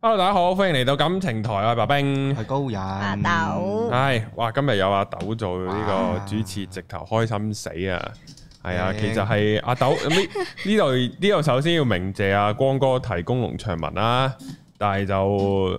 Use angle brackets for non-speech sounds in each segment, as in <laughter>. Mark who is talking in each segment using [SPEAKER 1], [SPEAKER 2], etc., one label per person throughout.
[SPEAKER 1] Hello，大家好，歡迎嚟到感情台啊，白冰。
[SPEAKER 2] 係高人。阿
[SPEAKER 3] 阿豆
[SPEAKER 1] 唉，哇！今日有阿豆做呢
[SPEAKER 2] 哇
[SPEAKER 1] 個主持，直頭開心死啊！係啊，
[SPEAKER 2] 正
[SPEAKER 1] 其實係阿豆呢呢度呢度首先要鳴謝阿光哥提供農場文啦，但係就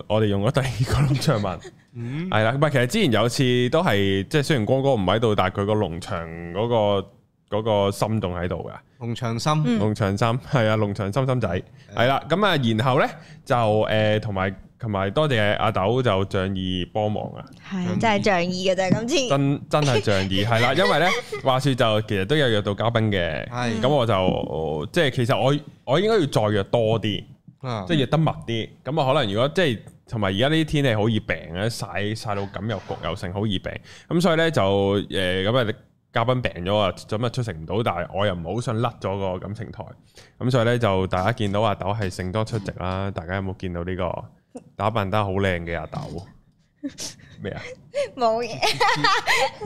[SPEAKER 1] 我哋用咗第二個農場文，
[SPEAKER 2] 嗯
[SPEAKER 1] 係啦、唔係其實之前有次都係即係雖然光哥唔喺度，但係佢個農場嗰、個嗰、個心仲喺度㗎。
[SPEAKER 2] 洪長心，
[SPEAKER 3] 嗯
[SPEAKER 1] 農場心係啊，農場心心仔係啦，咁啊，然後咧就誒同埋同埋多謝阿豆就仗義幫忙啊，
[SPEAKER 3] 係真係仗義嘅啫，今次
[SPEAKER 1] 真真係仗義係啦，因為咧話説就其實都有約到嘉賓嘅，
[SPEAKER 2] 係
[SPEAKER 1] 咁我就即係其實我我應該要再約多啲，
[SPEAKER 2] 啊
[SPEAKER 1] 即係約得密啲，咁啊可能如果即係同埋而家呢啲天氣好易病嘅，曬曬到咁又焗又成，好易病，咁所以咧就誒咁啊嘉賓病咗啊，咁啊出席唔到，但係我又唔好想甩咗個感情台，咁所以咧就大家見到阿豆係盛裝出席啦，大家有冇見到呢、個打扮得好靚嘅阿豆？咩啊？
[SPEAKER 3] 冇嘢，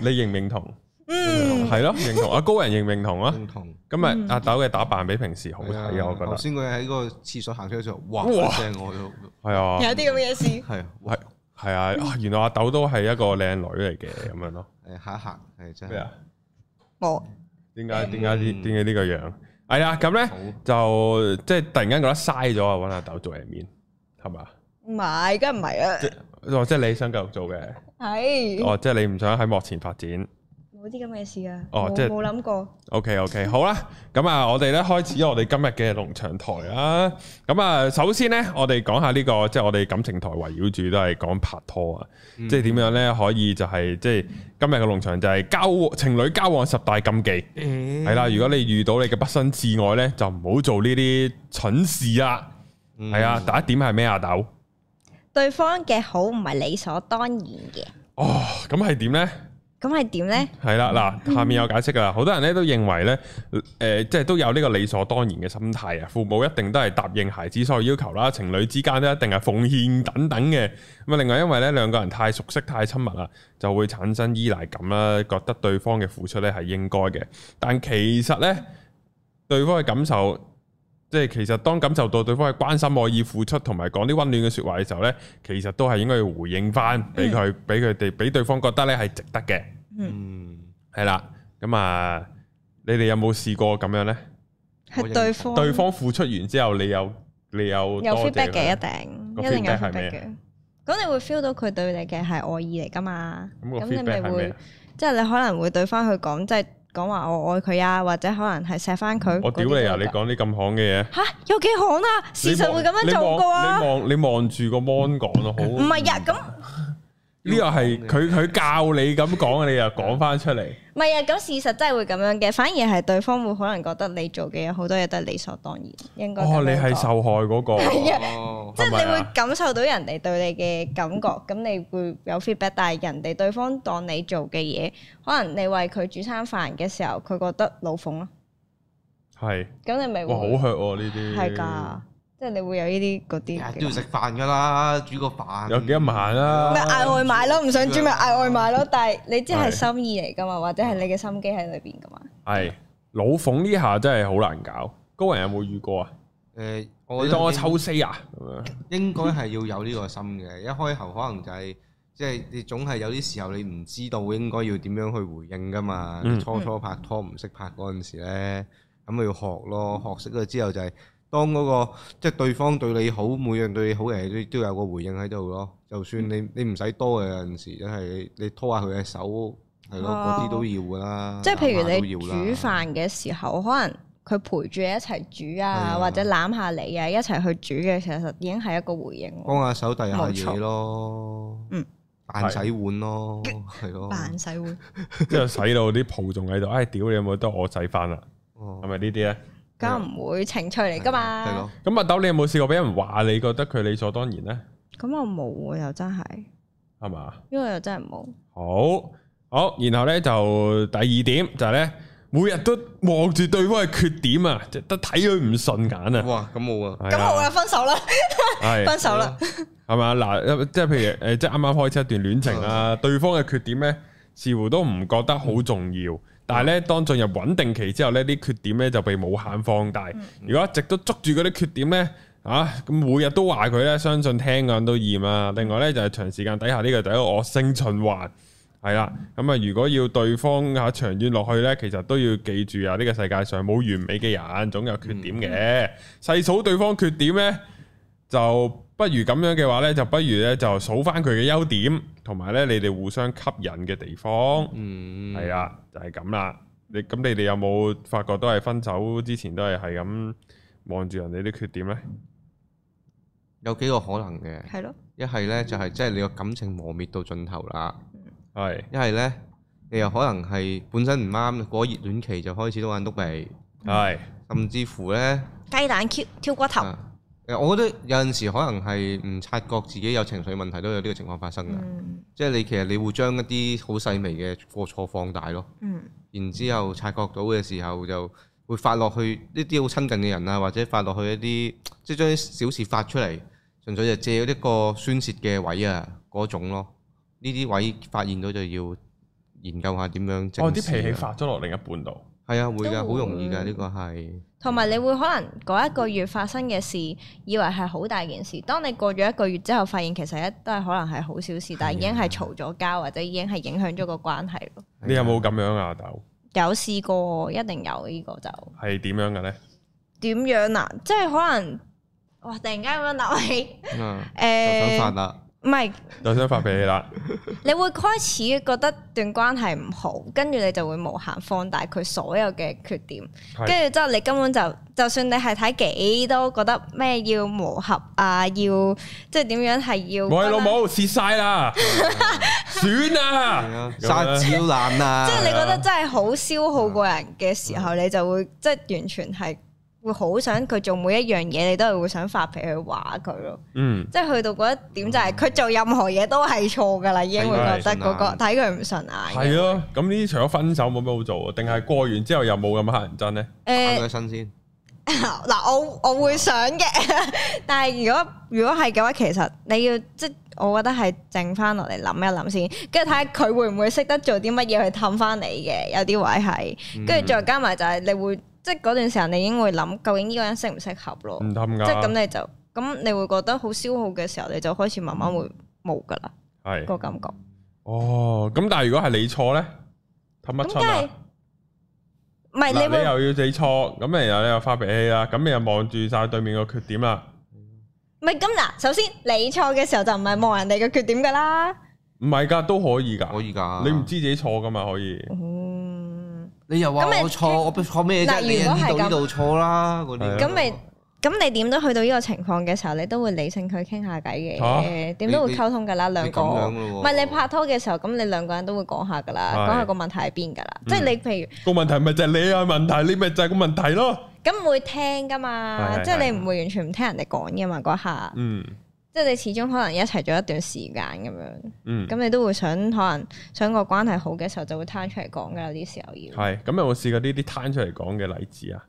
[SPEAKER 1] 你認唔認同？
[SPEAKER 3] 嗯，
[SPEAKER 1] 係咯，認同。阿高人認唔認同啊？
[SPEAKER 2] 共同。
[SPEAKER 1] 今日阿豆嘅打扮比平時好睇啊，我覺
[SPEAKER 2] 頭
[SPEAKER 1] 得
[SPEAKER 2] 先佢喺個廁所行出去就，哇！
[SPEAKER 1] 哇
[SPEAKER 2] 一聲我都
[SPEAKER 1] 係啊。
[SPEAKER 3] 有啲咁嘅事，
[SPEAKER 2] 係啊，
[SPEAKER 1] 係係啊，啊原來阿豆都係一個靚女嚟嘅咁樣咯。
[SPEAKER 2] 誒下一行係真
[SPEAKER 1] 咩
[SPEAKER 2] 係
[SPEAKER 1] 啊？
[SPEAKER 3] 冇
[SPEAKER 1] 點解點解呢
[SPEAKER 2] 嗯
[SPEAKER 1] 點解呢個樣？係啊，咁
[SPEAKER 2] 好
[SPEAKER 1] 咧就即係突然間覺得嘥咗啊！揾阿豆做人面係嘛？
[SPEAKER 3] 唔係，梗唔係啊啦，
[SPEAKER 1] 哦，即係你想繼續做嘅，
[SPEAKER 3] 係
[SPEAKER 1] 哦，即係你唔想喺幕前發展。
[SPEAKER 3] 冇啲咁嘅事啊，
[SPEAKER 1] 哦
[SPEAKER 3] 冇
[SPEAKER 1] 即係
[SPEAKER 3] 冇諗過，
[SPEAKER 1] OK OK，好啦，咁啊，我哋咧開始我哋今日嘅農場台啦。咁啊，首先咧，我哋講下呢、個即係我哋感情台圍繞住都係講拍拖啊，
[SPEAKER 2] 嗯
[SPEAKER 1] 即係點樣咧可以就係、即係今日嘅農場就係交往情侶交往十大禁忌。
[SPEAKER 2] 誒
[SPEAKER 1] 係啦，如果你遇到你嘅不生至愛呢，就唔好做呢啲蠢事啦。
[SPEAKER 2] 嗯
[SPEAKER 1] 係啊，第一點係咩啊？豆
[SPEAKER 3] 對方嘅好唔係理所當然嘅，
[SPEAKER 1] 哦，咁係點呢？
[SPEAKER 3] 咁係點咧？
[SPEAKER 1] 係啦，嗱，下面有解釋噶啦。好多人咧都認為呢，誒、即係都有呢個理所當然嘅心態啊。父母一定都係答應孩子所有要求啦，情侶之間都一定係奉獻等等嘅。咁啊，另外因為呢兩個人太熟悉、太親密啦，就會產生依賴感啦，覺得對方嘅付出呢係應該嘅。但其實呢，對方嘅感受，即係其實當感受到對方嘅關心、愛意、付出，同埋講啲温暖嘅説話嘅時候呢，其實都係應該要回應翻俾佢，俾佢哋，俾對方覺得呢係值得嘅。
[SPEAKER 2] 嗯
[SPEAKER 1] 係啦，咁啊，你哋有冇試過咁樣呢？
[SPEAKER 2] 我認
[SPEAKER 3] 係對方
[SPEAKER 1] 對方付出完之後，你有你有
[SPEAKER 3] 哦有
[SPEAKER 1] 多謝
[SPEAKER 3] feedback 嘅，
[SPEAKER 1] 佢
[SPEAKER 3] 一定
[SPEAKER 1] 個
[SPEAKER 3] 一定有
[SPEAKER 1] feedback 係啊
[SPEAKER 3] feedback 嘅，咁你會 feel 到佢對你嘅係愛意嚟噶嘛？
[SPEAKER 1] 咁個
[SPEAKER 3] 咁你
[SPEAKER 1] feedback
[SPEAKER 3] 咪
[SPEAKER 1] 係咩
[SPEAKER 3] 會
[SPEAKER 1] 啊？
[SPEAKER 3] 即係你可能會對翻佢講，即係講話我愛佢啊，或者可能係錫翻佢。
[SPEAKER 1] 我屌你啊！你講啲咁行嘅嘢，
[SPEAKER 3] 吓有幾行啊？事實會咁樣做過啊
[SPEAKER 1] 你？望你望住個 mon 講咯，好
[SPEAKER 3] <laughs> 唔係啊，咁
[SPEAKER 1] 呢個係佢佢教你咁講，你又講翻出嚟。
[SPEAKER 3] 唔係啊，咁事實真係會咁樣嘅，反而係對方會可能覺得你做嘅嘢好多嘢都係理所當然，應該咁樣講。
[SPEAKER 1] 哦，你係
[SPEAKER 3] <laughs>
[SPEAKER 1] 受害嗰個，
[SPEAKER 3] 係啊
[SPEAKER 2] 哦
[SPEAKER 3] 即係
[SPEAKER 1] 係
[SPEAKER 3] 你
[SPEAKER 1] 咪啊
[SPEAKER 3] 會感受到人哋對你嘅感覺，咁你會有 feedback。但係人哋對方當你做嘅嘢，可能你為佢煮餐飯嘅時候，佢覺得老奉咯，
[SPEAKER 1] 係
[SPEAKER 3] 咁你咪
[SPEAKER 1] 哇，好
[SPEAKER 3] 會
[SPEAKER 1] hurt 喎呢啲。
[SPEAKER 3] 係㗎，即係你會有呢啲嗰啲
[SPEAKER 2] 日
[SPEAKER 3] 嘅
[SPEAKER 2] 啊日都要食飯㗎啦，煮個飯
[SPEAKER 1] 有幾啊多萬啦
[SPEAKER 3] 咪嗌外賣咯，唔想煮咪嗌外賣咯。但係你知係心意嚟噶嘛，或者係你嘅心機喺裏邊噶嘛。
[SPEAKER 1] 係老馮呢下真係好難搞。高人有冇遇過啊？
[SPEAKER 2] 誒，我
[SPEAKER 1] 你當我抽絲啊？咁樣
[SPEAKER 2] 應該係要有呢個心嘅。一開頭可能就係即係你總係有啲時候你唔知道應該要點樣去回應噶嘛。
[SPEAKER 1] 嗯
[SPEAKER 2] 初初拍拖唔識拍嗰陣時咧，咁咪要學咯。學識咗之後就係、當嗰、個即係對方對你好，每樣對你好嘅嘢都都有個回應喺度咯。就算你你唔使多嘅有陣時，真係你你拖下佢嘅手係咯，嗰啲、
[SPEAKER 3] 哦
[SPEAKER 2] 都要噶啦。
[SPEAKER 3] 即係譬如你
[SPEAKER 2] 攬下
[SPEAKER 3] 煮
[SPEAKER 2] 啊都要啦
[SPEAKER 3] 飯嘅時候，可能佢陪住你一齊煮
[SPEAKER 2] 係啊
[SPEAKER 3] 啊，或者攬下你啊，一齊去煮嘅，其實已經係一個回應喎。
[SPEAKER 2] 幫下手遞下
[SPEAKER 3] 冇錯
[SPEAKER 2] 嘢咯，
[SPEAKER 3] 嗯，
[SPEAKER 2] 扮洗碗咯，哦係啊咯，
[SPEAKER 3] 扮洗碗，
[SPEAKER 1] 之後洗到啲泡仲喺度，唉，屌你有冇得我洗翻啦？
[SPEAKER 2] 哦
[SPEAKER 1] 係咪呢啲咧？
[SPEAKER 3] 梗唔會情趣嚟噶
[SPEAKER 2] 係啊
[SPEAKER 3] 嘛
[SPEAKER 2] 咯。。
[SPEAKER 1] 咁啊阿豆，你有冇試過俾人話你覺得佢理所當然呢？
[SPEAKER 3] 咁我冇喎，又真係，
[SPEAKER 1] 係嘛？
[SPEAKER 3] 因為又真係冇。
[SPEAKER 1] 好好，然後呢，就第二點就係呢：每日都望住對方嘅缺點啊，即係得睇佢唔順眼啊。
[SPEAKER 2] 哇，咁冇啊！
[SPEAKER 3] 咁好
[SPEAKER 1] 啦，
[SPEAKER 3] 啦，分手啦，
[SPEAKER 1] 係
[SPEAKER 3] 分手啦。
[SPEAKER 1] 係嘛？嗱，即係譬如誒，即係啱啱開始一段戀情
[SPEAKER 3] 嗯
[SPEAKER 1] 啊，對方嘅缺點呢，似乎都唔覺得好重要。但係呢，當進入穩定期之後呢，啲缺點呢就被無限放大。如果一直都捉住嗰啲缺點呢，啊，咁每日都話佢咧，相信聽嘅人都厭啊。另外咧就係、長時間底下呢個第一個惡性循環，係啦。咁啊，如果要對方嚇、長遠落去咧，其實都要記住啊，呢、個世界上冇完美嘅人，總有缺點嘅。細數對方缺點咧，就不如咁樣嘅話咧，就不如咧就數翻佢嘅優點，同埋咧你哋互相吸引嘅地方。
[SPEAKER 2] 嗯，
[SPEAKER 1] 係啊，就係咁啦。你咁你哋有冇發覺都係分手之前都係係咁望住人哋啲缺點咧？
[SPEAKER 2] 有幾個可能嘅，
[SPEAKER 3] 係咯，
[SPEAKER 2] 一係咧就係即係你個感情磨滅到盡頭啦，
[SPEAKER 1] 係
[SPEAKER 2] 一係咧你又可能係本身唔啱，過熱戀期就開始都玩篤鼻，
[SPEAKER 3] 嗯
[SPEAKER 1] 係
[SPEAKER 2] 甚至乎咧。
[SPEAKER 3] 雞蛋挑挑骨頭，
[SPEAKER 2] 啊誒，我覺得有陣時可能係唔察覺自己有情緒問題，都有呢個情況發生㗎。
[SPEAKER 3] 嗯
[SPEAKER 2] 即係啊你其實你會將一啲好細微嘅過錯放大咯，
[SPEAKER 3] 嗯
[SPEAKER 2] 然之後察覺到嘅時候就會發落去一啲好親近嘅人啊，或者發落去一啲即係將啲小事發出嚟，純粹就借一個宣泄嘅位啊嗰種咯。呢啲位發現到就要研究下點樣整。
[SPEAKER 1] 哦，
[SPEAKER 3] 啊
[SPEAKER 1] 啲脾氣發咗落另一半度，
[SPEAKER 2] 係啊，會㗎，
[SPEAKER 3] 都會
[SPEAKER 2] 好容易㗎，呢個係。
[SPEAKER 3] 同埋你會可能嗰一個月發生嘅事，以為係好大件事。當你過咗一個月之後，發現其實一都係可能係好小事，但係已
[SPEAKER 2] 啊
[SPEAKER 3] 經係嘈咗交，或者已經係影響咗個關係咯。
[SPEAKER 1] 你有冇咁樣啊？豆
[SPEAKER 3] 有試過，一定有呢、個就
[SPEAKER 1] 係點樣嘅咧？
[SPEAKER 3] 點樣啊？即係可能哇！突然間咁樣諗起，
[SPEAKER 2] 啊？ <laughs> 就想發
[SPEAKER 3] 誒
[SPEAKER 2] 啦。
[SPEAKER 3] 唔係
[SPEAKER 1] 就想發脾氣
[SPEAKER 3] <laughs>
[SPEAKER 1] 啦，
[SPEAKER 3] 你會開始覺得段關係唔好，跟住你就會無限放大佢所有嘅缺點，
[SPEAKER 1] 係
[SPEAKER 3] 跟住之後你根本就就算你係睇幾多覺得咩要磨合啊，要即係點樣係要，啊
[SPEAKER 1] 喂老，母，蝕晒
[SPEAKER 3] <laughs>
[SPEAKER 1] 啦，損啊！
[SPEAKER 2] 係啊，
[SPEAKER 1] 咁
[SPEAKER 2] 撒
[SPEAKER 1] 咧
[SPEAKER 2] 嬌懶啊！
[SPEAKER 3] 即係你覺得真係好消耗個人嘅時候，你就會即係完全係會好想佢做每一樣嘢，你都係會想發脾氣話佢咯。
[SPEAKER 1] 嗯，
[SPEAKER 3] 即係去到嗰一點就係佢做任何嘢都係錯㗎啦，已經會覺得嗰、個睇佢唔順眼。
[SPEAKER 1] 係咯。咁呢啲除咗分手冇咩好做啊？定係過完之後又冇咁乞人憎咧？
[SPEAKER 3] 誒
[SPEAKER 2] 打佢身先，
[SPEAKER 3] <laughs> 嗱，我我會想嘅， <laughs> 但係如果如果係嘅話，其實你要即係我覺得係靜翻落嚟諗一諗先，跟住睇下佢會唔會識得做啲乜嘢去氹翻你嘅，有啲位
[SPEAKER 1] 嗯
[SPEAKER 3] 係，跟住再加埋就係你會即係嗰段時間你已經會諗究竟呢個人適唔適合咯
[SPEAKER 1] 嗯唔，氹
[SPEAKER 3] 即係咁
[SPEAKER 1] 㗎，
[SPEAKER 3] 你就咁你會覺得好消耗嘅時候，你就開始慢慢會冇㗎啦
[SPEAKER 1] 係
[SPEAKER 3] 個感覺，
[SPEAKER 1] 哦。咁但係如果係你錯咧，氹乜
[SPEAKER 3] 咁
[SPEAKER 1] 出
[SPEAKER 3] 梗
[SPEAKER 1] 啊
[SPEAKER 3] 係？唔係
[SPEAKER 1] 嗱，
[SPEAKER 3] 你
[SPEAKER 1] 你
[SPEAKER 3] 會
[SPEAKER 1] 又要你錯，咁然後你又發脾氣啦，咁你又望住晒對面個缺點啦。
[SPEAKER 3] 唔係咁嗱，首先你錯嘅時候就唔係望人哋嘅缺點㗎啦。
[SPEAKER 1] 唔係㗎，都可以
[SPEAKER 2] 可
[SPEAKER 1] 㗎。
[SPEAKER 2] 以
[SPEAKER 3] 啊
[SPEAKER 2] 㗎。
[SPEAKER 1] 你唔知自己錯㗎嘛？可以。
[SPEAKER 3] 嗯，
[SPEAKER 2] 你又話
[SPEAKER 3] 咁咪
[SPEAKER 2] 我錯，我錯咩啫？
[SPEAKER 3] 嗱
[SPEAKER 2] 你
[SPEAKER 3] 如果
[SPEAKER 2] 呢
[SPEAKER 3] 係
[SPEAKER 2] 度
[SPEAKER 3] 咁
[SPEAKER 2] 呢度錯啦，嗰啲
[SPEAKER 1] 係啊
[SPEAKER 3] 咁咪咁你點都去到呢個情況嘅時候，你都會理性去傾下偈嘅，點都會溝通㗎啦，兩
[SPEAKER 2] 你咁
[SPEAKER 3] 個。
[SPEAKER 2] 樣
[SPEAKER 3] 唔
[SPEAKER 2] 咯喎。
[SPEAKER 3] 係你拍拖嘅時候，咁你兩個人都會講下㗎啦，
[SPEAKER 1] 係
[SPEAKER 3] 講下個問題喺邊㗎啦。
[SPEAKER 1] 嗯
[SPEAKER 3] 即係你譬如
[SPEAKER 1] 個問題咪就係你有問題，你咪就係個問題咯。
[SPEAKER 3] 咁會聽㗎嘛
[SPEAKER 1] 係，係
[SPEAKER 3] 即係你唔會完全唔聽人哋講㗎嘛嗰下。
[SPEAKER 1] 嗯
[SPEAKER 3] 即係你始終可能一齊咗一段時間咁樣，
[SPEAKER 1] 嗯，
[SPEAKER 3] 咁你都會想可能想個關係好嘅時候就會攤出嚟講㗎啦，有啲時候要。
[SPEAKER 1] 係。咁有冇試過呢啲攤出嚟講嘅例子啊？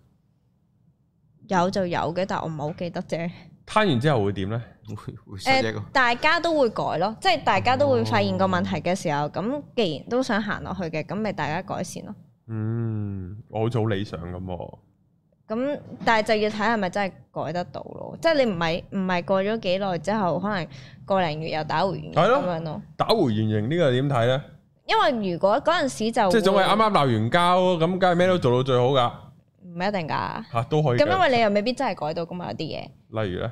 [SPEAKER 3] 有就有嘅，但我唔係好記得啫。
[SPEAKER 1] 攤完之後會點呢？
[SPEAKER 2] 會會失憶
[SPEAKER 3] 誒、
[SPEAKER 2] 喎
[SPEAKER 3] 大家都會改咯，即係大家都會發現個問題嘅時候，咁、既然都想行落去嘅，咁咪大家改善咯。
[SPEAKER 1] 嗯，我好似好理想咁喎。
[SPEAKER 3] 咁但係就要睇係咪真係改得到咯，即係你唔係唔係過咗幾耐之後，可能個零月又打回原形
[SPEAKER 1] 係咯
[SPEAKER 3] 咁樣咯。
[SPEAKER 1] 打回原形呢個點睇呢？
[SPEAKER 3] 因為如果嗰陣時就
[SPEAKER 1] 即係總係
[SPEAKER 3] 會
[SPEAKER 1] 啱啱鬧完交，咁梗係咩都做到最好㗎。
[SPEAKER 3] 唔一定㗎。
[SPEAKER 1] 嚇都可以
[SPEAKER 3] 咁啊因
[SPEAKER 1] 嘅。
[SPEAKER 3] 為你又未必真係改到㗎嘛，有啲嘢。誒、
[SPEAKER 1] 例如呢，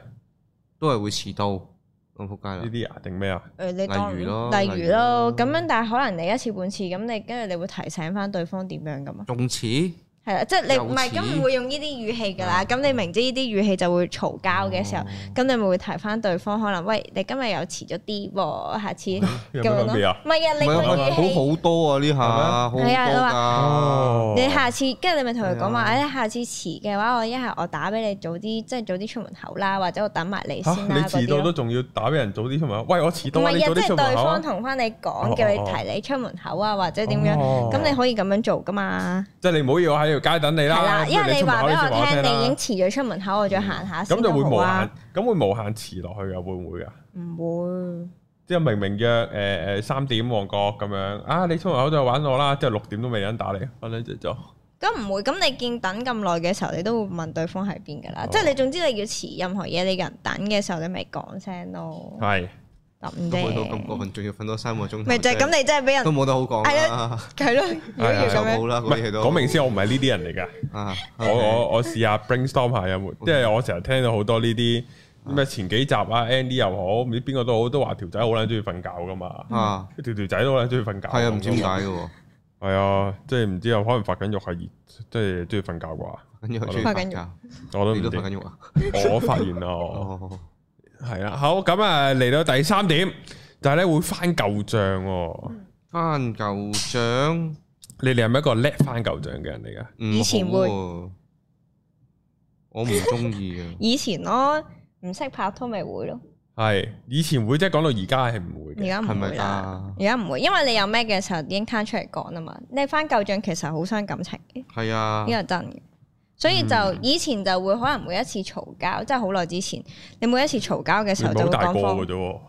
[SPEAKER 2] 都係會遲到，咁仆街
[SPEAKER 1] 呢
[SPEAKER 2] 啦。
[SPEAKER 1] 啲啊定咩啊？
[SPEAKER 3] 你當
[SPEAKER 2] 例如咯
[SPEAKER 3] 例
[SPEAKER 2] 例
[SPEAKER 3] 如
[SPEAKER 2] 如咯
[SPEAKER 3] 咯，咁樣但係可能你一次半次，咁你跟住你會提醒翻對方點樣㗎嘛。
[SPEAKER 2] 仲遲？
[SPEAKER 3] 係啊啦，即係你
[SPEAKER 2] 有
[SPEAKER 3] 唔係
[SPEAKER 2] 錢
[SPEAKER 3] 咁唔會用呢啲語氣㗎
[SPEAKER 1] 嗯
[SPEAKER 3] 啦。咁你明知呢啲語氣就會嘈交嘅
[SPEAKER 1] 哦
[SPEAKER 3] 時候，
[SPEAKER 2] 哦
[SPEAKER 3] 咁你咪會提翻對方，可能喂你今日又遲咗啲喎，下次
[SPEAKER 1] 有
[SPEAKER 3] 咁
[SPEAKER 1] 咩
[SPEAKER 3] 樣
[SPEAKER 1] 分
[SPEAKER 3] 咯。
[SPEAKER 1] 別啊？
[SPEAKER 3] 唔係啊，
[SPEAKER 2] 唔
[SPEAKER 3] 你個
[SPEAKER 2] 係
[SPEAKER 1] 佢
[SPEAKER 3] 語氣
[SPEAKER 2] 好好多啊！呢下好好多
[SPEAKER 3] 係啊
[SPEAKER 2] 㗎。
[SPEAKER 1] 哦
[SPEAKER 3] 你下次跟住你咪同佢講
[SPEAKER 2] 係啊
[SPEAKER 3] 話，誒下次遲嘅話，我一係我打俾你早啲，即係早啲出門口啦，或者我等埋你
[SPEAKER 1] 嚇
[SPEAKER 3] 先
[SPEAKER 1] 你
[SPEAKER 3] 啦嗰
[SPEAKER 1] 遲
[SPEAKER 3] 啲
[SPEAKER 1] 到都
[SPEAKER 3] 咯。
[SPEAKER 1] 仲要打俾人早啲出門口，喂我遲
[SPEAKER 3] 唔
[SPEAKER 1] 到啊！你
[SPEAKER 3] 係
[SPEAKER 1] 早
[SPEAKER 3] 啊，即
[SPEAKER 1] 啲出
[SPEAKER 3] 係
[SPEAKER 1] 門
[SPEAKER 3] 對
[SPEAKER 1] 口啊
[SPEAKER 3] 方！同翻你
[SPEAKER 1] 哦
[SPEAKER 3] 講，叫你
[SPEAKER 1] 哦
[SPEAKER 3] 提你出門口啊，或者點樣，
[SPEAKER 1] 哦
[SPEAKER 3] 咁你可以咁樣做㗎嘛。
[SPEAKER 1] 即係你唔好要我喺條街等你啦。
[SPEAKER 3] 係啦，因為你
[SPEAKER 1] 出門
[SPEAKER 3] 話
[SPEAKER 1] 口
[SPEAKER 3] 俾
[SPEAKER 1] 出
[SPEAKER 3] 我
[SPEAKER 1] 門口
[SPEAKER 3] 聽，
[SPEAKER 1] 啦嗯
[SPEAKER 3] 你已經遲咗出門口，我再行下先
[SPEAKER 1] 咁就會
[SPEAKER 3] 都好
[SPEAKER 1] 無
[SPEAKER 3] 啊
[SPEAKER 1] 限，。咁會無限遲落去噶，會唔會噶？
[SPEAKER 3] 唔會。
[SPEAKER 1] 即係明明約誒誒三點旺角咁樣，啊你出門口就玩我啦，之後六點都未有人打你，我咧就咗。
[SPEAKER 3] 咁唔會，咁你見等咁耐嘅時候，你都會問對方喺邊㗎啦。
[SPEAKER 1] 哦
[SPEAKER 3] 即係你總之你要遲任何嘢，你人等嘅時候，你咪講聲咯，
[SPEAKER 1] <laughs> 係
[SPEAKER 3] 咁
[SPEAKER 2] 都去到咁
[SPEAKER 3] 啫。
[SPEAKER 2] 過分，仲要瞓多三個鐘頭，
[SPEAKER 3] 哦咪就係咁，你真係俾人
[SPEAKER 2] 都冇得好講
[SPEAKER 3] 係
[SPEAKER 2] 啦，
[SPEAKER 3] <laughs> 係咯，如果要
[SPEAKER 2] 就
[SPEAKER 3] 咁
[SPEAKER 2] 好
[SPEAKER 3] 樣，
[SPEAKER 2] 啦，
[SPEAKER 1] 唔
[SPEAKER 2] 嗰啲
[SPEAKER 1] 係
[SPEAKER 2] 嘢都
[SPEAKER 1] 講明先，我唔係呢啲人嚟 <laughs> 㗎。
[SPEAKER 2] 啊，
[SPEAKER 1] 我我我試下 brainstorm 下有冇，即係我成日聽到好多呢啲咩前幾集啊，Andy 又好，唔知邊個都好，都話條仔好撚中意瞓覺噶嘛，
[SPEAKER 2] 我啊，
[SPEAKER 1] 條條仔都好撚中意瞓覺。
[SPEAKER 2] 係啊，唔知點解嘅喎，
[SPEAKER 1] 係啊，即係唔知啊，可能發緊肉係熱，即係中意瞓覺啩，
[SPEAKER 2] 跟住佢中意
[SPEAKER 3] 發
[SPEAKER 2] 瞓
[SPEAKER 3] 緊
[SPEAKER 2] 覺，
[SPEAKER 1] 我都
[SPEAKER 2] 你
[SPEAKER 1] 唔
[SPEAKER 2] 都發緊
[SPEAKER 1] 知。
[SPEAKER 2] 肉啊，
[SPEAKER 1] 我發現咯，
[SPEAKER 2] 哦，
[SPEAKER 1] 係啦，好咁啊，嚟到第三點就係咧會翻舊帳喎。
[SPEAKER 2] 翻舊帳，
[SPEAKER 1] 你哋係咪一個叻翻舊帳嘅人嚟㗎？
[SPEAKER 2] 唔
[SPEAKER 3] 以前
[SPEAKER 2] 好
[SPEAKER 3] 會，
[SPEAKER 2] 喎我唔中意啊
[SPEAKER 3] <laughs> 以前咯，唔識拍拖咪會咯，
[SPEAKER 1] 係以前會，即係講到而家係唔會
[SPEAKER 3] 而
[SPEAKER 1] 嘅。
[SPEAKER 3] 家唔
[SPEAKER 2] 係啊咪
[SPEAKER 3] 會啦。
[SPEAKER 2] 㗎？
[SPEAKER 3] 而家唔會，因為你有咩嘅時候已經攤出嚟講啊嘛。你翻舊帳其實好傷感情嘅，
[SPEAKER 2] 係啊
[SPEAKER 3] 呢，個真嘅。所以就以前就會可能每一次嘈交，即係好耐之前，你每一次嘈交嘅
[SPEAKER 1] 你
[SPEAKER 3] 時候
[SPEAKER 1] 唔
[SPEAKER 3] 就
[SPEAKER 1] 係好
[SPEAKER 3] 會
[SPEAKER 1] 大
[SPEAKER 3] 講
[SPEAKER 1] 個嘅
[SPEAKER 3] 方，
[SPEAKER 1] 啫喎，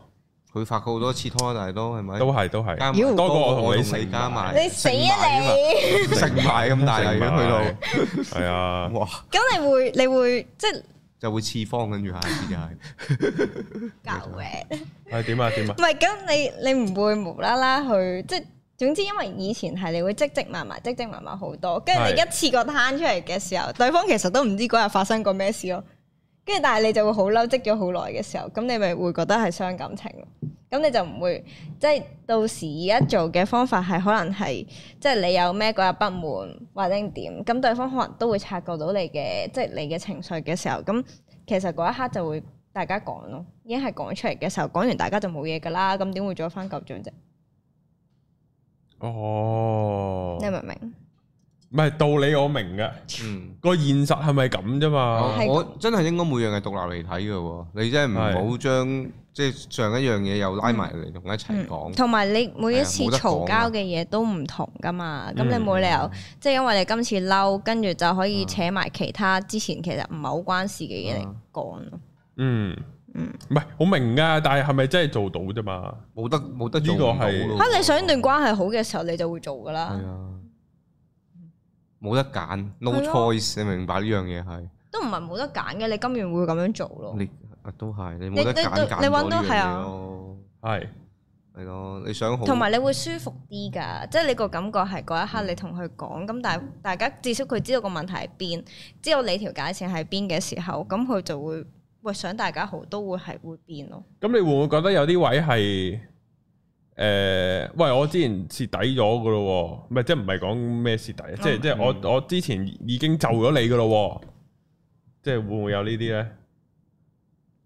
[SPEAKER 2] 佢發過好多次拖，但係都係咪？
[SPEAKER 1] 都係都係。
[SPEAKER 2] 加埋
[SPEAKER 3] 妖
[SPEAKER 1] 多過我同
[SPEAKER 2] 我
[SPEAKER 1] 你
[SPEAKER 2] 同你
[SPEAKER 1] 食
[SPEAKER 2] 加埋，
[SPEAKER 3] 你死啊你！
[SPEAKER 2] 你食埋咁大嚟嘅去
[SPEAKER 1] 啊係
[SPEAKER 2] 到，
[SPEAKER 1] 啊，
[SPEAKER 2] 哇！
[SPEAKER 3] 咁你會你會即係
[SPEAKER 2] 就會次方跟住下一次就係，
[SPEAKER 3] 搞嘅，
[SPEAKER 1] 係點啊點啊
[SPEAKER 3] 唔，係咁你你唔會無啦啦去即係。總之，因為以前係你會積積埋埋、積積埋埋好多，跟住你
[SPEAKER 1] 係
[SPEAKER 3] 一次過攤出嚟嘅時候，對方其實都唔知嗰日發生過咩事咯。跟住但係你就會好嬲，積咗好耐嘅時候，咁你咪會覺得係傷感情咯。咁你就唔會即係到時而家做嘅方法係可能係即係你有咩嗰日不滿或者點，咁對方可能都會察覺到你嘅即係你嘅情緒嘅時候，咁其實嗰一刻就會大家講咯，已經係講出嚟嘅時候，講完大家就冇嘢噶啦，咁點會再翻舊帳啫？
[SPEAKER 1] 哦
[SPEAKER 3] 你，明唔明？
[SPEAKER 1] 唔係道理我明嘅，
[SPEAKER 2] 嗯，
[SPEAKER 1] 個現實係咪咁啫嘛？
[SPEAKER 3] 嗯係咁
[SPEAKER 2] 我我真係應該每樣係獨立嚟睇嘅喎，你真係唔好將即係上一樣嘢又拉埋嚟同一齊
[SPEAKER 3] 嗯
[SPEAKER 2] 講，
[SPEAKER 3] 同埋你每一次
[SPEAKER 2] 係啊冇得講
[SPEAKER 3] 嘈
[SPEAKER 2] 啊
[SPEAKER 3] 交嘅嘢都唔同噶嘛，咁
[SPEAKER 1] 嗯
[SPEAKER 3] 你冇理由即係因為你今次嬲，跟住就可
[SPEAKER 2] 嗯
[SPEAKER 3] 以扯埋其他之前其實唔係好關事嘅嘢嚟
[SPEAKER 2] 啊
[SPEAKER 3] 講咯。
[SPEAKER 1] 嗯
[SPEAKER 3] 嗯，
[SPEAKER 1] 唔係我明噶，但係係咪真係做到啫嘛？
[SPEAKER 2] 冇得冇得
[SPEAKER 1] 呢
[SPEAKER 2] 做
[SPEAKER 1] 個
[SPEAKER 2] 唔到
[SPEAKER 1] 係
[SPEAKER 2] 咯
[SPEAKER 3] 嚇你想段
[SPEAKER 2] 啊
[SPEAKER 3] 關係好嘅時候，你就會做噶啦
[SPEAKER 2] 係，啊，冇得揀，no
[SPEAKER 3] 係咯
[SPEAKER 2] choice，你明白呢樣嘢係
[SPEAKER 3] 都唔係冇得揀嘅，你今年會咁樣做咯。
[SPEAKER 2] 你啊都係你冇得
[SPEAKER 3] 你你
[SPEAKER 2] 揀揀
[SPEAKER 3] 你
[SPEAKER 2] 咗
[SPEAKER 3] 揾
[SPEAKER 2] 呢
[SPEAKER 3] 到
[SPEAKER 2] 樣
[SPEAKER 3] 係啊
[SPEAKER 2] 嘢咯，
[SPEAKER 1] 係
[SPEAKER 2] 係咯，你想好
[SPEAKER 3] 同埋你會舒服啲㗎，即係你個感覺係嗰一刻你同佢講，咁但係大家至少佢知道個問題喺邊，知道你條界線喺邊嘅時候，咁佢就會喂想大家好都會係會變咯。
[SPEAKER 1] 咁，你會唔會覺得有啲位係誒？喂，我之前蝕底咗噶咯喎，唔係即係唔係講咩蝕底，即係即係我我之前已經就咗你噶咯喎，即係會唔會有呢啲咧？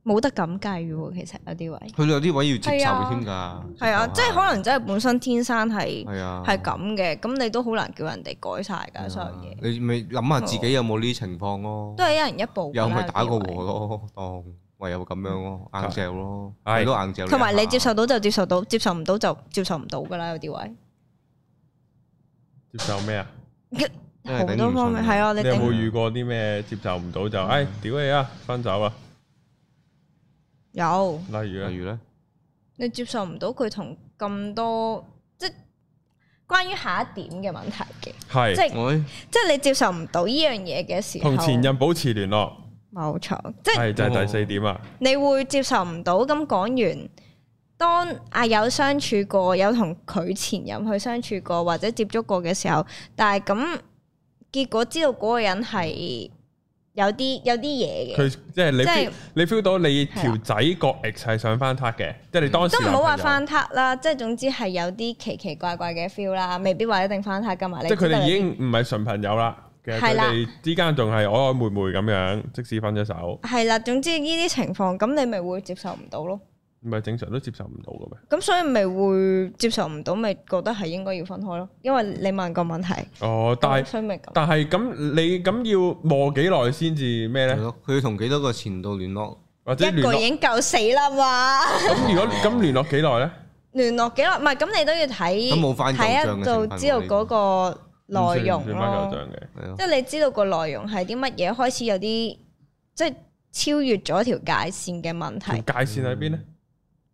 [SPEAKER 3] 冇得咁計嘅喎，其實有啲位
[SPEAKER 2] 去到有啲位要接
[SPEAKER 3] 係
[SPEAKER 2] 受
[SPEAKER 3] 啊
[SPEAKER 2] 添㗎，
[SPEAKER 3] 係
[SPEAKER 2] 接
[SPEAKER 3] 啊，
[SPEAKER 2] 受
[SPEAKER 3] 即係
[SPEAKER 2] 下
[SPEAKER 3] 可能真係本身天生係
[SPEAKER 2] 係啊，嗯
[SPEAKER 3] 係咁嘅，咁你都好難叫人哋改晒㗎所有嘢，
[SPEAKER 2] 啊你咪諗下自己有冇呢啲情況咯，
[SPEAKER 3] 都係一人一步㗎啦
[SPEAKER 2] 有咪打過
[SPEAKER 3] 有啲位
[SPEAKER 2] 和咯，當唯有咁樣咯，硬嚼咯，
[SPEAKER 1] 嗯係
[SPEAKER 2] 係都硬嚼。
[SPEAKER 3] 同埋你接受到就接受到，接受唔到就接受唔到㗎啦，有啲位
[SPEAKER 1] 接受咩啊？
[SPEAKER 2] 真係
[SPEAKER 3] 好
[SPEAKER 2] 頂唔
[SPEAKER 3] 多方面
[SPEAKER 2] 順啊
[SPEAKER 3] 係啊，
[SPEAKER 1] 你
[SPEAKER 3] 你
[SPEAKER 1] 有
[SPEAKER 3] 頂
[SPEAKER 1] 冇遇過啲咩接受唔到就誒屌你啊，分手啊？
[SPEAKER 3] 有。
[SPEAKER 1] 例如咧
[SPEAKER 2] 啊
[SPEAKER 1] 啊
[SPEAKER 2] 例如咧，
[SPEAKER 3] 你接受唔到佢同咁多即係關於下一點嘅問題嘅，
[SPEAKER 1] 係
[SPEAKER 3] 即係
[SPEAKER 2] 喂，
[SPEAKER 3] 即係你接受唔到呢樣嘢嘅時候，
[SPEAKER 1] 同前任保持聯絡，
[SPEAKER 3] 冇錯，即
[SPEAKER 1] 係
[SPEAKER 3] 係
[SPEAKER 1] 就係第四點啊。
[SPEAKER 3] 你會接受唔到咁講完。當啊有相處過，有同佢前任去相處過或者接觸過嘅時候，但係咁結果知道嗰個人係有啲有啲嘢嘅，
[SPEAKER 1] 佢即係你
[SPEAKER 3] 即係
[SPEAKER 1] feel 你 feel 到你
[SPEAKER 3] 係
[SPEAKER 1] 條
[SPEAKER 3] 啦
[SPEAKER 1] 仔個 ex 係想翻撻嘅，即係你當時
[SPEAKER 3] 都唔好話
[SPEAKER 1] 男朋友，
[SPEAKER 3] 翻撻啦，即係總之係有啲奇奇怪怪嘅 feel 啦，未必話一定翻撻噶嘛。你
[SPEAKER 1] 即係佢
[SPEAKER 3] 知道
[SPEAKER 1] 哋
[SPEAKER 3] 有
[SPEAKER 1] 已
[SPEAKER 3] 啲
[SPEAKER 1] 經唔係純朋友啦，其實
[SPEAKER 3] 係
[SPEAKER 1] 佢
[SPEAKER 3] 啦
[SPEAKER 1] 哋之間仲係曖曖昧昧咁樣，即使分咗手，
[SPEAKER 3] 係啦，總之呢啲情況，咁你咪會接受唔到咯。
[SPEAKER 1] 唔係正常都接受唔到嘅咩？
[SPEAKER 3] 咁所以咪會接受唔到，咪覺得係應該要分開咯。因為你問個問題，
[SPEAKER 1] 哦，但係
[SPEAKER 3] 所以咪咁。
[SPEAKER 1] 但係咁你咁要磨幾耐先至咩
[SPEAKER 2] 係
[SPEAKER 1] 咧？
[SPEAKER 2] 咯，佢要同幾多個前度聯絡？
[SPEAKER 1] 或者
[SPEAKER 3] 一
[SPEAKER 1] 聯
[SPEAKER 3] 個已
[SPEAKER 1] 絡
[SPEAKER 3] 經夠死啦嘛！ <laughs>
[SPEAKER 1] 咁如果咁聯絡幾耐咧？
[SPEAKER 3] 聯絡幾耐？唔係咁，你都要睇
[SPEAKER 2] 咁冇翻舊帳嘅
[SPEAKER 3] 睇一度知道嗰個內容
[SPEAKER 1] 唔算翻舊
[SPEAKER 3] 咯。
[SPEAKER 1] 帳嘅。
[SPEAKER 2] 係咯
[SPEAKER 3] 即，係你知道個內容係啲乜嘢，開始有啲即係超越咗條界線嘅問
[SPEAKER 1] 條
[SPEAKER 3] 題，
[SPEAKER 1] 界線喺邊咧？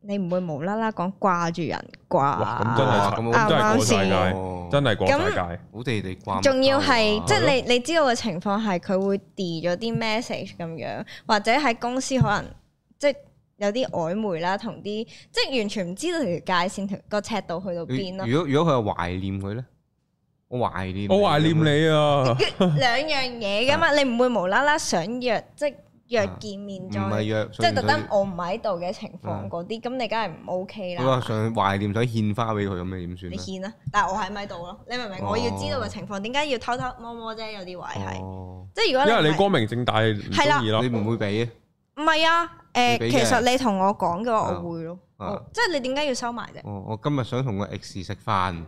[SPEAKER 3] 你唔會無啦啦講掛住人
[SPEAKER 1] 哇！咁真係
[SPEAKER 3] 啩？
[SPEAKER 1] 慘
[SPEAKER 2] 哇咁
[SPEAKER 1] 咁真係過晒
[SPEAKER 3] 啱啱
[SPEAKER 1] 界。
[SPEAKER 2] 哦
[SPEAKER 1] 真係過晒界。
[SPEAKER 2] 好地地
[SPEAKER 1] 啊
[SPEAKER 2] 掛。啊
[SPEAKER 3] 仲要係即係你你知道嘅情況係佢會 d 咗啲 message 咁樣，或者喺公司可能即係有啲曖昧啦，同啲即係完全唔知道條界線條個尺度去到邊咯。
[SPEAKER 2] 如果如果佢係懷念佢咧，我懷念，
[SPEAKER 1] 我懷念
[SPEAKER 2] 你
[SPEAKER 3] <laughs>
[SPEAKER 1] 你啊！
[SPEAKER 3] 兩樣嘢噶
[SPEAKER 2] 啊
[SPEAKER 3] 嘛，你唔會無啦啦想約即係約見面
[SPEAKER 2] 啊唔
[SPEAKER 3] 再，
[SPEAKER 2] 係約，
[SPEAKER 3] 即係
[SPEAKER 2] 純粹
[SPEAKER 3] 特登我唔喺度嘅情況
[SPEAKER 2] 嗯
[SPEAKER 3] 嗰啲，咁你梗係唔 OK
[SPEAKER 2] 你話
[SPEAKER 3] 啦。
[SPEAKER 2] 想懷念想獻花俾佢咁，你點算啊咧？
[SPEAKER 3] 你獻啦，但係我喺咪度咯，你明唔明？
[SPEAKER 2] 哦
[SPEAKER 3] 我要知道嘅情況，點解要偷偷摸摸啫？有啲位係，
[SPEAKER 2] 哦，
[SPEAKER 3] 即係如
[SPEAKER 1] 因
[SPEAKER 3] 果
[SPEAKER 1] 為
[SPEAKER 3] 你
[SPEAKER 1] 你
[SPEAKER 3] 唔係
[SPEAKER 1] 光明正大唔中意咯
[SPEAKER 2] 你，唔會俾啊？
[SPEAKER 3] 唔係啊，誒，
[SPEAKER 2] 你俾嘅
[SPEAKER 3] 其實你同我講嘅話，
[SPEAKER 2] 啊
[SPEAKER 3] 我會咯，
[SPEAKER 2] 啊
[SPEAKER 3] 我即係你點解要收埋啫？
[SPEAKER 2] 哦，我今日想同個 X 食飯，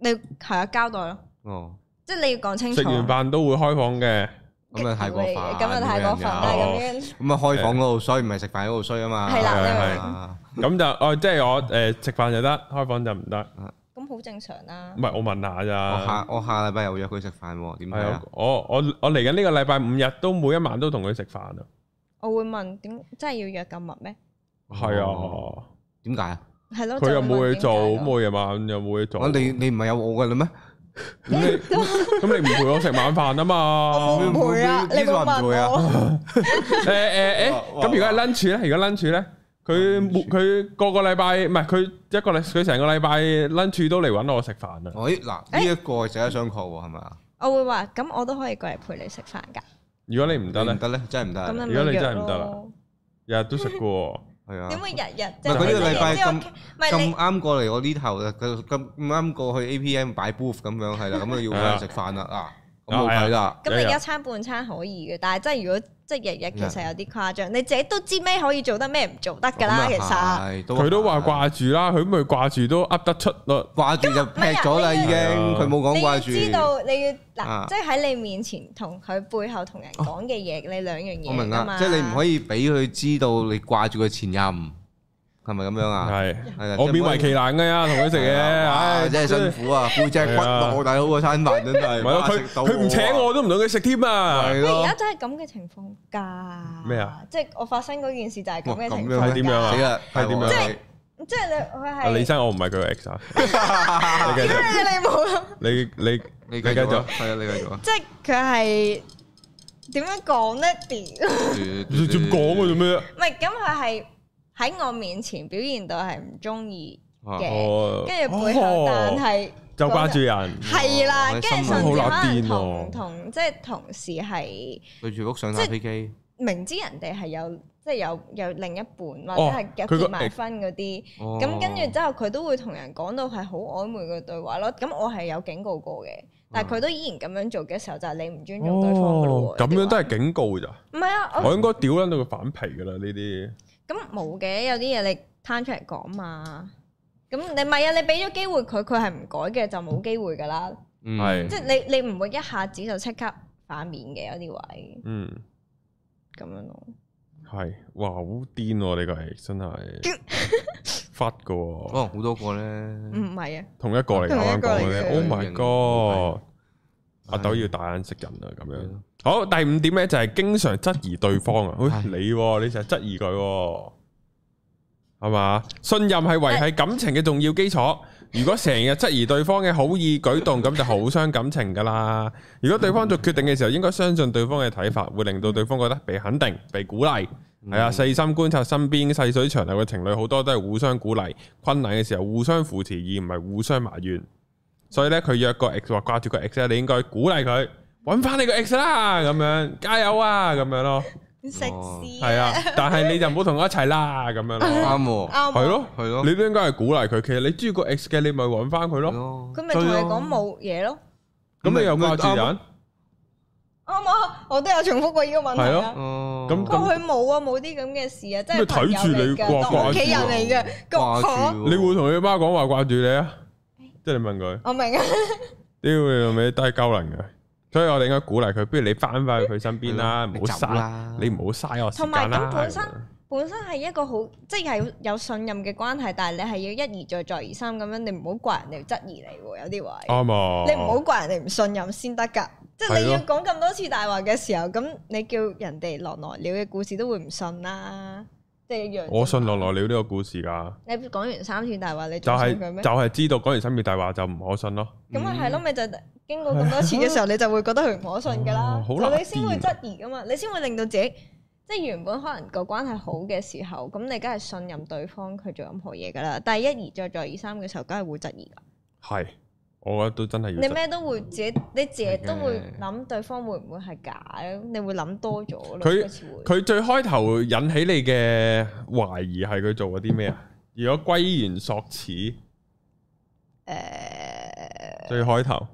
[SPEAKER 3] 你係啊，交代咯，
[SPEAKER 2] 哦，
[SPEAKER 3] 即係你要講清楚。
[SPEAKER 1] 食完飯都會開房嘅。
[SPEAKER 2] 咁啊太過分，
[SPEAKER 3] 咁啊太過分啦，
[SPEAKER 1] 哦
[SPEAKER 3] 咁樣
[SPEAKER 2] 咁啊開房嗰度衰，唔係食飯嗰度衰啊嘛。
[SPEAKER 3] 係啦
[SPEAKER 1] 係
[SPEAKER 3] 你明唔明，
[SPEAKER 2] 啊
[SPEAKER 1] 咁就哦，即係我诶食飯就得，開房就唔得。
[SPEAKER 3] 咁好正常啊啦
[SPEAKER 1] 唔。係我問下
[SPEAKER 2] 我
[SPEAKER 1] 咋
[SPEAKER 2] 哦下。我下禮拜又約佢食飯喎，點睇
[SPEAKER 1] 係啊
[SPEAKER 2] 啊？，
[SPEAKER 1] 我我我嚟緊呢個禮拜五日都每一晚都同佢食飯啊。
[SPEAKER 3] 我會問點真係要約咁密咩？
[SPEAKER 1] 係啊
[SPEAKER 2] 哦，點解啊？
[SPEAKER 3] 係咯，
[SPEAKER 1] 佢又
[SPEAKER 3] 就會
[SPEAKER 1] 冇
[SPEAKER 3] 問
[SPEAKER 1] 嘢做，咁
[SPEAKER 3] 點解咯
[SPEAKER 1] 我夜晚又冇嘢做。
[SPEAKER 2] 我你你唔係有我嘅嘞咩？
[SPEAKER 1] 咁你咁你唔陪我食晚飯啊
[SPEAKER 2] 哦
[SPEAKER 1] 嘛？
[SPEAKER 3] 我冇陪啊，
[SPEAKER 2] 呢
[SPEAKER 3] 你
[SPEAKER 2] 呢
[SPEAKER 3] 冇
[SPEAKER 2] 個唔會啊
[SPEAKER 3] 問我。
[SPEAKER 1] 誒誒誒，
[SPEAKER 2] 哇哇嗯
[SPEAKER 1] 咁如果係 lunch 咧，如果 lunch 咧，佢每佢個個禮拜唔係佢一個禮，佢成個禮拜 lunch 都嚟揾我食飯啊！
[SPEAKER 2] 我咦嗱呢一個係值得商榷喎，係咪啊？
[SPEAKER 3] 我會話咁，我都可以過嚟陪你食飯㗎。
[SPEAKER 1] 如果你唔得
[SPEAKER 2] 你
[SPEAKER 1] 咧
[SPEAKER 2] 唔，得咧，真係唔得啊。
[SPEAKER 3] 咁你
[SPEAKER 1] 如果
[SPEAKER 3] 咪
[SPEAKER 1] 你
[SPEAKER 3] 約
[SPEAKER 1] 真係唔得啦
[SPEAKER 3] 咯。
[SPEAKER 1] 日日都食嘅喎。
[SPEAKER 2] 係啊。
[SPEAKER 3] 點會日日
[SPEAKER 2] 唔
[SPEAKER 3] 啫？
[SPEAKER 2] 係佢呢個禮拜咁
[SPEAKER 3] 你知我唔係
[SPEAKER 2] 咁
[SPEAKER 3] 你
[SPEAKER 2] 啱過嚟我呢頭啊，佢咁啱過去 APM 擺 booth 咁樣係啦，咁啊要
[SPEAKER 1] 係啊啊
[SPEAKER 2] 翻食飯啦啊，咁冇計啦，
[SPEAKER 3] 咁
[SPEAKER 1] 日
[SPEAKER 3] 你
[SPEAKER 1] 日
[SPEAKER 3] 一餐半餐可以嘅，但係真係如果即係日日其
[SPEAKER 2] 啊
[SPEAKER 3] 實有啲誇張，你自己都知咩可以做得，咩唔做得㗎啦。其實
[SPEAKER 2] 實
[SPEAKER 1] 佢都話掛住啦，佢咪掛住都噏得出咯。
[SPEAKER 2] 掛住就劈咗啦，已經
[SPEAKER 1] 係啊
[SPEAKER 2] 佢冇講
[SPEAKER 3] 你要
[SPEAKER 2] 掛
[SPEAKER 3] 知
[SPEAKER 2] 住。
[SPEAKER 3] 道你要
[SPEAKER 2] 啊哦
[SPEAKER 3] 嗱，即係喺你面前同佢背後同人講嘅嘢，你兩樣嘢
[SPEAKER 2] 我明
[SPEAKER 3] 㗎
[SPEAKER 2] 啦
[SPEAKER 3] 嘛，
[SPEAKER 2] 即係你唔可以俾佢知道你掛住佢前任，係咪咁樣啊？
[SPEAKER 1] 係，
[SPEAKER 2] 係啦
[SPEAKER 1] 我
[SPEAKER 2] 即係
[SPEAKER 1] 勉為其難嘅
[SPEAKER 2] <laughs>
[SPEAKER 1] 呀，同佢食嘢，
[SPEAKER 2] 啊哇
[SPEAKER 1] 唉，
[SPEAKER 2] 真係辛苦啊！背脊骨落大佬個餐飯真係，
[SPEAKER 1] 唔係咯，
[SPEAKER 2] 哇
[SPEAKER 1] 佢
[SPEAKER 2] 食到
[SPEAKER 1] 佢唔請
[SPEAKER 2] 啊，
[SPEAKER 1] 我都唔同佢食添啊！
[SPEAKER 2] 係
[SPEAKER 3] 喂，而
[SPEAKER 2] 咯
[SPEAKER 3] 家，真係咁嘅情況㗎。
[SPEAKER 1] 咩啊？
[SPEAKER 3] 即係我發生嗰件事就係咁
[SPEAKER 2] 嗯哇咁
[SPEAKER 3] 嘅情
[SPEAKER 2] 樣
[SPEAKER 3] 況。
[SPEAKER 1] 係點樣啊
[SPEAKER 2] 死啦，
[SPEAKER 1] 係點樣啊
[SPEAKER 2] 大鑊啦
[SPEAKER 3] 即係你佢
[SPEAKER 1] 啊
[SPEAKER 3] 係
[SPEAKER 1] 李生，我唔係佢嘅
[SPEAKER 2] <laughs>
[SPEAKER 1] ex 啊。你繼續
[SPEAKER 3] 你冇，
[SPEAKER 1] 你你
[SPEAKER 2] 你
[SPEAKER 1] 你
[SPEAKER 2] 你
[SPEAKER 1] 繼
[SPEAKER 2] 繼續啊
[SPEAKER 1] 續，
[SPEAKER 2] 係啊，你繼續啊
[SPEAKER 3] 即係佢係點 <laughs> 樣講咧？屌，
[SPEAKER 1] 你仲講我做咩啊？
[SPEAKER 3] 唔係咁佢係喺我面前表現到係唔中意
[SPEAKER 2] 啊
[SPEAKER 3] 嘅，
[SPEAKER 1] 哦，
[SPEAKER 3] 跟住背後但
[SPEAKER 1] 哦
[SPEAKER 3] 係
[SPEAKER 1] 就掛住人，
[SPEAKER 3] 係啦，
[SPEAKER 2] 我
[SPEAKER 3] 跟
[SPEAKER 2] 嘅心
[SPEAKER 3] 住甚
[SPEAKER 2] 裏
[SPEAKER 3] 至可
[SPEAKER 1] 好撚癲喎
[SPEAKER 3] 能同同即係同事係
[SPEAKER 2] 對住屋上打飛機，
[SPEAKER 3] 明知人哋係有即係有有另一半或者
[SPEAKER 1] 哦
[SPEAKER 3] 係有
[SPEAKER 1] 佢個
[SPEAKER 3] 結埋婚嗰啲。
[SPEAKER 2] 咁
[SPEAKER 3] 咁跟住之後，佢都會同人講到係好曖昧嘅對話咯。咁我係有警告過嘅，但係佢都依然咁樣做嘅時候，就係你唔尊重對方嘅咯
[SPEAKER 1] 哦，
[SPEAKER 3] 喎。
[SPEAKER 1] 咁樣都
[SPEAKER 3] 係
[SPEAKER 1] 係警告咋？
[SPEAKER 3] 唔係啊？
[SPEAKER 1] 我
[SPEAKER 3] 我
[SPEAKER 1] 應該屌撚到佢反皮噶啦呢啲。
[SPEAKER 3] 咁冇嘅，有啲嘢你攤出嚟講嘛。咁你咪啊？你俾咗機會佢，佢係唔改嘅，就冇機會㗎啦。
[SPEAKER 2] 嗯
[SPEAKER 1] 係
[SPEAKER 3] 即係你你唔會一下子就即刻反面嘅有啲位
[SPEAKER 1] 嗯，
[SPEAKER 3] 咁樣咯。
[SPEAKER 1] 係，哇，好癲喎！呢個係真
[SPEAKER 3] <laughs>
[SPEAKER 1] 係忽噶
[SPEAKER 2] 可
[SPEAKER 1] 喎，
[SPEAKER 2] 能好多個咧。
[SPEAKER 1] 嗯
[SPEAKER 3] 唔係啊，
[SPEAKER 1] 同一個嚟
[SPEAKER 3] 同
[SPEAKER 1] 啱啱
[SPEAKER 3] 一個
[SPEAKER 1] 講
[SPEAKER 3] 嚟
[SPEAKER 1] 嘅
[SPEAKER 3] 嘅
[SPEAKER 1] Oh my god！
[SPEAKER 2] 係
[SPEAKER 1] 阿
[SPEAKER 2] Ừ.
[SPEAKER 1] 豆要大眼識人啊，咁
[SPEAKER 2] 係
[SPEAKER 1] 樣
[SPEAKER 2] 咯。
[SPEAKER 1] 好，第五點咧就係經常質疑對方啊，喂
[SPEAKER 2] 係
[SPEAKER 1] 你喎你成日質疑佢喎，係嘛？信任係維係感情嘅重要基礎。如果成日質疑對方嘅好意舉動，咁就好傷感情噶啦。如果對方做決定嘅時候，應該相信對方嘅睇法，會令到對方覺得被肯定、被鼓勵。係啊，細心觀察身邊細水長流嘅情侶，好多都係互相鼓勵，困難嘅時候互相扶持，而唔係互相埋怨。所以咧，佢約個 X 話掛住個 X 咧，你應該鼓勵佢揾翻你個 X 啦，咁樣加油啊，咁樣咯，
[SPEAKER 3] 食
[SPEAKER 2] 哦
[SPEAKER 3] 屎
[SPEAKER 1] 係啊。但係你就唔好同我一齊啦，咁樣
[SPEAKER 3] <laughs>
[SPEAKER 1] 咯，
[SPEAKER 2] 啱喎，
[SPEAKER 3] 啱
[SPEAKER 1] 係
[SPEAKER 3] 啊
[SPEAKER 1] 咯，
[SPEAKER 2] 係咯
[SPEAKER 1] 你都應該係鼓勵佢。其實你中意個 X 嘅，你咪揾翻佢
[SPEAKER 2] 係
[SPEAKER 1] 咯。
[SPEAKER 2] 咯
[SPEAKER 3] 佢咪同你講，冇嘢咯。
[SPEAKER 1] 咁你又掛住
[SPEAKER 2] 咪啱
[SPEAKER 1] 人
[SPEAKER 3] 啊
[SPEAKER 2] 咯，
[SPEAKER 3] 啱啊！我都有重複過呢個問題
[SPEAKER 1] 係
[SPEAKER 3] 啊
[SPEAKER 1] 咯。
[SPEAKER 2] 哦
[SPEAKER 1] 咁
[SPEAKER 3] 不過佢冇啊，冇啲咁嘅事啊，即
[SPEAKER 1] 咩
[SPEAKER 3] 係
[SPEAKER 1] 睇住你
[SPEAKER 3] 朋
[SPEAKER 1] 掛掛
[SPEAKER 3] 友嚟㗎當屋企人
[SPEAKER 1] 住啊
[SPEAKER 3] 嚟嘅，
[SPEAKER 2] 掛
[SPEAKER 3] 咁嚇
[SPEAKER 2] 住喎
[SPEAKER 1] 你會同你媽講話掛住你啊？
[SPEAKER 3] 哎
[SPEAKER 1] 即係你問佢。
[SPEAKER 3] 我明啊，
[SPEAKER 1] 屌你老味都係鳩能嘅，所以我哋應該鼓勵佢，不如你翻返去佢身邊
[SPEAKER 3] 哎
[SPEAKER 1] 啦，唔
[SPEAKER 2] 你
[SPEAKER 1] 好
[SPEAKER 2] 走啦
[SPEAKER 1] 嘥，你唔好嘥我時
[SPEAKER 3] 同埋
[SPEAKER 1] 間啦
[SPEAKER 3] 咁。本身本身係一個好即係有信任嘅關係，但係你係要一而再再而三咁樣，你唔好怪人哋質疑你喎，有啲位
[SPEAKER 1] 啱啊，
[SPEAKER 3] 你唔好怪人哋唔信任先得㗎。即係你
[SPEAKER 1] 係
[SPEAKER 3] 要
[SPEAKER 1] 咯
[SPEAKER 3] 講咁多次大話嘅時候，咁你叫人哋落來了嘅故事都會唔信啦。即係一樣。
[SPEAKER 1] 我信落來了呢個故事㗎，
[SPEAKER 3] 你講完三次大話，你
[SPEAKER 1] 就
[SPEAKER 3] 仲
[SPEAKER 1] 係
[SPEAKER 3] 信佢咩？
[SPEAKER 1] 就係知道講完心月大話就唔可信咯。
[SPEAKER 3] 咁咪係咯，咪就經過咁多
[SPEAKER 1] <laughs>
[SPEAKER 3] 次嘅時候，你就會覺得佢唔可信㗎啦
[SPEAKER 1] 哦，好難
[SPEAKER 3] 就你先會
[SPEAKER 1] 辨
[SPEAKER 3] 質疑㗎嘛，你先會令到自己即係原本可能個關係好嘅時候，咁你梗係信任對方佢做任何嘢㗎啦，但係一而再再而三嘅時候，梗係會質疑㗎。
[SPEAKER 1] 係，我覺得都真係要
[SPEAKER 3] 你
[SPEAKER 1] 信。
[SPEAKER 3] 咩都會自己，你自己都
[SPEAKER 2] 係
[SPEAKER 3] 會
[SPEAKER 2] 嘅
[SPEAKER 3] 諗對方會唔會係假嘅，你會諗多咗咯。
[SPEAKER 1] 佢
[SPEAKER 3] 好似會
[SPEAKER 1] 佢最開頭引起你嘅懷疑係佢做咗啲咩
[SPEAKER 3] <laughs>
[SPEAKER 1] 啊？如果歸原索始，
[SPEAKER 3] 誒
[SPEAKER 1] 最開頭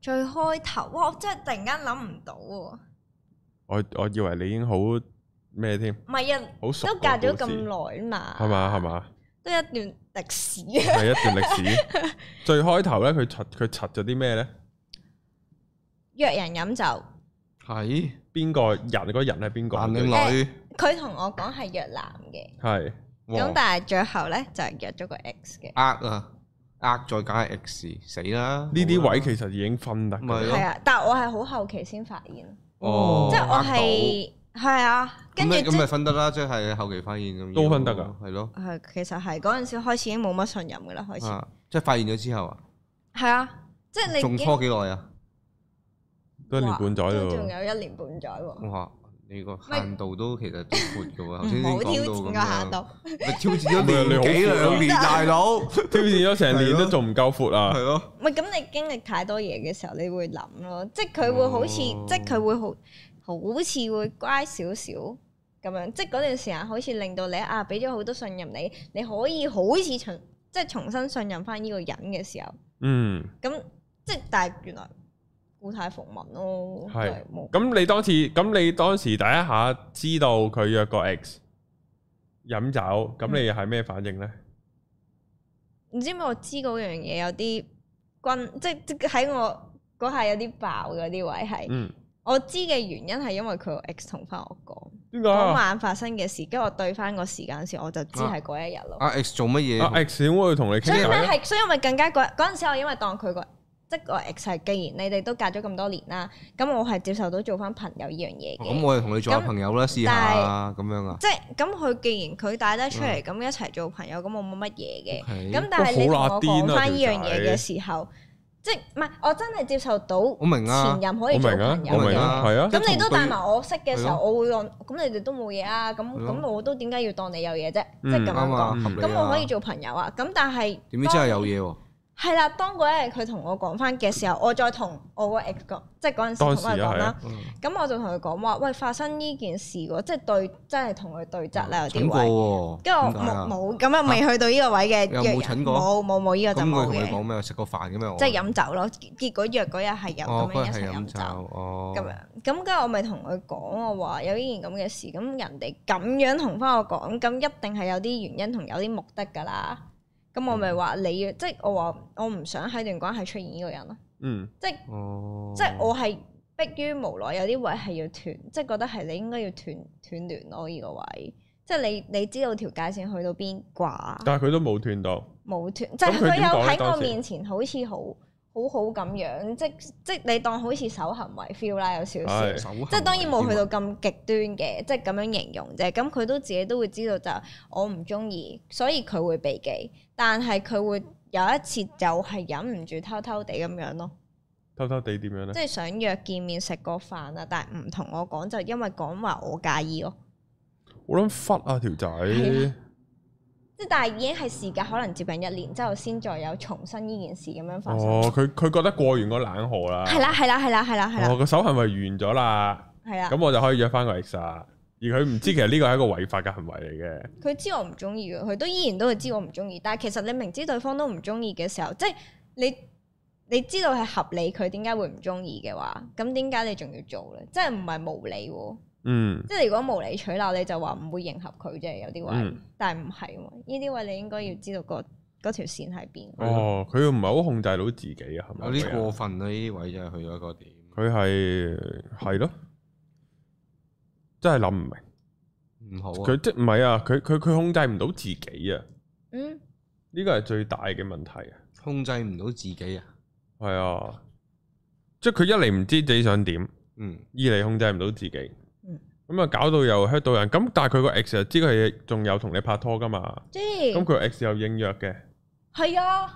[SPEAKER 3] 最開頭，哇！我真係突然間諗唔到喎，
[SPEAKER 1] 我我以為你已經好咩添，
[SPEAKER 3] 唔係啊，
[SPEAKER 1] 好熟
[SPEAKER 3] 都隔咗
[SPEAKER 1] 個故事
[SPEAKER 3] 咁耐嘛，
[SPEAKER 1] 係嘛係嘛，
[SPEAKER 3] 都一段歷史 <laughs> 啊。
[SPEAKER 1] 係一段歷史。
[SPEAKER 3] <laughs>
[SPEAKER 1] 最開頭咧，佢柒佢柒咗啲咩咧？
[SPEAKER 3] 約人飲酒，
[SPEAKER 2] 係
[SPEAKER 1] 邊個人？嗰個人係邊個？
[SPEAKER 2] 男定女？
[SPEAKER 3] 佢同我講係約男嘅，
[SPEAKER 1] 係
[SPEAKER 3] 咁
[SPEAKER 2] 哇
[SPEAKER 3] 但係最後咧就係約咗個 X 嘅，
[SPEAKER 2] 呃啊，呃再加 X 死啦！
[SPEAKER 1] 呢啲位
[SPEAKER 2] 好啦
[SPEAKER 1] 其實已經分得㗎
[SPEAKER 2] 咪係
[SPEAKER 1] 啦。
[SPEAKER 2] 咯
[SPEAKER 3] 係啊，但係我係好後期先發現，
[SPEAKER 2] 哦，
[SPEAKER 3] 即係我
[SPEAKER 2] 呃
[SPEAKER 3] 係係啊，
[SPEAKER 2] 到
[SPEAKER 3] 跟
[SPEAKER 2] 咁
[SPEAKER 3] 住
[SPEAKER 2] 咪咁
[SPEAKER 3] 即
[SPEAKER 2] 咪分得啦，即係後期發現咁
[SPEAKER 1] 都分得㗎，
[SPEAKER 2] 係咯，
[SPEAKER 3] 係其實係嗰陣時開始已經冇乜信任噶啦，開始
[SPEAKER 2] 啊即係發現咗之後啊，
[SPEAKER 3] 係啊，即係你
[SPEAKER 2] 仲
[SPEAKER 3] 已經
[SPEAKER 2] 拖幾耐啊？
[SPEAKER 1] 都一年
[SPEAKER 3] 哇
[SPEAKER 1] 半載
[SPEAKER 3] 都仲
[SPEAKER 1] 咯，
[SPEAKER 3] 有一年半載喎，
[SPEAKER 2] 哇！你個
[SPEAKER 3] 咪
[SPEAKER 2] 限度都其實都闊嘅喎，嗯頭先已
[SPEAKER 3] 唔好嗯挑
[SPEAKER 2] 經
[SPEAKER 3] 戰
[SPEAKER 2] 講
[SPEAKER 3] 個
[SPEAKER 2] 到
[SPEAKER 3] 下
[SPEAKER 2] 咁樣，
[SPEAKER 3] 度，
[SPEAKER 2] 咪挑
[SPEAKER 1] <laughs>
[SPEAKER 2] 戰咗年幾
[SPEAKER 3] <laughs>
[SPEAKER 2] 兩年大佬，係
[SPEAKER 1] 挑戰咗成年
[SPEAKER 2] 係
[SPEAKER 1] 都
[SPEAKER 2] 咯
[SPEAKER 1] 仲唔夠闊啊！
[SPEAKER 2] 咯。
[SPEAKER 3] 唔係咁你經歷太多嘢嘅時候，你會諗咯，即係佢會好似
[SPEAKER 2] 哦
[SPEAKER 3] 即係佢會好好似會乖少少咁樣，即係嗰段時間好似令到你啊俾咗好多信任你，你可以好似重即係重新信任翻呢個人嘅時候。
[SPEAKER 1] 嗯，
[SPEAKER 3] 咁即係但係原來故態復萌咯，
[SPEAKER 1] 係
[SPEAKER 3] 係冇
[SPEAKER 1] 咁你當時咁你當時第一下知道佢約個 X 飲酒，咁你係咩反應呢？
[SPEAKER 3] 唔知點解我知嗰樣嘢有啲均，即係即係喺我嗰下有啲爆嗰啲位係，
[SPEAKER 1] 嗯，
[SPEAKER 3] 我知嘅原因係因為佢個 ex 同翻我講
[SPEAKER 1] 點解
[SPEAKER 3] 嗰
[SPEAKER 1] 啊
[SPEAKER 3] 晚發生嘅事，跟住我對翻個時間線，我就知係嗰一日咯。
[SPEAKER 2] 阿 X 做乜
[SPEAKER 1] 啊
[SPEAKER 2] 嘢？
[SPEAKER 1] ？X 點會同你傾
[SPEAKER 3] 所以
[SPEAKER 1] 偈啊
[SPEAKER 3] 咧
[SPEAKER 1] 呢？
[SPEAKER 3] 係，所以我咪更加嗰嗰陣時，我因為當佢個即係個 ex 係，既然你哋都隔咗咁多年啦，咁我係接受到做翻朋友呢樣嘢
[SPEAKER 1] 哦
[SPEAKER 3] 嘅。
[SPEAKER 2] 咁我哋同你做下
[SPEAKER 3] 咁
[SPEAKER 2] 朋友啦，試下咁樣啊。
[SPEAKER 3] 即係咁，佢既然佢帶得出嚟，咁一齊做朋友，咁我冇乜嘢嘅。
[SPEAKER 2] OK
[SPEAKER 3] 咁但係你同
[SPEAKER 1] 哇好
[SPEAKER 3] 我
[SPEAKER 1] 乸癲啊
[SPEAKER 3] 講翻呢樣
[SPEAKER 1] 條
[SPEAKER 3] 嘢
[SPEAKER 1] 仔
[SPEAKER 3] 嘅時候，即係唔係我真係接受到
[SPEAKER 2] 我明啊
[SPEAKER 3] 前任可以
[SPEAKER 1] 我
[SPEAKER 3] 做
[SPEAKER 1] 明啊
[SPEAKER 3] 朋，友
[SPEAKER 1] 我明
[SPEAKER 3] 嘅。
[SPEAKER 1] 啊，係啊，
[SPEAKER 3] 咁你都帶埋我識嘅時
[SPEAKER 2] 係
[SPEAKER 3] 候，我會當咁你哋都冇嘢啊，咁
[SPEAKER 2] 係咯
[SPEAKER 3] 咁我都點解要當你有嘢啫？即
[SPEAKER 1] 嗯
[SPEAKER 3] 係咁樣
[SPEAKER 2] 啱啊，
[SPEAKER 3] 講，
[SPEAKER 1] 嗯
[SPEAKER 2] 合理啊
[SPEAKER 3] 咁我可以做朋友啊。咁但係
[SPEAKER 2] 點知真係有嘢喎？
[SPEAKER 3] 係啦，當嗰日佢同我講翻嘅時候，我再同我個 ex 講，即係嗰陣時同
[SPEAKER 1] 當
[SPEAKER 3] 我
[SPEAKER 1] 時啊
[SPEAKER 3] 講
[SPEAKER 1] 係
[SPEAKER 3] 啦
[SPEAKER 1] 啊。
[SPEAKER 3] 咁我就同佢講話，喂，發生呢件事喎，即係對，真係同佢對質啦，有
[SPEAKER 2] 嗯
[SPEAKER 3] 啲
[SPEAKER 2] 蠢過
[SPEAKER 3] 位。
[SPEAKER 2] 喎，
[SPEAKER 3] 跟住我
[SPEAKER 2] 點解啊
[SPEAKER 3] 冇冇咁啊，未去到呢個位嘅
[SPEAKER 2] 有冇
[SPEAKER 3] 約人
[SPEAKER 2] 診過
[SPEAKER 3] 冇冇冇呢個
[SPEAKER 2] 咁
[SPEAKER 3] 就
[SPEAKER 2] 佢
[SPEAKER 3] 冇
[SPEAKER 2] 同你講
[SPEAKER 3] 嘅，
[SPEAKER 2] 咩？食個飯嘅咩？我
[SPEAKER 3] 即係飲酒咯。結結果約嗰日係有
[SPEAKER 2] 哦
[SPEAKER 3] 咁，樣
[SPEAKER 2] 嗰
[SPEAKER 3] 一
[SPEAKER 2] 日係
[SPEAKER 3] 齊
[SPEAKER 2] 飲
[SPEAKER 3] 飲
[SPEAKER 2] 酒
[SPEAKER 3] 酒
[SPEAKER 2] 哦，
[SPEAKER 3] 咁樣。咁跟住我咪同佢講，我話有呢件咁嘅事，咁人哋咁樣同翻我講，咁一定係有啲原因同有啲目的㗎啦。咁我咪
[SPEAKER 2] 嗯
[SPEAKER 3] 話你要，即係我話我唔想喺段關係出現呢個人咯，
[SPEAKER 1] 嗯，
[SPEAKER 2] 哦，
[SPEAKER 3] 即係我係。迫於無奈，有啲位係要斷，即係覺得係你應該要斷斷聯咯。呢個位，即係你你知道條界線去到邊啩？
[SPEAKER 1] 但係佢都冇斷到，
[SPEAKER 3] 冇斷，就
[SPEAKER 1] 咁
[SPEAKER 3] 係佢
[SPEAKER 1] 佢點
[SPEAKER 3] 有
[SPEAKER 1] 講咧
[SPEAKER 3] 喺
[SPEAKER 1] 當
[SPEAKER 3] 我
[SPEAKER 1] 時
[SPEAKER 3] 面前好似好好好咁樣，即即你當好似守行為 feel 啦，有少少。
[SPEAKER 1] 係
[SPEAKER 3] 即係當然
[SPEAKER 1] 啊
[SPEAKER 3] 冇去到咁極端嘅，即係咁樣形容啫。咁佢都自己都會知道就係我唔中意，所以佢會避忌。但係佢會有一次就係忍唔住偷偷地咁樣咯，
[SPEAKER 1] 偷偷地點樣呢
[SPEAKER 3] 即？係想約見面食個飯啊，但係唔同我講，就因為講話我介意咯。
[SPEAKER 1] 我諗忽啊條仔，
[SPEAKER 3] 係即係但係已經係事隔可能接近一年之後，先再有重新呢件事咁樣發生。
[SPEAKER 1] 哦，啊佢佢覺得過完個冷河啦，
[SPEAKER 3] 係啦，係啦，係啦，係啦，係啦
[SPEAKER 1] 哦。個手行為完咗啦，
[SPEAKER 3] 係啊嗯啦
[SPEAKER 1] 咁，我就可以約翻個 X 啦。而佢唔知其實呢個係一個違法嘅行為嚟嘅。
[SPEAKER 3] 佢知我唔中意嘅，佢都依然都會知我唔中意。但係其實你明知對方都唔中意嘅時候，即係你你知道係合理，佢點解會唔中意嘅話，咁點解你仲要做咧？即係唔係無理喎？
[SPEAKER 1] 嗯。
[SPEAKER 3] 即係如果無理取鬧，你就話唔會迎合佢啫。有啲位，
[SPEAKER 1] 嗯
[SPEAKER 3] 但係唔係喎？呢啲位你應該要知道個嗰條線喺邊。
[SPEAKER 1] 哦，佢又唔係好控制到自己啊，係咪？
[SPEAKER 2] 有啲過分啦，呢啲位就係去咗一個點。
[SPEAKER 1] 佢係係咯，真係諗唔明。
[SPEAKER 2] 唔好啊，
[SPEAKER 1] 佢即係唔係啊？佢佢佢控制唔到自己啊！
[SPEAKER 3] 嗯，
[SPEAKER 1] 呢個係最大嘅問題啊！
[SPEAKER 2] 控制唔到自己啊。
[SPEAKER 1] 係啊，即係佢一嚟唔知自己想點，二
[SPEAKER 2] 嗯，
[SPEAKER 1] 嚟控制唔到自己
[SPEAKER 3] 嗯。
[SPEAKER 1] 咁啊搞到又 hurt 到人，咁但係佢個 ex 又知佢仲有同你拍拖噶嘛，
[SPEAKER 3] 即
[SPEAKER 1] 咁
[SPEAKER 3] 係
[SPEAKER 1] 佢 ex 又應約嘅，
[SPEAKER 3] 係啊，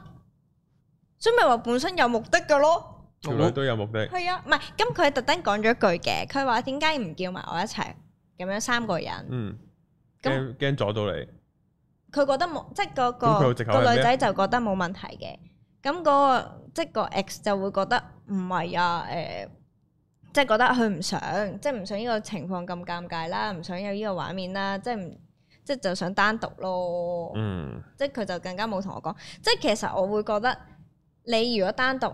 [SPEAKER 3] 所以咪話本身有目的嘅咯。
[SPEAKER 1] 條女都有目的，
[SPEAKER 3] 係啊，唔係咁佢特登講咗一句嘅，佢話點解唔叫埋我一齊咁樣三個人？
[SPEAKER 1] 嗯，驚
[SPEAKER 3] 咁
[SPEAKER 1] 驚阻到你，
[SPEAKER 3] 佢覺得冇，即係嗰
[SPEAKER 1] 咁佢
[SPEAKER 3] 個
[SPEAKER 1] 個藉口係咩
[SPEAKER 3] 個女仔就覺得冇問題嘅。咁嗰個即係個 ex 就會覺得唔係啊，誒、即係覺得佢唔想，即係唔想呢個情況咁尷尬啦，唔想有呢個畫面啦，即係唔即係就想單獨咯。
[SPEAKER 1] 嗯，
[SPEAKER 3] 即係佢就更加冇同我講。即係其實我會覺得你如果單獨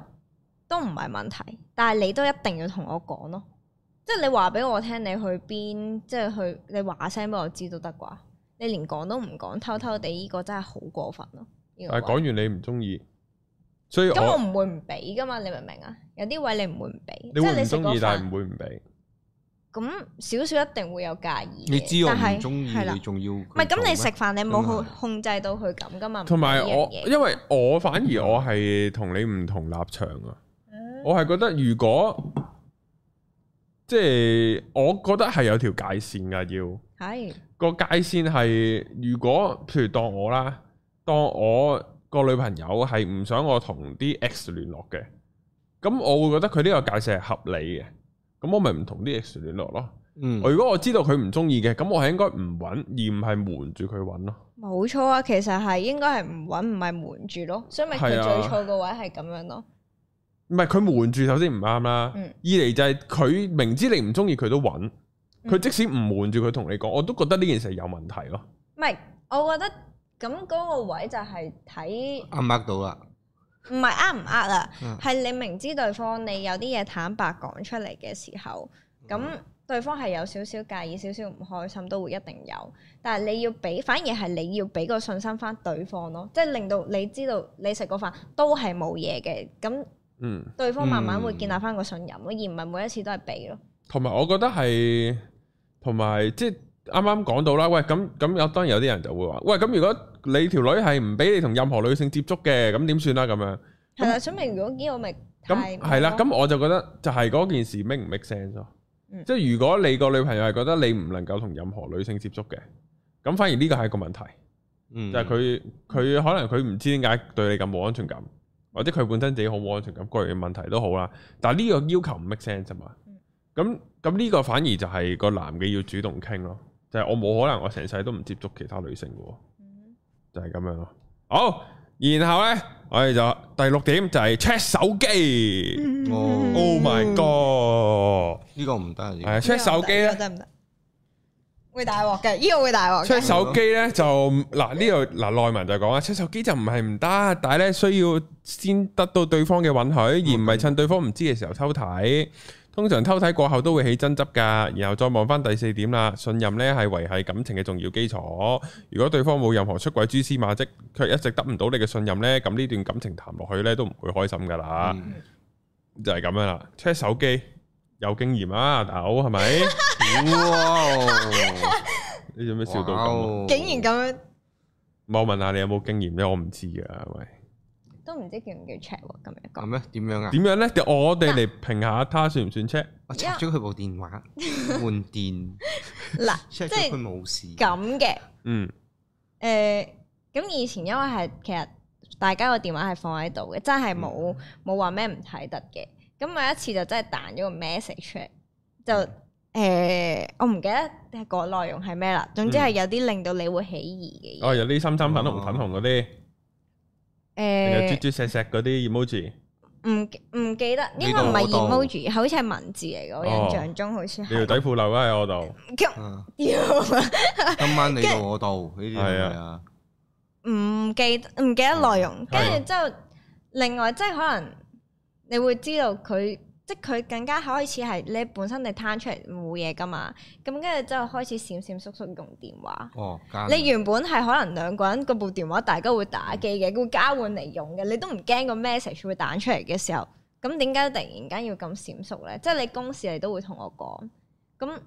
[SPEAKER 3] 都唔係問題，但係你都一定要同我講咯。即係你話俾我聽你去邊，即係去你話聲俾我知都得啩。你連講都唔講，偷偷地呢個真係好過分咯。呢個
[SPEAKER 1] 但係
[SPEAKER 3] 話
[SPEAKER 1] 講完你唔中意，所以
[SPEAKER 3] 咁我
[SPEAKER 1] 我
[SPEAKER 3] 唔會唔俾噶嘛，你明唔明啊？有啲位你唔會唔俾，
[SPEAKER 1] 你
[SPEAKER 3] 即
[SPEAKER 1] 會
[SPEAKER 3] 係
[SPEAKER 1] 唔
[SPEAKER 3] 食
[SPEAKER 1] 中
[SPEAKER 3] 過
[SPEAKER 1] 意，但係
[SPEAKER 3] 飯
[SPEAKER 1] 唔會唔俾，
[SPEAKER 3] 咁少少一定會有介意嘅。
[SPEAKER 2] 你知我
[SPEAKER 3] 但係
[SPEAKER 2] 唔中意，
[SPEAKER 3] 係啦
[SPEAKER 2] 你仲要唔
[SPEAKER 3] 唔係咁你食飯你冇控
[SPEAKER 2] 真係
[SPEAKER 3] 控制到佢咁噶嘛？唔
[SPEAKER 1] 同埋
[SPEAKER 3] 係呢樣
[SPEAKER 1] 我
[SPEAKER 3] 嘢
[SPEAKER 1] 因為我反而我係同你唔同立場啊，我係覺得如果即係我覺得係有條界線噶要。
[SPEAKER 3] 係
[SPEAKER 1] 個界線係，如果譬如當我啦，當我個女朋友係唔想我同啲 X 聯絡嘅，咁我會覺得佢呢個界線係合理嘅，咁我咪唔同啲 X 聯絡咯。
[SPEAKER 2] 嗯
[SPEAKER 1] 我如果我知道佢唔中意嘅，咁我係應該唔揾，而唔係瞞住佢揾咯。
[SPEAKER 3] 冇錯啊，其實係應該係唔揾唔係瞞住咯，所以咪佢
[SPEAKER 1] 係
[SPEAKER 3] 最
[SPEAKER 1] 啊
[SPEAKER 3] 錯個位係咁樣咯。
[SPEAKER 1] 唔係佢瞞住首先唔啱啦，
[SPEAKER 3] 嗯
[SPEAKER 1] 二嚟就係佢明知你唔中意佢都揾，佢
[SPEAKER 3] 嗯
[SPEAKER 1] 即使唔瞞住佢同你講，我都覺得呢件事係有問題咯。
[SPEAKER 3] 唔係，我覺得咁嗰個位就係睇
[SPEAKER 2] 啱唔啱到啦？
[SPEAKER 3] 唔係呃唔呃啊
[SPEAKER 2] 嗯，
[SPEAKER 3] 係你明知對方你有啲嘢坦白講出嚟嘅時候，咁對方係有少少介意、少少唔開心都會一定有，但係你要俾，反而係你要俾個信心翻對方咯，即係令到你知道你食個飯都係冇嘢嘅，咁
[SPEAKER 1] 嗯。
[SPEAKER 3] 對方慢慢會
[SPEAKER 2] 嗯
[SPEAKER 3] 建立翻個信任咯，而唔係每一次都係俾咯。
[SPEAKER 1] 同埋我覺得係，同埋即係啱啱講到啦。喂，咁咁有當然有啲人就會話，喂，咁如果你條女係唔俾你同任何女性接觸嘅，咁點算啦？咁樣
[SPEAKER 3] 係啦，所以咪如果呢個咪太
[SPEAKER 1] 咁係啦。
[SPEAKER 3] 咯
[SPEAKER 1] 咁我就覺得就係嗰件事 make 唔 make sense 咯。
[SPEAKER 3] 嗯
[SPEAKER 1] 即係如果你個女朋友係覺得你唔能夠同任何女性接觸嘅，咁反而呢個係一個問題，
[SPEAKER 2] 嗯
[SPEAKER 1] 就係佢佢可能佢唔知點解對你咁冇安全感，或者佢本身自己好冇安全感，各樣問題都好啦。但係呢個要求唔 make sense 啊啫嘛。咁咁呢個反而就係個男嘅要主動傾咯，就係、我冇可能我成世都唔接觸其他女性嘅喎，
[SPEAKER 3] 嗯
[SPEAKER 1] 就係、咁樣咯。好，然後呢，我哋就第六點就係 check 手機。
[SPEAKER 2] 哦
[SPEAKER 1] Oh my god！
[SPEAKER 2] 呢個唔得啊呢個
[SPEAKER 1] 係 check 手機啊咧
[SPEAKER 3] 得唔得？會大鑊嘅，呢個會大鑊
[SPEAKER 1] ，check
[SPEAKER 3] 嘅。
[SPEAKER 1] 手機呢，就嗱呢度嗱內文就講啦，check 手機就唔係唔得，但係呢需要先得到對方嘅允許，而唔係趁對方唔知嘅時候偷睇。通常偷睇過後都會起爭執㗎，然後再望翻第四點啦。信任呢係維係感情嘅重要基礎。如果對方冇任何出軌蛛絲馬跡，卻一直得唔到你嘅信任呢，咁呢段感情談落去呢都唔會開心㗎啦。
[SPEAKER 2] 嗯
[SPEAKER 1] 就係咁樣啦。check 手機有經驗啊，大佬係咪？
[SPEAKER 2] 哇！
[SPEAKER 1] 你做咩 <laughs> 笑到咁啊？
[SPEAKER 3] 竟然咁樣
[SPEAKER 1] 唔係我問下你有冇經驗咧？我唔知㗎，係咪？
[SPEAKER 3] 都唔知叫唔叫 check 喎，咁樣
[SPEAKER 2] 咁
[SPEAKER 3] 講。
[SPEAKER 2] 咩？點樣啊？
[SPEAKER 1] 點樣咧？我哋嚟評下他算唔算 check？
[SPEAKER 2] 我拆咗佢部電
[SPEAKER 3] <laughs>
[SPEAKER 2] 話，換電 <laughs>
[SPEAKER 3] 嗱，
[SPEAKER 2] ，check
[SPEAKER 3] 即
[SPEAKER 2] 咗
[SPEAKER 3] 係
[SPEAKER 2] 佢冇事。
[SPEAKER 3] 咁嘅
[SPEAKER 1] 嗯
[SPEAKER 3] 誒，咁以前因為係其實大家個電話係放喺度嘅，真係
[SPEAKER 1] 嗯
[SPEAKER 3] 冇冇話咩唔睇得嘅。咁有一次就真係彈咗個 message 出嚟，就
[SPEAKER 1] 嗯
[SPEAKER 3] 誒我唔記得個內容係咩啦。總之係有啲令到你會起疑嘅
[SPEAKER 1] 嗯
[SPEAKER 3] 嘢。
[SPEAKER 1] 哦，有啲心心粉紅粉紅嗰啲，有
[SPEAKER 3] 誒
[SPEAKER 1] 豬豬石石嗰啲 emoji。
[SPEAKER 3] 唔記唔記得，應該唔係 emoji，好似係文字嚟嘅。我印象中好似
[SPEAKER 1] 你條
[SPEAKER 3] 係。
[SPEAKER 1] 底褲漏喺我度，
[SPEAKER 3] 咁
[SPEAKER 2] 啊
[SPEAKER 3] 屌
[SPEAKER 2] 今晚你到我度，呢啲
[SPEAKER 1] 係啊
[SPEAKER 2] 係啊。
[SPEAKER 3] <laughs> 唔記得唔記得內容，跟住之後，另外即係可能你會知道佢，即係佢更加開始係你本身你攤出嚟冇嘢噶嘛，咁跟住之後開始閃閃縮縮用電話。
[SPEAKER 2] 哦，加
[SPEAKER 3] 你原本係可能兩個人嗰部電話大家會打機嘅，會交換嚟用嘅，你都唔驚個 message 會彈出嚟嘅時候，咁點解突然間要咁閃縮咧？即係你公事你都會同我講，咁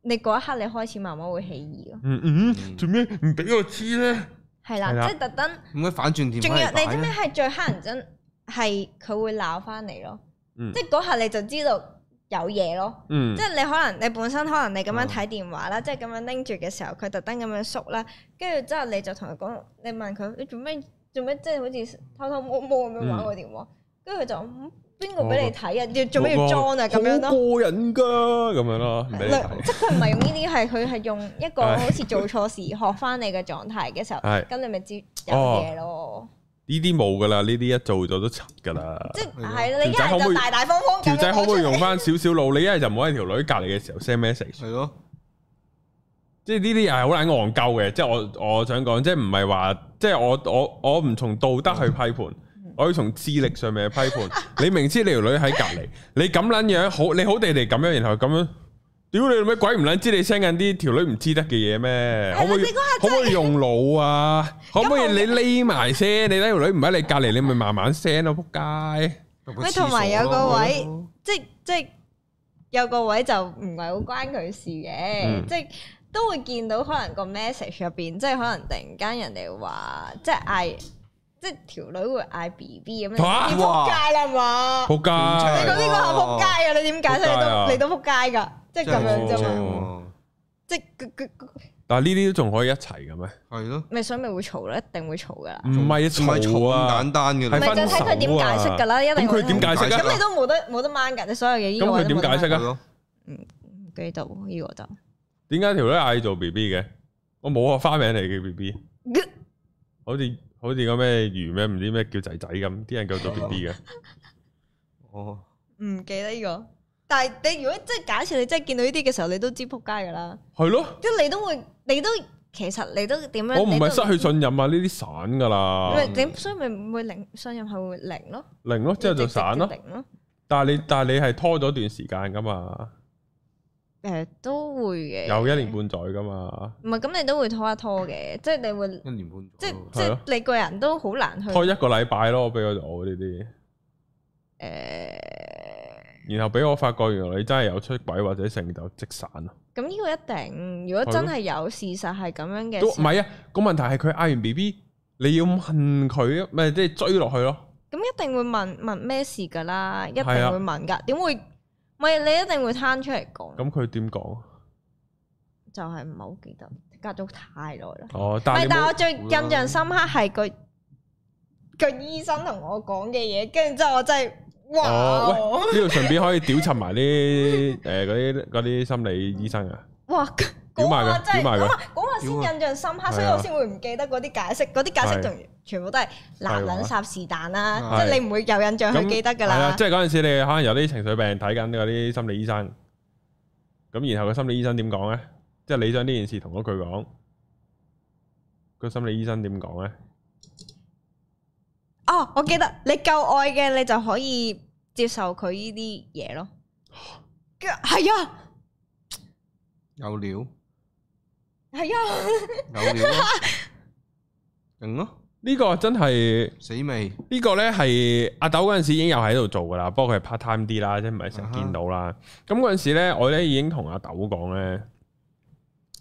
[SPEAKER 3] 你嗰一刻你開始慢慢會起疑咯，
[SPEAKER 1] 嗯嗯，做咩唔俾我知咧？
[SPEAKER 3] 係
[SPEAKER 1] 係
[SPEAKER 3] 啦，
[SPEAKER 1] 啦
[SPEAKER 3] 即係特登，
[SPEAKER 2] 點解反轉電
[SPEAKER 3] 仲
[SPEAKER 2] 話
[SPEAKER 3] 要
[SPEAKER 2] 嚟
[SPEAKER 3] 你知
[SPEAKER 2] 擺
[SPEAKER 3] 唔知
[SPEAKER 2] 咧？
[SPEAKER 3] 係最黑人憎係佢會鬧翻你咯，
[SPEAKER 1] 嗯
[SPEAKER 3] 即係嗰下你就知道有嘢咯。
[SPEAKER 1] 嗯啊
[SPEAKER 3] 即係你可能你本身可能你咁樣睇電話啦，即係咁樣拎住嘅時候，佢特登咁樣縮啦，跟住之後你就同佢講，你問佢你做咩做咩，即係好似偷偷摸摸咁樣玩個電話，跟住佢就嗯邊個俾你睇啊？要做咩要裝啊？咁樣
[SPEAKER 1] 好
[SPEAKER 3] 咯。
[SPEAKER 1] 過癮㗎，咁樣咯，
[SPEAKER 3] 嗯
[SPEAKER 1] 唔俾你睇
[SPEAKER 3] 類即係佢唔係用呢啲，係佢係用一個
[SPEAKER 1] 係
[SPEAKER 3] 好似做錯事學翻你嘅狀態嘅時候，
[SPEAKER 1] 係
[SPEAKER 3] 咁你咪知有
[SPEAKER 1] 哦
[SPEAKER 3] 嘢咯。
[SPEAKER 1] 呢啲冇㗎啦，呢啲一做咗都柒㗎啦。
[SPEAKER 3] 即係
[SPEAKER 2] 係咯
[SPEAKER 3] 係啦你一
[SPEAKER 1] 條仔可唔
[SPEAKER 3] 係
[SPEAKER 1] 可
[SPEAKER 3] 就
[SPEAKER 1] 以
[SPEAKER 3] 大大方方咁
[SPEAKER 1] 條
[SPEAKER 3] 樣
[SPEAKER 1] 仔可唔可以
[SPEAKER 3] 講出
[SPEAKER 1] 用
[SPEAKER 3] 嚟
[SPEAKER 1] 翻少少腦？你一係就唔好喺條女隔離嘅時候 send message，
[SPEAKER 2] 係咯，
[SPEAKER 1] 即係呢啲又係好撚戇鳩嘅。即係我我想講，即係唔係話，即係我我我唔從道德去批判，我要從智力上面去批判。 <laughs> 你明知你條女喺隔離，你咁撚樣好，你好地地咁樣，然後咁樣。屌你老味鬼唔撚知你 send 緊啲條女唔知得嘅嘢咩？可唔可以
[SPEAKER 3] 你嗰
[SPEAKER 1] 可
[SPEAKER 3] 下
[SPEAKER 1] 唔可以用腦啊？可唔可以
[SPEAKER 3] 咁我
[SPEAKER 1] 你匿埋先？你呢條女唔喺你隔離，你咪慢慢 send 咯，仆街！
[SPEAKER 2] 入個
[SPEAKER 3] 喂
[SPEAKER 2] 廁所
[SPEAKER 3] 同埋有個
[SPEAKER 2] 咯
[SPEAKER 3] 位即即有個位就唔係好關佢事嘅，
[SPEAKER 1] 嗯
[SPEAKER 3] 即都會見到可能個 message 入邊，即可能突然間人哋話，即嗌，即條女會嗌 B B 咁
[SPEAKER 1] 嚇
[SPEAKER 3] 樣，你仆街啦嘛！
[SPEAKER 1] 仆
[SPEAKER 3] 你
[SPEAKER 1] 街
[SPEAKER 3] 講！呢個係仆街啊！你點解釋？
[SPEAKER 1] 仆街啊
[SPEAKER 3] 你都你都仆街㗎，即
[SPEAKER 2] 真
[SPEAKER 3] 咁樣
[SPEAKER 2] 係
[SPEAKER 3] 啫
[SPEAKER 2] 好正
[SPEAKER 3] 嘛，
[SPEAKER 1] 嘛
[SPEAKER 2] 喎，
[SPEAKER 3] 即佢佢佢
[SPEAKER 1] 但係呢啲都仲可以一齊嘅咩？
[SPEAKER 2] 係咯，
[SPEAKER 3] 咪所以咪會嘈咯，一定會嘈㗎啦。
[SPEAKER 1] 唔係
[SPEAKER 2] 唔係嘈
[SPEAKER 1] 嘈
[SPEAKER 2] 咁
[SPEAKER 1] 啊！
[SPEAKER 2] 簡單嘅
[SPEAKER 1] 係
[SPEAKER 3] 咪
[SPEAKER 1] 分
[SPEAKER 3] 就
[SPEAKER 1] 手啊
[SPEAKER 3] 睇佢點解釋㗎啦，一定
[SPEAKER 1] 咁
[SPEAKER 3] 會
[SPEAKER 1] 佢點解釋
[SPEAKER 3] 咁
[SPEAKER 1] 啊
[SPEAKER 3] 你？都冇得冇得掹㗎，你所有嘢呢個
[SPEAKER 1] 咁
[SPEAKER 3] 位
[SPEAKER 1] 佢
[SPEAKER 3] 都
[SPEAKER 1] 點
[SPEAKER 3] 冇
[SPEAKER 1] 解
[SPEAKER 3] 得掹
[SPEAKER 1] 釋
[SPEAKER 2] 係
[SPEAKER 1] 啊？
[SPEAKER 2] 咯，
[SPEAKER 3] 唔記得喎，呢個就。
[SPEAKER 1] 點解條女嗌做 B B 嘅？我冇個花名嚟嘅 B B，好似好似個咩魚咩唔知咩叫仔仔咁，啲人叫做 B B 嘅。
[SPEAKER 2] 哦，
[SPEAKER 3] 唔記得呢、個，但係你如果即係假設你真係見到呢啲嘅時候，你都知撲街㗎啦，
[SPEAKER 1] 係咯，
[SPEAKER 3] 即係你都會，你都其實你都點樣？
[SPEAKER 1] 我唔係
[SPEAKER 3] 你都
[SPEAKER 1] 失去信任啊！呢啲散噶啦，
[SPEAKER 3] 咪點，所以咪唔會零信任係會零咯，
[SPEAKER 1] 零咯，之後就散咯
[SPEAKER 3] 直。接零咯。
[SPEAKER 1] 但係你但係你係拖咗段時間噶嘛，
[SPEAKER 3] 誒、都會嘅，
[SPEAKER 1] 有一年半載噶嘛，
[SPEAKER 3] 唔係咁，你都會拖一拖嘅，即係你會，
[SPEAKER 2] 一年半左右，
[SPEAKER 3] 即係即
[SPEAKER 1] 嗯係咯
[SPEAKER 3] 係你個人都好難去
[SPEAKER 1] 拖
[SPEAKER 3] 誒、
[SPEAKER 1] 一個禮拜咯，俾我我呢啲，然後俾我發覺原來你真係有出軌或者成就即散啊咯。
[SPEAKER 3] 咁呢個一定，如果真係有事實係咁樣嘅
[SPEAKER 1] 都
[SPEAKER 3] 時
[SPEAKER 1] 唔
[SPEAKER 3] 候，
[SPEAKER 1] 係啊，個問題係佢嗌完 B B，你要問佢，咪即係追落去咯。
[SPEAKER 3] 咁一定會問問咩事㗎啦，一定會
[SPEAKER 1] 係啊
[SPEAKER 3] 問㗎，點會？唔係你一定會攤出嚟講。
[SPEAKER 1] 咁佢點講？
[SPEAKER 3] 就係唔係好記得，隔咗太耐啦。
[SPEAKER 1] 哦，
[SPEAKER 3] 唔
[SPEAKER 1] 但係
[SPEAKER 3] 係，
[SPEAKER 1] 你
[SPEAKER 3] 但係
[SPEAKER 1] 冇
[SPEAKER 3] 我最印象深刻係個個醫生同我講嘅嘢，跟住之後我真係
[SPEAKER 1] 哦
[SPEAKER 3] 哇，
[SPEAKER 1] 呢度順便可以屌柒埋啲誒嗰啲嗰啲心理醫生啊。
[SPEAKER 3] 哇！
[SPEAKER 1] 屌
[SPEAKER 3] 嗰
[SPEAKER 1] 埋
[SPEAKER 3] 下
[SPEAKER 1] 佢
[SPEAKER 3] 真
[SPEAKER 1] 屌
[SPEAKER 3] 係
[SPEAKER 1] 埋佢
[SPEAKER 3] 嗰下嗰下先印象深
[SPEAKER 1] 屌啊
[SPEAKER 3] 刻，所以我先會唔記得嗰啲解釋，嗰啲解釋仲全部都係男人霎是但啦，
[SPEAKER 2] 係
[SPEAKER 1] 啊
[SPEAKER 3] 即係你唔會有印象去記得㗎
[SPEAKER 1] 係
[SPEAKER 3] 啦
[SPEAKER 1] 啊，。即係嗰陣時你可能有啲情緒病睇緊嗰啲心理醫生，咁然後個心理醫生點講咧？即係你將呢件事同咗佢講，個心理醫生點講咧？
[SPEAKER 3] 哦，我記得你夠愛嘅，你就可以接受佢呢啲嘢咯。
[SPEAKER 1] 啊
[SPEAKER 3] 跟住係啊，
[SPEAKER 2] 有料
[SPEAKER 3] <laughs> 係啊。
[SPEAKER 2] 有料咯，勁咯，
[SPEAKER 1] 呢個真係〜
[SPEAKER 2] 死未？
[SPEAKER 1] 呢個呢係阿豆嗰陣時已經有喺度做噶啦，不過佢係 part time 啲啦，即係唔係成日見到啦。咁嗰陣時咧，我呢已經同阿豆講呢：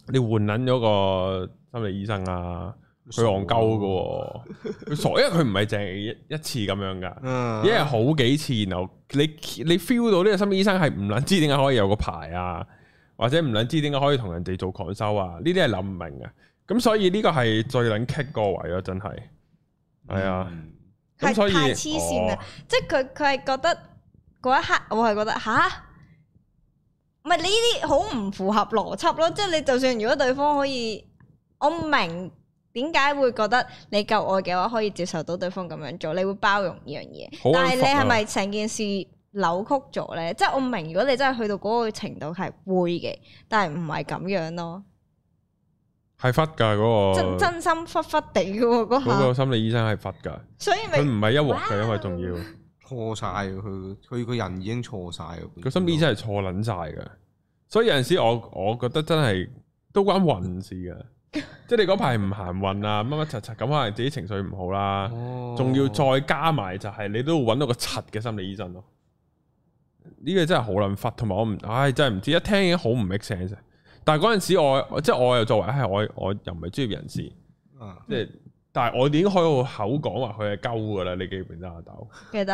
[SPEAKER 1] 你換撚咗個心理醫生啊，佢戇鳩噶，佢傻，因為佢唔係淨係一一次咁樣噶，
[SPEAKER 2] 嗯，
[SPEAKER 1] 因為好幾次，然後你你 feel 到呢個心理醫生係唔撚知點解可以有個牌啊，或者唔撚知點解可以同人哋做狂修啊，呢啲係諗唔明嘅。咁所以呢個係最撚棘個位咯，真係係啊。
[SPEAKER 2] 嗯，
[SPEAKER 1] 咁
[SPEAKER 3] 係
[SPEAKER 1] 所以哦
[SPEAKER 3] 太黐線啦！即係佢佢係覺得嗰一刻，我係覺得吓，唔係你呢啲好唔符合邏輯咯。即係你就算如果對方可以，我唔明點解會覺得你夠愛嘅話，可以接受到對方咁樣做，你會包容呢樣嘢。
[SPEAKER 1] 好
[SPEAKER 3] 但係
[SPEAKER 1] 撚
[SPEAKER 3] 你
[SPEAKER 1] 煩啊
[SPEAKER 3] 係咪成件事扭曲咗咧？即係我唔明，如果你真係去到嗰個程度係會嘅，但係唔係咁樣咯，
[SPEAKER 1] 係忽噶嗰個
[SPEAKER 3] 真真心忽忽地嘅喎嗰
[SPEAKER 1] 嗰個
[SPEAKER 3] 下，
[SPEAKER 1] 心理醫生係忽噶，
[SPEAKER 3] <laughs> 所以
[SPEAKER 1] 佢
[SPEAKER 3] 咪
[SPEAKER 1] 唔係一鑊嘅，因為仲要
[SPEAKER 2] 錯晒佢，佢個人已經錯晒啊啦。
[SPEAKER 1] 個心理醫生係錯撚晒嘅，所以有陣時我我覺得真係都關運事嘅， <laughs> 即係你嗰排唔行運啊，乜乜柒柒咁，可能自己情緒唔好啦，
[SPEAKER 2] 哦
[SPEAKER 1] 仲要再加埋就係你都揾到個柒嘅心理醫生咯，呢個真係好撚忽，同埋我唔，唉真係唔知，一聽已經好唔 make sense。但係嗰陣時我即係我又作為唉我我又唔係專業人士。
[SPEAKER 2] 啊
[SPEAKER 1] 即係，但係我已經開個口講話佢係鳩噶啦，你記唔記得阿豆？
[SPEAKER 3] 記得。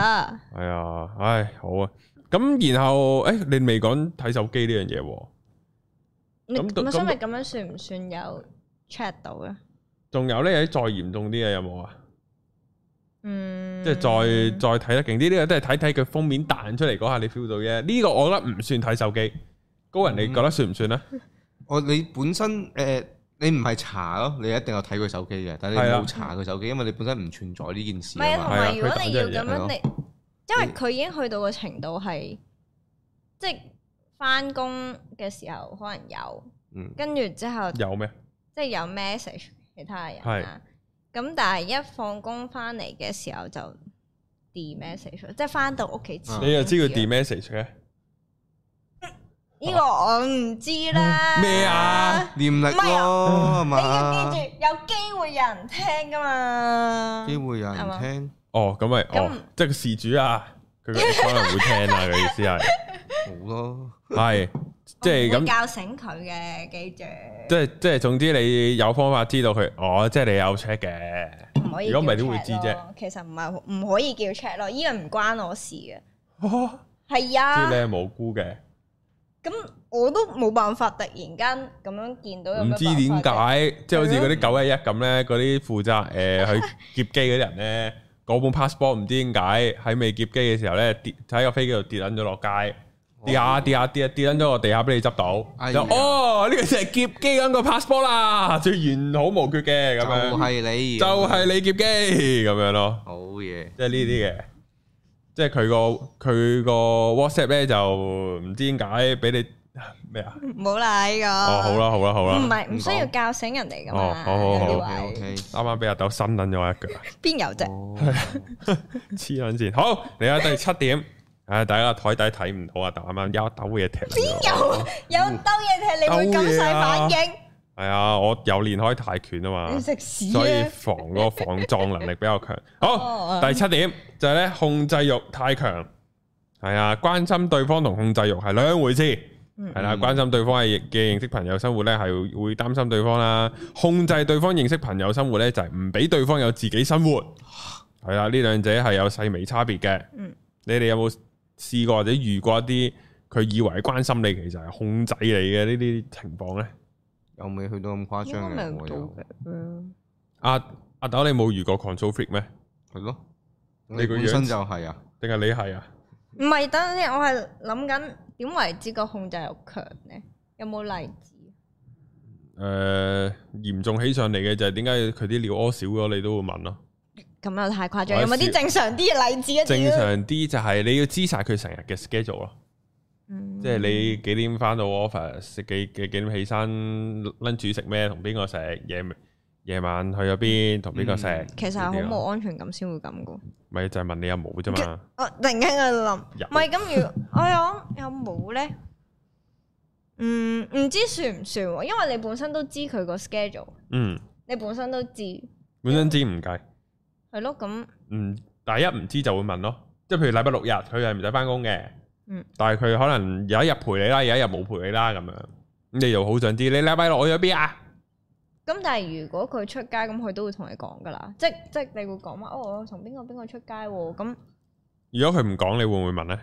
[SPEAKER 1] 係啊，唉，好啊，咁然後诶、你未講睇手機呢樣嘢喎，
[SPEAKER 3] 你
[SPEAKER 1] 咁
[SPEAKER 3] 咁
[SPEAKER 1] 咁
[SPEAKER 3] 所以咪咁樣算唔算有 check 到咧？
[SPEAKER 1] 仲有呢？有啲再嚴重啲嘅有冇啊？
[SPEAKER 3] 嗯，
[SPEAKER 1] 即係再再睇得勁啲，呢、個都係睇睇佢封面彈出嚟嗰下你 feel 到啫。呢、個我覺得唔算睇手機，高人你覺得算唔
[SPEAKER 3] <laughs>
[SPEAKER 1] 算呢？
[SPEAKER 2] 我哦你本身誒，你唔係查咯，你一定有睇佢手機嘅，但係
[SPEAKER 1] 係
[SPEAKER 2] 你
[SPEAKER 1] 啊
[SPEAKER 2] 冇查佢手機，因為你本身唔存在呢件事
[SPEAKER 3] 唔係啊，
[SPEAKER 2] 啊
[SPEAKER 3] 同
[SPEAKER 2] 嘛。
[SPEAKER 1] 係啊
[SPEAKER 3] 埋如果
[SPEAKER 1] 佢
[SPEAKER 3] 你
[SPEAKER 1] 打
[SPEAKER 3] 要
[SPEAKER 1] 咗
[SPEAKER 3] 咁
[SPEAKER 2] 嘢係咯
[SPEAKER 3] 樣，你因為佢已經去到個程度係，即係翻工嘅時候可能有，
[SPEAKER 2] 嗯，
[SPEAKER 3] 跟住之後
[SPEAKER 1] 有咩？
[SPEAKER 3] 即係有 message 其他人啦。咁但係一放工翻嚟嘅時候就 d message，咯即係翻到屋企前
[SPEAKER 2] 啊
[SPEAKER 1] 你又知佢 d message 嘅
[SPEAKER 3] 呢個我唔知
[SPEAKER 1] <laughs>
[SPEAKER 3] 啦。
[SPEAKER 1] 咩啊？
[SPEAKER 2] 念力
[SPEAKER 3] 唔係
[SPEAKER 2] 咯，係
[SPEAKER 3] 你要
[SPEAKER 2] 嘛
[SPEAKER 3] 記？住，有機會有人聽噶嘛。
[SPEAKER 2] 機會有
[SPEAKER 3] 啊係
[SPEAKER 2] 人
[SPEAKER 3] 嘛
[SPEAKER 2] 聽，
[SPEAKER 1] 哦，咁咪
[SPEAKER 3] 咁
[SPEAKER 1] 哦，即係個事主啊，
[SPEAKER 3] <laughs>
[SPEAKER 1] 佢可能會聽啊，佢意思係
[SPEAKER 2] 冇咯。
[SPEAKER 1] 係即係
[SPEAKER 3] 我唔會
[SPEAKER 1] 咁。
[SPEAKER 3] 教醒佢嘅，記住。
[SPEAKER 1] 即係即係，總之你有方法知道佢，哦，即係你有 check 嘅，
[SPEAKER 3] 唔可以。
[SPEAKER 1] 如果唔係點會知啫？？
[SPEAKER 3] 其實唔係唔可以叫 check 咯，呢樣唔關我事嘅。
[SPEAKER 1] 哦
[SPEAKER 3] 係
[SPEAKER 1] 知
[SPEAKER 3] 啊
[SPEAKER 1] 你，係無辜嘅，
[SPEAKER 3] 咁我都冇辦法突然間咁樣見到有
[SPEAKER 1] 唔
[SPEAKER 3] 咩
[SPEAKER 1] 知
[SPEAKER 3] 辦
[SPEAKER 1] 點
[SPEAKER 3] 法啫。
[SPEAKER 1] 解，即係好似嗰啲九一一咁咧，嗰啲負責誒去劫機嗰啲人咧，嗰本 passport 唔知點解喺未劫機嘅時候咧，跌喺個飛機度跌撚咗落街，跌下跌下跌下跌撚咗個地下俾你執到，
[SPEAKER 2] 哎
[SPEAKER 1] 就
[SPEAKER 2] 呀
[SPEAKER 1] 哦呢個就係劫機嗰個 passport 啦，最完好無缺嘅咁
[SPEAKER 2] 就
[SPEAKER 1] 樣，
[SPEAKER 2] 係你，
[SPEAKER 1] 就係你劫機咁樣咯。
[SPEAKER 2] 好嘢。
[SPEAKER 1] 即係呢啲嘅，即係佢個佢個 WhatsApp 咧就唔知點解俾你咩啊？
[SPEAKER 3] 唔好啦呢個。
[SPEAKER 1] 哦，好。啦好啦好
[SPEAKER 3] 唔
[SPEAKER 1] 啦，
[SPEAKER 3] 係唔需要教醒人哋噶
[SPEAKER 1] 哦
[SPEAKER 3] 嘛？
[SPEAKER 1] 好好好哦
[SPEAKER 3] 有
[SPEAKER 2] O
[SPEAKER 3] 啲
[SPEAKER 2] K O
[SPEAKER 3] 位
[SPEAKER 2] K，
[SPEAKER 1] 啱啱俾阿豆伸撚咗我一腳，
[SPEAKER 3] 邊有啫？
[SPEAKER 2] 哦
[SPEAKER 1] 黐撚線。好，嚟下第七點，唉，大家台底睇唔到啊阿豆啱啱有一兜嘢踢撚咗我。
[SPEAKER 3] 有有兜嘢踢，你會
[SPEAKER 1] 兜
[SPEAKER 3] 咁
[SPEAKER 1] 嘢
[SPEAKER 3] 細
[SPEAKER 1] 啊
[SPEAKER 3] 反應？
[SPEAKER 1] 係啊，我有練開泰拳啊嘛
[SPEAKER 3] 你。食屎
[SPEAKER 1] 所以
[SPEAKER 3] 啊！
[SPEAKER 1] 防嗰個防撞能力比較強。好，
[SPEAKER 3] 哦
[SPEAKER 1] 第七點就係咧控制欲太強，係啊，關心對方同控制欲係兩回事，
[SPEAKER 3] 嗯
[SPEAKER 1] 係啦，關心對方係嘅認識朋友生活咧係會擔心對方啦，控制對方認識朋友生活咧就係唔俾對方有自己生活，係啦，呢兩者係有細微差別嘅。
[SPEAKER 3] 嗯
[SPEAKER 1] 你哋有冇試過或者遇過一啲佢以為係關心你，其實係控制你嘅呢啲情況咧？
[SPEAKER 2] 又未去到咁誇
[SPEAKER 3] 應該
[SPEAKER 2] 張
[SPEAKER 3] 咪
[SPEAKER 2] 嘅，
[SPEAKER 3] 有
[SPEAKER 2] 我
[SPEAKER 3] 到
[SPEAKER 2] 又
[SPEAKER 3] 嘅。嗯
[SPEAKER 1] 阿阿豆，你冇遇過 control freak 咩？
[SPEAKER 2] 係咯。
[SPEAKER 1] 你
[SPEAKER 2] 你
[SPEAKER 1] 個
[SPEAKER 2] 本
[SPEAKER 1] 樣
[SPEAKER 2] 身就係啊，
[SPEAKER 1] 定係你係啊？
[SPEAKER 3] 唔係，等陣先，我係諗緊點為之個控制欲強咧？有冇例子？
[SPEAKER 1] 誒、呃嚴重起上嚟嘅就係點解佢啲尿屙少咗，你都會問咯。
[SPEAKER 3] 咁又太誇張，
[SPEAKER 1] 我
[SPEAKER 3] 有冇
[SPEAKER 1] 試
[SPEAKER 3] 啲正常啲嘅例子啊？
[SPEAKER 1] 正
[SPEAKER 3] 屌，
[SPEAKER 1] 常啲就係你要知晒佢成日嘅 schedule 咯，
[SPEAKER 3] 嗯
[SPEAKER 1] 即係你幾點翻到 office，幾幾幾點起身，lunch 食咩，同邊個食，夜夜晚去咗邊，同邊個食。
[SPEAKER 2] 嗯
[SPEAKER 3] 其實係好
[SPEAKER 1] 呢啲咯
[SPEAKER 3] 冇，安全感先會咁噶。
[SPEAKER 1] 咪就係問你有冇啫嘛。
[SPEAKER 3] 我突然間喺度諗，
[SPEAKER 1] 有
[SPEAKER 3] 唔係咁，如我諗有冇咧？嗯，唔知算唔算喎？因為你本身都知佢個 schedule，
[SPEAKER 1] 嗯，
[SPEAKER 3] 你本身都知，係
[SPEAKER 1] 本身知唔計，
[SPEAKER 3] 咯咁。
[SPEAKER 1] 嗯，但係一唔知就會問咯。即係譬如禮拜六日佢係唔使翻工嘅，
[SPEAKER 3] 嗯
[SPEAKER 1] 但係佢可能有一日陪你啦，有一日冇陪你啦咁樣，咁你又好想知你禮拜六去咗邊啊？
[SPEAKER 3] 咁但係如果佢出街，咁佢都會同你講噶啦，即即你會講話哦，我同邊個邊個出街喎，咁
[SPEAKER 1] 如果佢唔講，你會唔會問呢？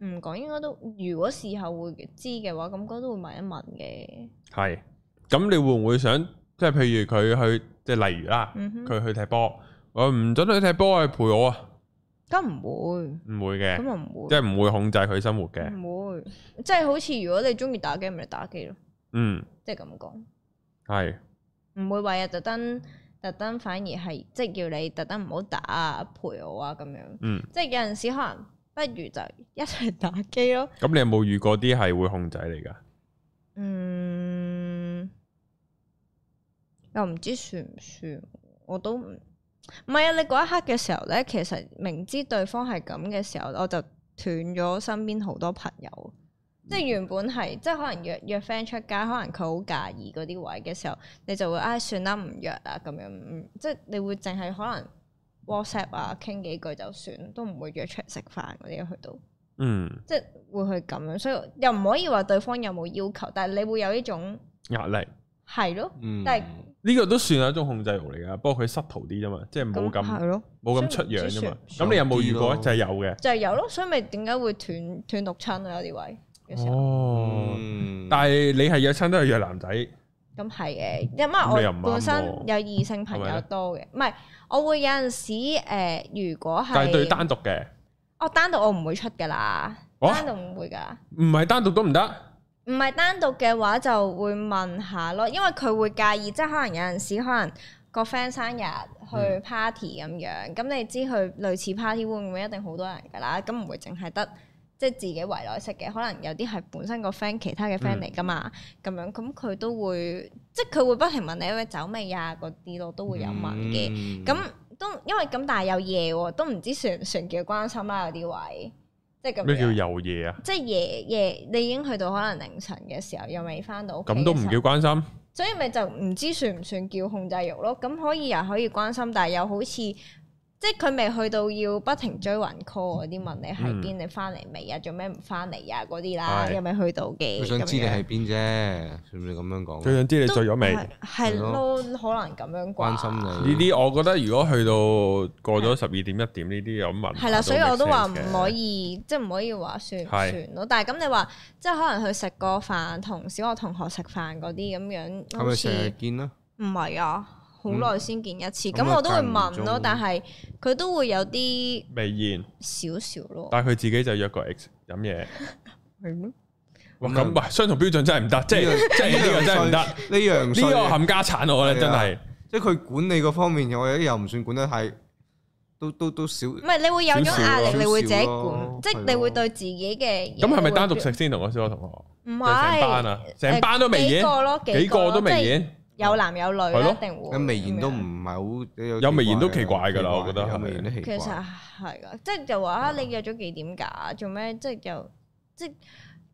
[SPEAKER 3] 唔講應該都，如果事後會知嘅話，咁該都會問一問嘅。
[SPEAKER 1] 係，咁你會唔會想即係譬如佢去即係例如啦，
[SPEAKER 3] 嗯哼，
[SPEAKER 1] 佢去踢波，我唔准佢踢波，佢陪我啊，
[SPEAKER 3] 咁
[SPEAKER 1] 唔
[SPEAKER 3] 唔
[SPEAKER 1] 會
[SPEAKER 3] 會，咁
[SPEAKER 1] 嘅，
[SPEAKER 3] 啊唔
[SPEAKER 1] 即
[SPEAKER 3] 會，
[SPEAKER 1] 係唔會控制佢生活嘅。
[SPEAKER 3] 唔會，即係好似如果你中意打機，咪打機咯，
[SPEAKER 1] 嗯，
[SPEAKER 3] 即係咁講，
[SPEAKER 1] 係，
[SPEAKER 3] 唔會話日特登特登，反而係即係叫你特登唔好打啊，陪我啊咁樣，
[SPEAKER 1] 嗯，
[SPEAKER 3] 即係有陣時可能不如就一齊打機咯。
[SPEAKER 1] 咁你有冇遇過啲係會控制你噶？
[SPEAKER 3] 嗯，又唔知算唔算，我都唔唔係啊！你嗰一刻嘅時候咧，其實明知對方係咁嘅時候，我就斷咗身邊好多朋友。即係原本係，即係可能約約 friend 出街，可能佢好介意嗰啲位嘅時候，你就會唉、算啦唔約啊咁樣，嗯即係你會淨係可能 WhatsApp 啊傾幾句就算，都唔會約出嚟食飯嗰啲去到。
[SPEAKER 1] 嗯，
[SPEAKER 3] 即係會去咁樣，所以又唔可以話對方有冇要求，但係你會有呢種
[SPEAKER 1] 壓力，
[SPEAKER 3] 係咯，
[SPEAKER 2] 嗯，
[SPEAKER 3] 但係
[SPEAKER 1] 呢個都算係一種控制欲嚟㗎，不過佢失途啲啫嘛，即係冇
[SPEAKER 3] 咁係
[SPEAKER 1] 咁
[SPEAKER 3] 咯，
[SPEAKER 1] 冇咁出樣啫嘛。咁
[SPEAKER 2] 所以唔知算
[SPEAKER 1] 你有冇遇過咧？
[SPEAKER 2] 少啲咯
[SPEAKER 1] 就係有嘅。
[SPEAKER 3] 就係有咯，所以咪點解會斷斷六親啊？有啲位嘅時候，
[SPEAKER 1] 哦，
[SPEAKER 2] 嗯，
[SPEAKER 1] 但係你係約親都係約男仔，
[SPEAKER 3] 咁係
[SPEAKER 1] 咁你
[SPEAKER 3] 嘅，因
[SPEAKER 1] 又
[SPEAKER 3] 為
[SPEAKER 1] 唔啱
[SPEAKER 3] 我本身
[SPEAKER 1] 喎
[SPEAKER 3] 有異性朋
[SPEAKER 1] 係咪
[SPEAKER 3] 友
[SPEAKER 1] 咧
[SPEAKER 3] 多嘅，唔係我會有陣時誒，如果
[SPEAKER 1] 但係對
[SPEAKER 3] 係
[SPEAKER 1] 單獨嘅，
[SPEAKER 3] 我單獨我唔會出噶啦，
[SPEAKER 1] 哦
[SPEAKER 3] 單獨唔會㗎。
[SPEAKER 1] 唔係單獨都唔得。
[SPEAKER 3] 唔係單獨嘅話就會問下咯，因為佢會介意，即係可能有陣時可能個 friend 生日
[SPEAKER 1] 嗯
[SPEAKER 3] 去 party 咁樣，咁、你知佢類似 party 會唔會一定好多人㗎啦？咁唔會淨係得即係自己圍內識嘅，可能有啲係本身個 friend 其他
[SPEAKER 1] 嗯
[SPEAKER 3] 嘅 friend 嚟㗎嘛，咁、樣咁佢都會即係佢會不停問你喂酒味啊嗰啲咯，都會有問嘅。
[SPEAKER 2] 嗯
[SPEAKER 3] 咁、都因為咁，但係有夜喎，都唔知算唔算叫關心啦，有啲位即係咁樣。
[SPEAKER 1] 咩叫有夜啊？
[SPEAKER 3] 即係夜夜，你已經去到可能凌晨嘅時候，又未翻到屋企
[SPEAKER 1] 咁都唔
[SPEAKER 3] 嘅時候
[SPEAKER 1] 叫，關心。
[SPEAKER 3] 所以咪就唔知算唔算叫控制欲咯？咁可以又可以關心，但係又好似即係佢未去到要不停追魂 call 嗰啲問你喺邊，你翻嚟未啊？做咩唔翻嚟啊？嗰啲啦，
[SPEAKER 1] 係
[SPEAKER 3] 又未去到嘅。
[SPEAKER 2] 佢想知你
[SPEAKER 3] 咁樣
[SPEAKER 2] 喺邊啫，算唔算咁樣
[SPEAKER 1] 佢
[SPEAKER 2] 講？
[SPEAKER 1] 想知你醉咗未？
[SPEAKER 3] 都
[SPEAKER 1] 呢
[SPEAKER 3] 係係咯，可能咁樣啩
[SPEAKER 2] 關心你
[SPEAKER 1] 啲我覺得如果去到過咗十二點一點呢啲有咁問下，
[SPEAKER 3] 係啦，所以我都話
[SPEAKER 1] make
[SPEAKER 3] 唔
[SPEAKER 1] sense 嘅
[SPEAKER 3] 可以，即係唔可以話算唔
[SPEAKER 1] 係
[SPEAKER 3] 算咯。但係咁你話，即係可能去食個飯，同小學同學食飯嗰啲咁樣，
[SPEAKER 2] 係
[SPEAKER 3] 好
[SPEAKER 2] 咪成日
[SPEAKER 3] 似
[SPEAKER 2] 見啦？
[SPEAKER 3] 唔係啊，好耐先見一次。
[SPEAKER 2] 嗯
[SPEAKER 3] 咁、
[SPEAKER 2] 咁啊
[SPEAKER 3] 我都會問
[SPEAKER 2] 間唔
[SPEAKER 3] 咯
[SPEAKER 2] 中，
[SPEAKER 3] 但係佢都會有啲
[SPEAKER 1] 未現，
[SPEAKER 3] 少少咯。
[SPEAKER 1] 但係佢自己就約個 X 飲嘢。
[SPEAKER 3] 係咯，
[SPEAKER 1] 哇！
[SPEAKER 2] 咁
[SPEAKER 1] 咁喂，雙重標準真係唔得，即係
[SPEAKER 2] 呢樣
[SPEAKER 1] 即係呢個真係唔得，呢
[SPEAKER 2] 呢樣衰
[SPEAKER 1] 個冚家產我咧
[SPEAKER 2] 係
[SPEAKER 1] 真
[SPEAKER 2] 啊
[SPEAKER 1] 係。
[SPEAKER 2] 即係佢管理嗰方面，我有啲又唔算管得太，都都都少。
[SPEAKER 3] 唔係你會有種
[SPEAKER 1] 少少咯
[SPEAKER 3] 壓力，你會自己
[SPEAKER 2] 少少咯
[SPEAKER 3] 管，即
[SPEAKER 2] 係
[SPEAKER 3] 係
[SPEAKER 2] 咯
[SPEAKER 3] 你會對自己嘅嘢
[SPEAKER 1] 咁係咪單獨
[SPEAKER 3] 會
[SPEAKER 1] 食先同我小學同學？
[SPEAKER 3] 唔
[SPEAKER 1] 定成班
[SPEAKER 3] 係
[SPEAKER 1] 啊，成班都未
[SPEAKER 3] 幾
[SPEAKER 1] 演，
[SPEAKER 3] 個咯，
[SPEAKER 1] 幾個
[SPEAKER 3] 個
[SPEAKER 1] 都未
[SPEAKER 3] 演，
[SPEAKER 1] 演。
[SPEAKER 3] 即係有男有女
[SPEAKER 1] 係
[SPEAKER 3] 啦
[SPEAKER 1] 咯
[SPEAKER 3] 一定會。
[SPEAKER 2] 咁微言都
[SPEAKER 3] 咁樣
[SPEAKER 2] 唔係好，有
[SPEAKER 1] 有微言
[SPEAKER 2] 言
[SPEAKER 1] 都奇怪㗎啦我覺得
[SPEAKER 2] 有
[SPEAKER 1] 係
[SPEAKER 2] 微言都奇
[SPEAKER 3] 其
[SPEAKER 2] 怪。
[SPEAKER 3] 實係噶，即係就話啊，你約咗幾點㗎？做咩？即係又即係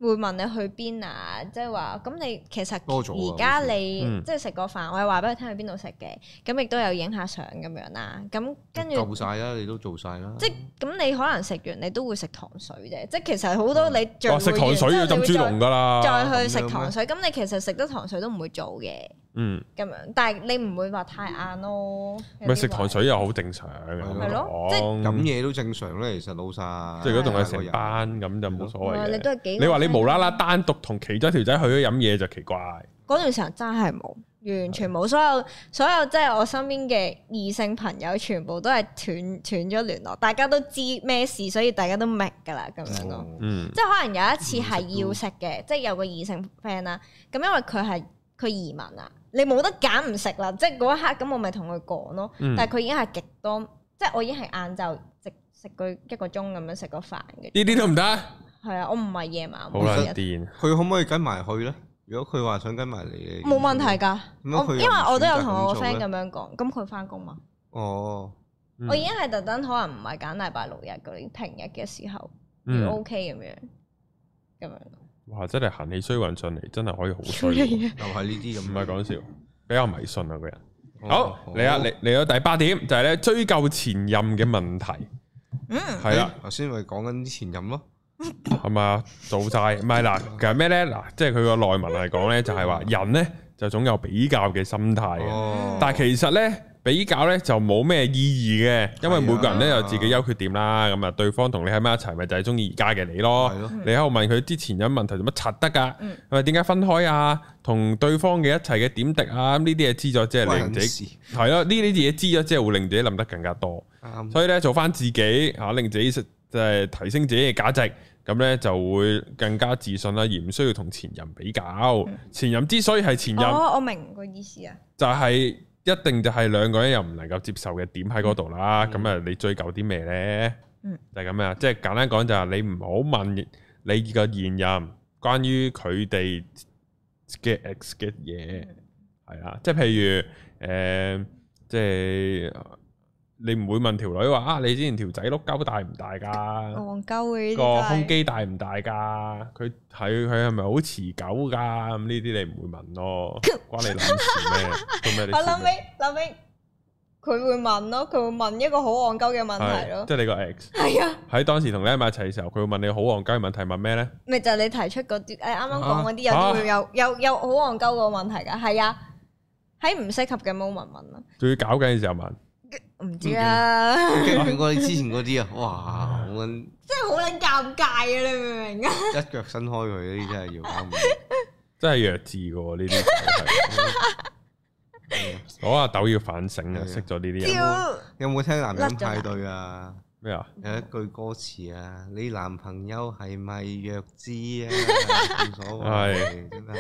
[SPEAKER 3] 會問你去邊啊？即係話咁你其
[SPEAKER 2] 多咗
[SPEAKER 3] 實
[SPEAKER 2] 啊
[SPEAKER 3] 而家你
[SPEAKER 1] 嗯
[SPEAKER 3] 即係食個飯，我係話俾佢聽去邊度食嘅，咁亦都有影下相咁樣啦。咁跟住
[SPEAKER 2] 夠晒啦，你都做晒啦。
[SPEAKER 3] 即係咁，你可能食完你都會食糖水啫。即係其實好多你聚
[SPEAKER 1] 哇！
[SPEAKER 3] 會完
[SPEAKER 1] 食糖水要
[SPEAKER 3] 之後
[SPEAKER 1] 浸
[SPEAKER 3] 你會
[SPEAKER 1] 豬籠㗎
[SPEAKER 3] 再
[SPEAKER 1] 啦。
[SPEAKER 3] 再
[SPEAKER 2] 咁
[SPEAKER 3] 去
[SPEAKER 2] 樣
[SPEAKER 3] 食
[SPEAKER 2] 咩
[SPEAKER 3] 糖水，咁你其實食得糖水都唔會做嘅
[SPEAKER 1] 嗯，
[SPEAKER 3] 咁樣，但係你唔會話太晏咯。有
[SPEAKER 1] 咪
[SPEAKER 3] 啲
[SPEAKER 1] 食
[SPEAKER 3] 位
[SPEAKER 1] 糖水又好正常，
[SPEAKER 2] 係
[SPEAKER 3] 咯
[SPEAKER 2] 飲
[SPEAKER 1] 咁
[SPEAKER 2] 嘢都正常啦，其實老晒。
[SPEAKER 1] 即係如果同佢
[SPEAKER 2] 個
[SPEAKER 1] 成
[SPEAKER 2] 人
[SPEAKER 1] 班咁就冇所
[SPEAKER 3] 哇
[SPEAKER 1] 謂
[SPEAKER 3] 你
[SPEAKER 1] 嘅。
[SPEAKER 3] 都係幾個
[SPEAKER 1] 你話你
[SPEAKER 3] friend
[SPEAKER 1] 無啦啦單獨同其中一條仔去咗飲嘢就奇怪，
[SPEAKER 3] 嗰段時間真係冇，完全冇。所有所有即係我身邊嘅異性朋友，全部都係斷斷咗聯絡，大家都知咩事，所以大家都明㗎啦，咁樣咯。
[SPEAKER 2] 哦
[SPEAKER 1] 嗯，
[SPEAKER 3] 即係可能有一次係要食嘅，即係有個異性 friend 啦。咁因為佢係佢移民啊，你冇得揀唔食啦。即係嗰一刻，咁我咪同佢講咯。
[SPEAKER 1] 嗯
[SPEAKER 3] 但係佢已經係極多，即係我已經係晏晝食食佢一個鐘咁樣食個飯嘅。
[SPEAKER 1] 呢啲都唔得，
[SPEAKER 3] 係啊，我唔係夜晚，
[SPEAKER 1] 好
[SPEAKER 3] 我係
[SPEAKER 1] 撚
[SPEAKER 3] 日
[SPEAKER 1] 癲。
[SPEAKER 2] 佢可唔可以跟埋去咧？如果佢話想跟埋你，
[SPEAKER 3] 冇問題。㗎。
[SPEAKER 2] 咁佢
[SPEAKER 3] 我
[SPEAKER 2] 又
[SPEAKER 3] 因為我都有同我
[SPEAKER 2] 唔
[SPEAKER 3] 個
[SPEAKER 2] 選擇
[SPEAKER 3] friend
[SPEAKER 2] 咁
[SPEAKER 3] 咁樣講，咁佢翻工嘛，
[SPEAKER 2] 哦，
[SPEAKER 1] 嗯
[SPEAKER 3] 我已經係特登可能唔係揀禮拜六日嗰啲平日嘅時候，
[SPEAKER 1] 嗯
[SPEAKER 3] O K 咁樣，咁樣
[SPEAKER 1] 哇！真係行起衰運上嚟，真係可以好
[SPEAKER 3] <laughs>
[SPEAKER 1] 衰
[SPEAKER 3] 咩
[SPEAKER 1] 喎。
[SPEAKER 3] 嘢
[SPEAKER 2] 又係呢啲咁。
[SPEAKER 1] 唔係講笑，比較迷信啊個人。
[SPEAKER 2] 哦，
[SPEAKER 1] 好，嚟啊，嚟嚟到第八點就係咧追究前任嘅問題，
[SPEAKER 3] 嗯，
[SPEAKER 1] 係啦，
[SPEAKER 2] 誒頭先咪講緊啲前任咯。
[SPEAKER 1] 係嘛，做晒，唔係嗱，其實咩咧嗱，即係佢個內文嚟講咧，就係話人咧就總有比較嘅心態嘅，
[SPEAKER 2] 哦，
[SPEAKER 1] 但係其實咧比較咧就冇咩意義嘅，因為每個人咧
[SPEAKER 2] 係啊
[SPEAKER 1] 有自己優缺點啦，咁啊對方同你喺埋一齊咪就係中意而家嘅你咯
[SPEAKER 2] 係。咯，
[SPEAKER 1] 你喺度問佢之前有問題做乜柒得㗎？
[SPEAKER 3] 嗯
[SPEAKER 1] 係咪點解分開啊？同對方嘅一齊嘅點滴啊，咁呢啲嘢知咗之後，
[SPEAKER 2] 關
[SPEAKER 1] 你
[SPEAKER 2] 人
[SPEAKER 1] 自己
[SPEAKER 2] 事
[SPEAKER 1] 係咯，呢啲嘢知咗之後會令自己諗得更加多，
[SPEAKER 2] <laughs> 啱。
[SPEAKER 1] 所以咧做翻自己吓，令自己就係提升自己嘅價值，咁咧就會更加自信啦，而唔需要同前任比較。
[SPEAKER 2] 嗯
[SPEAKER 1] 前任之所以係前任，
[SPEAKER 3] 哦，我明個意思啊，
[SPEAKER 1] 就係一定就係兩個人又唔能夠接受嘅點喺嗰度啦。
[SPEAKER 2] 嗯
[SPEAKER 1] 咁啊，你追究啲咩咧？
[SPEAKER 3] 嗯
[SPEAKER 1] 就係咁啊，即係簡單講就係你唔好問你個現任關於佢哋嘅 ex 嘅嘢，
[SPEAKER 2] 嗯
[SPEAKER 1] 係啦，即係譬如誒、呃即係啊你唔會問條女話啊，你之前條仔碌鳩大唔大㗎？
[SPEAKER 3] 戇鳩嘅呢啲
[SPEAKER 1] 個
[SPEAKER 3] 真係
[SPEAKER 1] 胸肌大唔大㗎？佢係佢係咪好持久㗎？咁
[SPEAKER 3] <laughs>
[SPEAKER 1] 呢啲你唔會問咯，關你撚事咩？做咩你
[SPEAKER 3] 我
[SPEAKER 1] 笑
[SPEAKER 3] 諗
[SPEAKER 1] 咩？
[SPEAKER 3] 起諗起佢會問咯，佢會問一個好戇鳩嘅問題
[SPEAKER 1] 係
[SPEAKER 3] 咯。
[SPEAKER 1] 即係你個 ex
[SPEAKER 3] 係啊，
[SPEAKER 1] 喺當時同你喺埋一齊嘅時候，佢會問你好戇鳩嘅問題，問咩咧？
[SPEAKER 3] 咪就係你提出嗰啲誒啱啱講嗰啲有
[SPEAKER 1] 啊
[SPEAKER 3] 啲會有有有好戇鳩個問題㗎，係啊，喺唔適合嘅 moment 問咯，
[SPEAKER 1] 仲要搞緊嘅時候問，
[SPEAKER 3] 唔知啊，
[SPEAKER 2] 跟住我哋之前嗰啲啊，哇，好撚
[SPEAKER 3] <laughs> 真係好撚尷尬啊！你明唔明啊？
[SPEAKER 2] 一腳伸開佢，呢啲真係要 <laughs> 搞唔掂。
[SPEAKER 1] 真係弱智嘅喎呢啲係。我阿豆要反省啊！
[SPEAKER 2] 係啊
[SPEAKER 1] 識咗呢啲人
[SPEAKER 3] 屌，
[SPEAKER 2] 有冇聽男人派對啊？
[SPEAKER 1] 咩啊？
[SPEAKER 2] 有一句歌詞啊，你男朋友係咪弱智 <laughs> 啊？冇所謂，真係。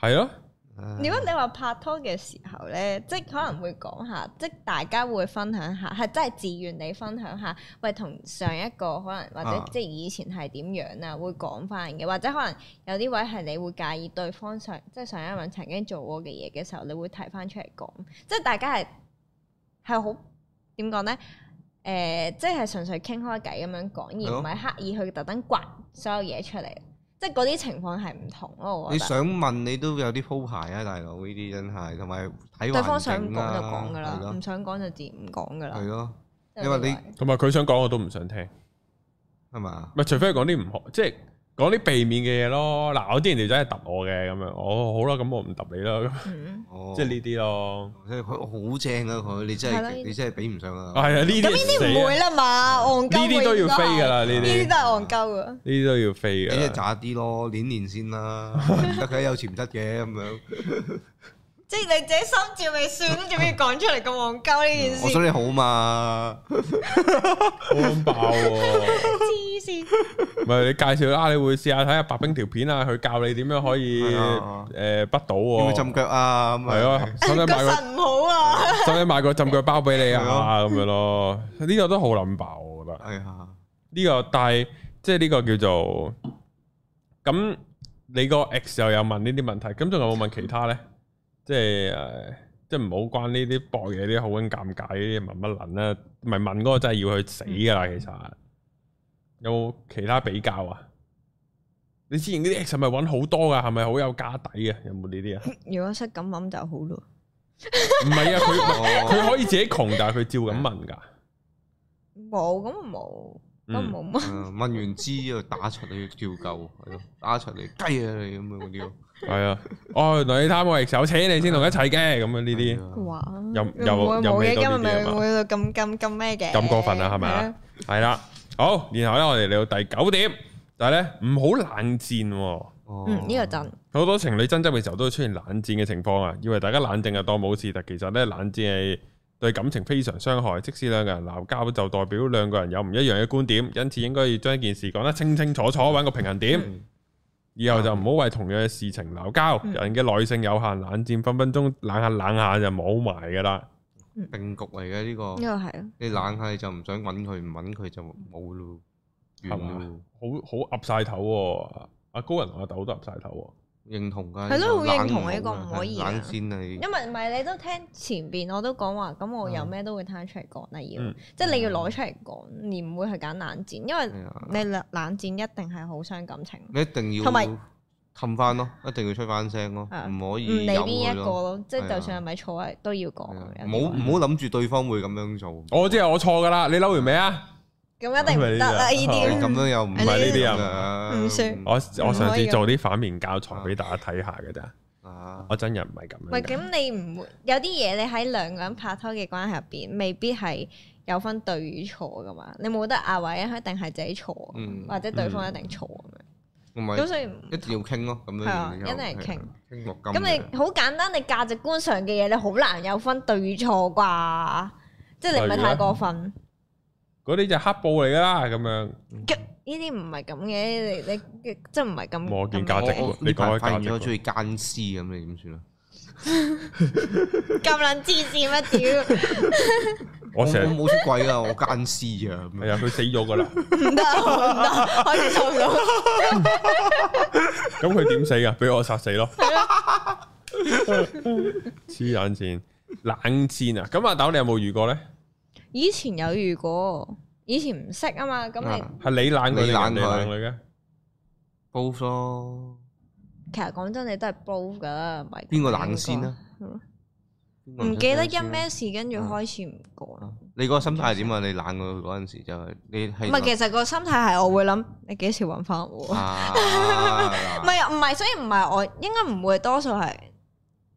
[SPEAKER 1] 係咯，
[SPEAKER 2] 唉
[SPEAKER 3] 如果你話拍拖嘅時候咧，即係可能會講下，即係大家會分享下，係真係自願你分享下，喂，同上一個可能或者
[SPEAKER 2] 啊
[SPEAKER 3] 即係以前係點樣啊，會講翻嘅，或者可能有啲位係你會介意對方上即係上一任曾經做過嘅嘢嘅時候，你會提翻出嚟講，即係大家係係好點講咧？誒、即係純粹傾開偈咁樣講，而唔係刻意去特登刮所有嘢出嚟，即係嗰啲情況係唔同咯。我
[SPEAKER 2] 你
[SPEAKER 3] 覺得。
[SPEAKER 2] 想問你都有啲鋪排啊，大佬呢啲真係，同埋睇
[SPEAKER 3] 對
[SPEAKER 2] 環
[SPEAKER 3] 方想講
[SPEAKER 2] 境
[SPEAKER 3] 就
[SPEAKER 2] 啊
[SPEAKER 3] 講噶
[SPEAKER 2] 係
[SPEAKER 3] 啦，
[SPEAKER 2] 咯
[SPEAKER 3] 唔想講就自然唔講噶啦
[SPEAKER 2] 係。咯，
[SPEAKER 3] 即係
[SPEAKER 2] 因為你
[SPEAKER 3] 呢個
[SPEAKER 1] 同埋佢想講我都唔想聽，
[SPEAKER 2] 係嘛？
[SPEAKER 1] 咪除非佢講啲唔好，即係講啲避免嘅嘢咯。嗱，我之前條仔係揼我嘅咁樣，哦好啦，咁我唔揼你啦，咁
[SPEAKER 3] 嗯
[SPEAKER 2] 哦
[SPEAKER 1] 即係呢啲咯。
[SPEAKER 2] 即係佢好正啊！佢你真
[SPEAKER 3] 係咯
[SPEAKER 2] 係你真係比唔上
[SPEAKER 1] 係
[SPEAKER 2] 啊！
[SPEAKER 1] 啊，呢啲
[SPEAKER 3] 咁呢啲唔
[SPEAKER 1] 死啊
[SPEAKER 3] 會啦嘛，戇鳩
[SPEAKER 1] 呢啲都要飛㗎啦
[SPEAKER 3] 呢
[SPEAKER 1] 呢啲
[SPEAKER 3] 啲都係戇鳩啊！
[SPEAKER 1] 呢啲都要飛
[SPEAKER 2] 你
[SPEAKER 1] 噶
[SPEAKER 2] 真係
[SPEAKER 1] 啦。
[SPEAKER 2] 渣啲咯，練練
[SPEAKER 1] <laughs>
[SPEAKER 2] 先啦，唔得嘅有潛質嘅咁樣。
[SPEAKER 3] 即係你自己心照未算，都仲要講出嚟咁戇鳩呢件
[SPEAKER 2] 我
[SPEAKER 3] 事，
[SPEAKER 2] 想你好嘛，
[SPEAKER 1] 好撚爆喎！
[SPEAKER 3] 黐線！
[SPEAKER 1] <laughs> 唔係你介紹啦，你會試下睇下白冰條片啊，佢教你點樣可以
[SPEAKER 2] 係啊
[SPEAKER 1] 誒不到
[SPEAKER 2] 要唔要
[SPEAKER 1] 喎。
[SPEAKER 2] 浸腳啊？咁
[SPEAKER 1] 係
[SPEAKER 2] <laughs>
[SPEAKER 1] 咯，使唔使買
[SPEAKER 3] 個
[SPEAKER 1] 個
[SPEAKER 3] 腎唔好啊！
[SPEAKER 1] 使唔使買個浸腳包俾你
[SPEAKER 2] 係
[SPEAKER 1] 啊？
[SPEAKER 2] 咯
[SPEAKER 1] 咁樣咯，呢個都好撚爆，我覺得
[SPEAKER 2] 係啊，
[SPEAKER 1] 呢個，但係即係呢個叫做咁，你個 ex 又有問呢啲問題，咁仲有冇問其他咧？即係誒，即係唔好關呢啲博嘢啲好撚尷尬呢啲問乜撚啦，唔係問嗰個真係要去死噶啦，其實有冇其他比較啊？你之前嗰啲 ex 係咪揾好多噶？係咪好有家底啊？有冇呢啲啊？
[SPEAKER 3] 如果識咁諗就好咯。
[SPEAKER 1] 唔係啊，佢
[SPEAKER 2] <laughs> 哦
[SPEAKER 1] 佢可以自己窮，但係佢照咁問㗎。
[SPEAKER 3] 冇咁冇，咁
[SPEAKER 1] 嗯
[SPEAKER 3] 冇乜。
[SPEAKER 2] 嗯問完知就打出你叫救，係咯，打出你雞啊你咁樣嗰啲咯。
[SPEAKER 1] 系啊，哦，原來你貪我亦有錢，你先同佢一齊嘅，咁樣呢啲
[SPEAKER 2] 啲
[SPEAKER 3] 哇！
[SPEAKER 1] 又
[SPEAKER 3] 唔會
[SPEAKER 1] 又又
[SPEAKER 3] 冇
[SPEAKER 1] 未
[SPEAKER 3] 嘢，
[SPEAKER 1] 到
[SPEAKER 3] 今日
[SPEAKER 1] 呢啲
[SPEAKER 3] 咪
[SPEAKER 1] 啊嘛
[SPEAKER 3] 會到咁咁咁咩嘅？
[SPEAKER 1] 咁過分啦，係咪
[SPEAKER 3] 係
[SPEAKER 1] 啊
[SPEAKER 3] 啊？？
[SPEAKER 1] 係啦，好，然後咧，我哋嚟到第九點，就係咧唔好冷戰喎。
[SPEAKER 3] 嗯，呢個真。
[SPEAKER 1] 好多情侶爭執嘅時候都會出現冷戰嘅情況啊，以為大家冷靜就當冇事，但其實咧冷戰係對感情非常傷害。即使兩個人鬧交，就代表兩個人有唔一樣嘅觀點，因此應該要將一件事講得清清楚楚，揾個平衡點。以後就唔好為同樣嘅事情鬧交，
[SPEAKER 3] 嗯
[SPEAKER 1] 人嘅耐性有限，冷戰分分鐘冷下冷下就冇埋噶啦。
[SPEAKER 2] 定局嚟嘅呢個
[SPEAKER 3] 呢。個係啊，
[SPEAKER 2] 你冷下你就唔想揾佢，唔揾佢就冇咯，
[SPEAKER 1] 係
[SPEAKER 2] 完
[SPEAKER 1] 嘛
[SPEAKER 2] 咯，
[SPEAKER 1] 好好岌晒頭喎，阿高人同阿豆都岌晒頭
[SPEAKER 2] 認同㗎。
[SPEAKER 3] 係咯
[SPEAKER 2] 呢個
[SPEAKER 3] 好認
[SPEAKER 2] 冷唔
[SPEAKER 3] 同
[SPEAKER 2] 好
[SPEAKER 3] 呢個唔可以啊
[SPEAKER 2] 冷先嗯你
[SPEAKER 3] 因為唔係你都聽前邊我都講話，咁我有咩都會攤出嚟講啦，要
[SPEAKER 1] 嗯
[SPEAKER 3] 即係你要攞出嚟講，而唔會係揀冷戰，因為
[SPEAKER 2] 係啊
[SPEAKER 3] 你冷冷戰一定係好傷感情，
[SPEAKER 2] 你一定要
[SPEAKER 3] 同埋
[SPEAKER 2] 氹翻咯，一定要吹翻聲咯，
[SPEAKER 3] 係啊
[SPEAKER 2] 唔可
[SPEAKER 3] 唔
[SPEAKER 2] 以
[SPEAKER 3] 理
[SPEAKER 2] 由
[SPEAKER 3] 邊
[SPEAKER 2] 嗯佢
[SPEAKER 3] 一個
[SPEAKER 2] 咯。
[SPEAKER 3] 咯，即係
[SPEAKER 2] 係啊
[SPEAKER 3] 就算係咪錯都要講
[SPEAKER 2] 係啊
[SPEAKER 3] 嘅，
[SPEAKER 2] 唔好唔好諗住對方會咁樣做，
[SPEAKER 1] 喎。我知係我錯噶啦，你嬲完未啊？
[SPEAKER 3] 咁一定唔得
[SPEAKER 2] <laughs>
[SPEAKER 3] 啦，呢
[SPEAKER 2] 你
[SPEAKER 1] 係
[SPEAKER 2] 啊咁
[SPEAKER 3] 啲
[SPEAKER 2] 樣又唔
[SPEAKER 1] 唔係呢啲
[SPEAKER 2] 啊
[SPEAKER 3] 唔算
[SPEAKER 1] 我我上次做啲反面教材俾大家睇下嘅咋，
[SPEAKER 2] 啊
[SPEAKER 1] 我真人唔係咁
[SPEAKER 3] 唔
[SPEAKER 1] 樣
[SPEAKER 3] 係
[SPEAKER 1] 嘅。
[SPEAKER 3] 咁你唔會有啲嘢你喺兩個人拍拖嘅關係入邊，未必係有分對與錯噶嘛，你冇得啊或者一定係自己錯，
[SPEAKER 2] 嗯
[SPEAKER 3] 或者對方一定錯咁樣，
[SPEAKER 2] 同埋
[SPEAKER 3] 咁所以唔
[SPEAKER 2] 一定要傾咯，咁樣
[SPEAKER 3] 係啊
[SPEAKER 2] 然
[SPEAKER 3] 一
[SPEAKER 2] 之後
[SPEAKER 3] 定係傾
[SPEAKER 2] 係啊傾落咁
[SPEAKER 3] 咁你好簡單，你價值觀上嘅嘢，你好難有分對與錯啩，即係你唔係太過分。
[SPEAKER 1] 嗰啲就黑布嚟噶啦，咁樣
[SPEAKER 3] 呢啲唔係咁嘅，你你你即係唔係咁。
[SPEAKER 1] 我見
[SPEAKER 3] 咁
[SPEAKER 1] 價值
[SPEAKER 2] 我我
[SPEAKER 1] 你
[SPEAKER 2] 呢
[SPEAKER 1] 講開
[SPEAKER 2] 排發現
[SPEAKER 1] 價值
[SPEAKER 2] 咗中意奸屍咁，你點算啊？
[SPEAKER 3] 咁撚黐線乜屌？
[SPEAKER 1] 我成
[SPEAKER 2] 我
[SPEAKER 1] 日
[SPEAKER 2] 冇出軌啊，我奸屍啊咁樣
[SPEAKER 1] 係。啊，佢死咗
[SPEAKER 3] <laughs>
[SPEAKER 1] 噶啦，
[SPEAKER 3] 唔得，我唔得，我接受唔到。
[SPEAKER 1] 咁佢點死啊？俾我殺死
[SPEAKER 3] <laughs>
[SPEAKER 1] 咯！ <laughs> 黐眼線，冷戰啊！咁阿豆你有冇遇過咧？
[SPEAKER 3] 以前有遇過，以前唔識啊嘛，咁你
[SPEAKER 2] 啊
[SPEAKER 1] 係你冷佢，
[SPEAKER 2] 你冷
[SPEAKER 1] 定人
[SPEAKER 2] 佢
[SPEAKER 1] 哋冷佢嘅？
[SPEAKER 2] both 咯，
[SPEAKER 3] 其實講真，你都係 b o 噶，唔係
[SPEAKER 2] 邊個冷先啊？啊邊個
[SPEAKER 3] 唔
[SPEAKER 2] 想
[SPEAKER 3] 記
[SPEAKER 2] 聽
[SPEAKER 3] 得因
[SPEAKER 2] 先
[SPEAKER 3] 咩事，跟住開始唔講。
[SPEAKER 2] 你個心態係點啊？你懶過佢嗰陣時就係你
[SPEAKER 3] 唔
[SPEAKER 2] 係
[SPEAKER 3] 係，其實個心態係我會諗，你幾時揾翻我？
[SPEAKER 2] 啊
[SPEAKER 3] 唔係啊唔係，所以唔係我應該唔會多數係，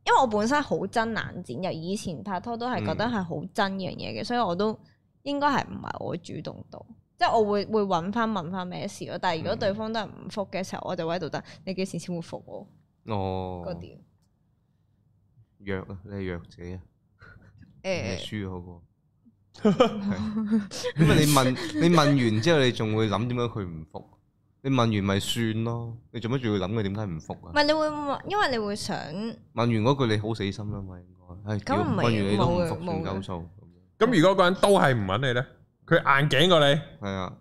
[SPEAKER 3] 因為我本身好憎冷戰，由以前拍拖都係覺得係好憎呢樣嘢嘅，所以我都應該係唔係我主動到，即係我會會揾翻問翻咩事咯。但係如果對方都係唔復嘅時候，我就會喺度等你幾時先會復我
[SPEAKER 2] 哦，
[SPEAKER 3] 嗰啲。
[SPEAKER 2] 弱啊，你係弱者啊，你係
[SPEAKER 3] 誒，
[SPEAKER 2] 輸嗰個。係因為你問你問完之後，你仲會諗點解佢唔復？你問完咪算咯，你做乜仲要諗佢點解唔復
[SPEAKER 3] 唔
[SPEAKER 2] 啊？
[SPEAKER 3] 係你會問因為你會想
[SPEAKER 2] 問完嗰句你好死心啦嘛，應該。唉，
[SPEAKER 3] 咁
[SPEAKER 2] 屌
[SPEAKER 3] 唔
[SPEAKER 2] 問
[SPEAKER 3] 係
[SPEAKER 2] 完你都唔
[SPEAKER 3] 冇嘅
[SPEAKER 2] 復
[SPEAKER 3] 冇
[SPEAKER 2] 算
[SPEAKER 3] 嘅
[SPEAKER 2] 鳩數，
[SPEAKER 1] 咁如果個人都係唔揾你咧，佢硬頸過你，
[SPEAKER 2] 係啊。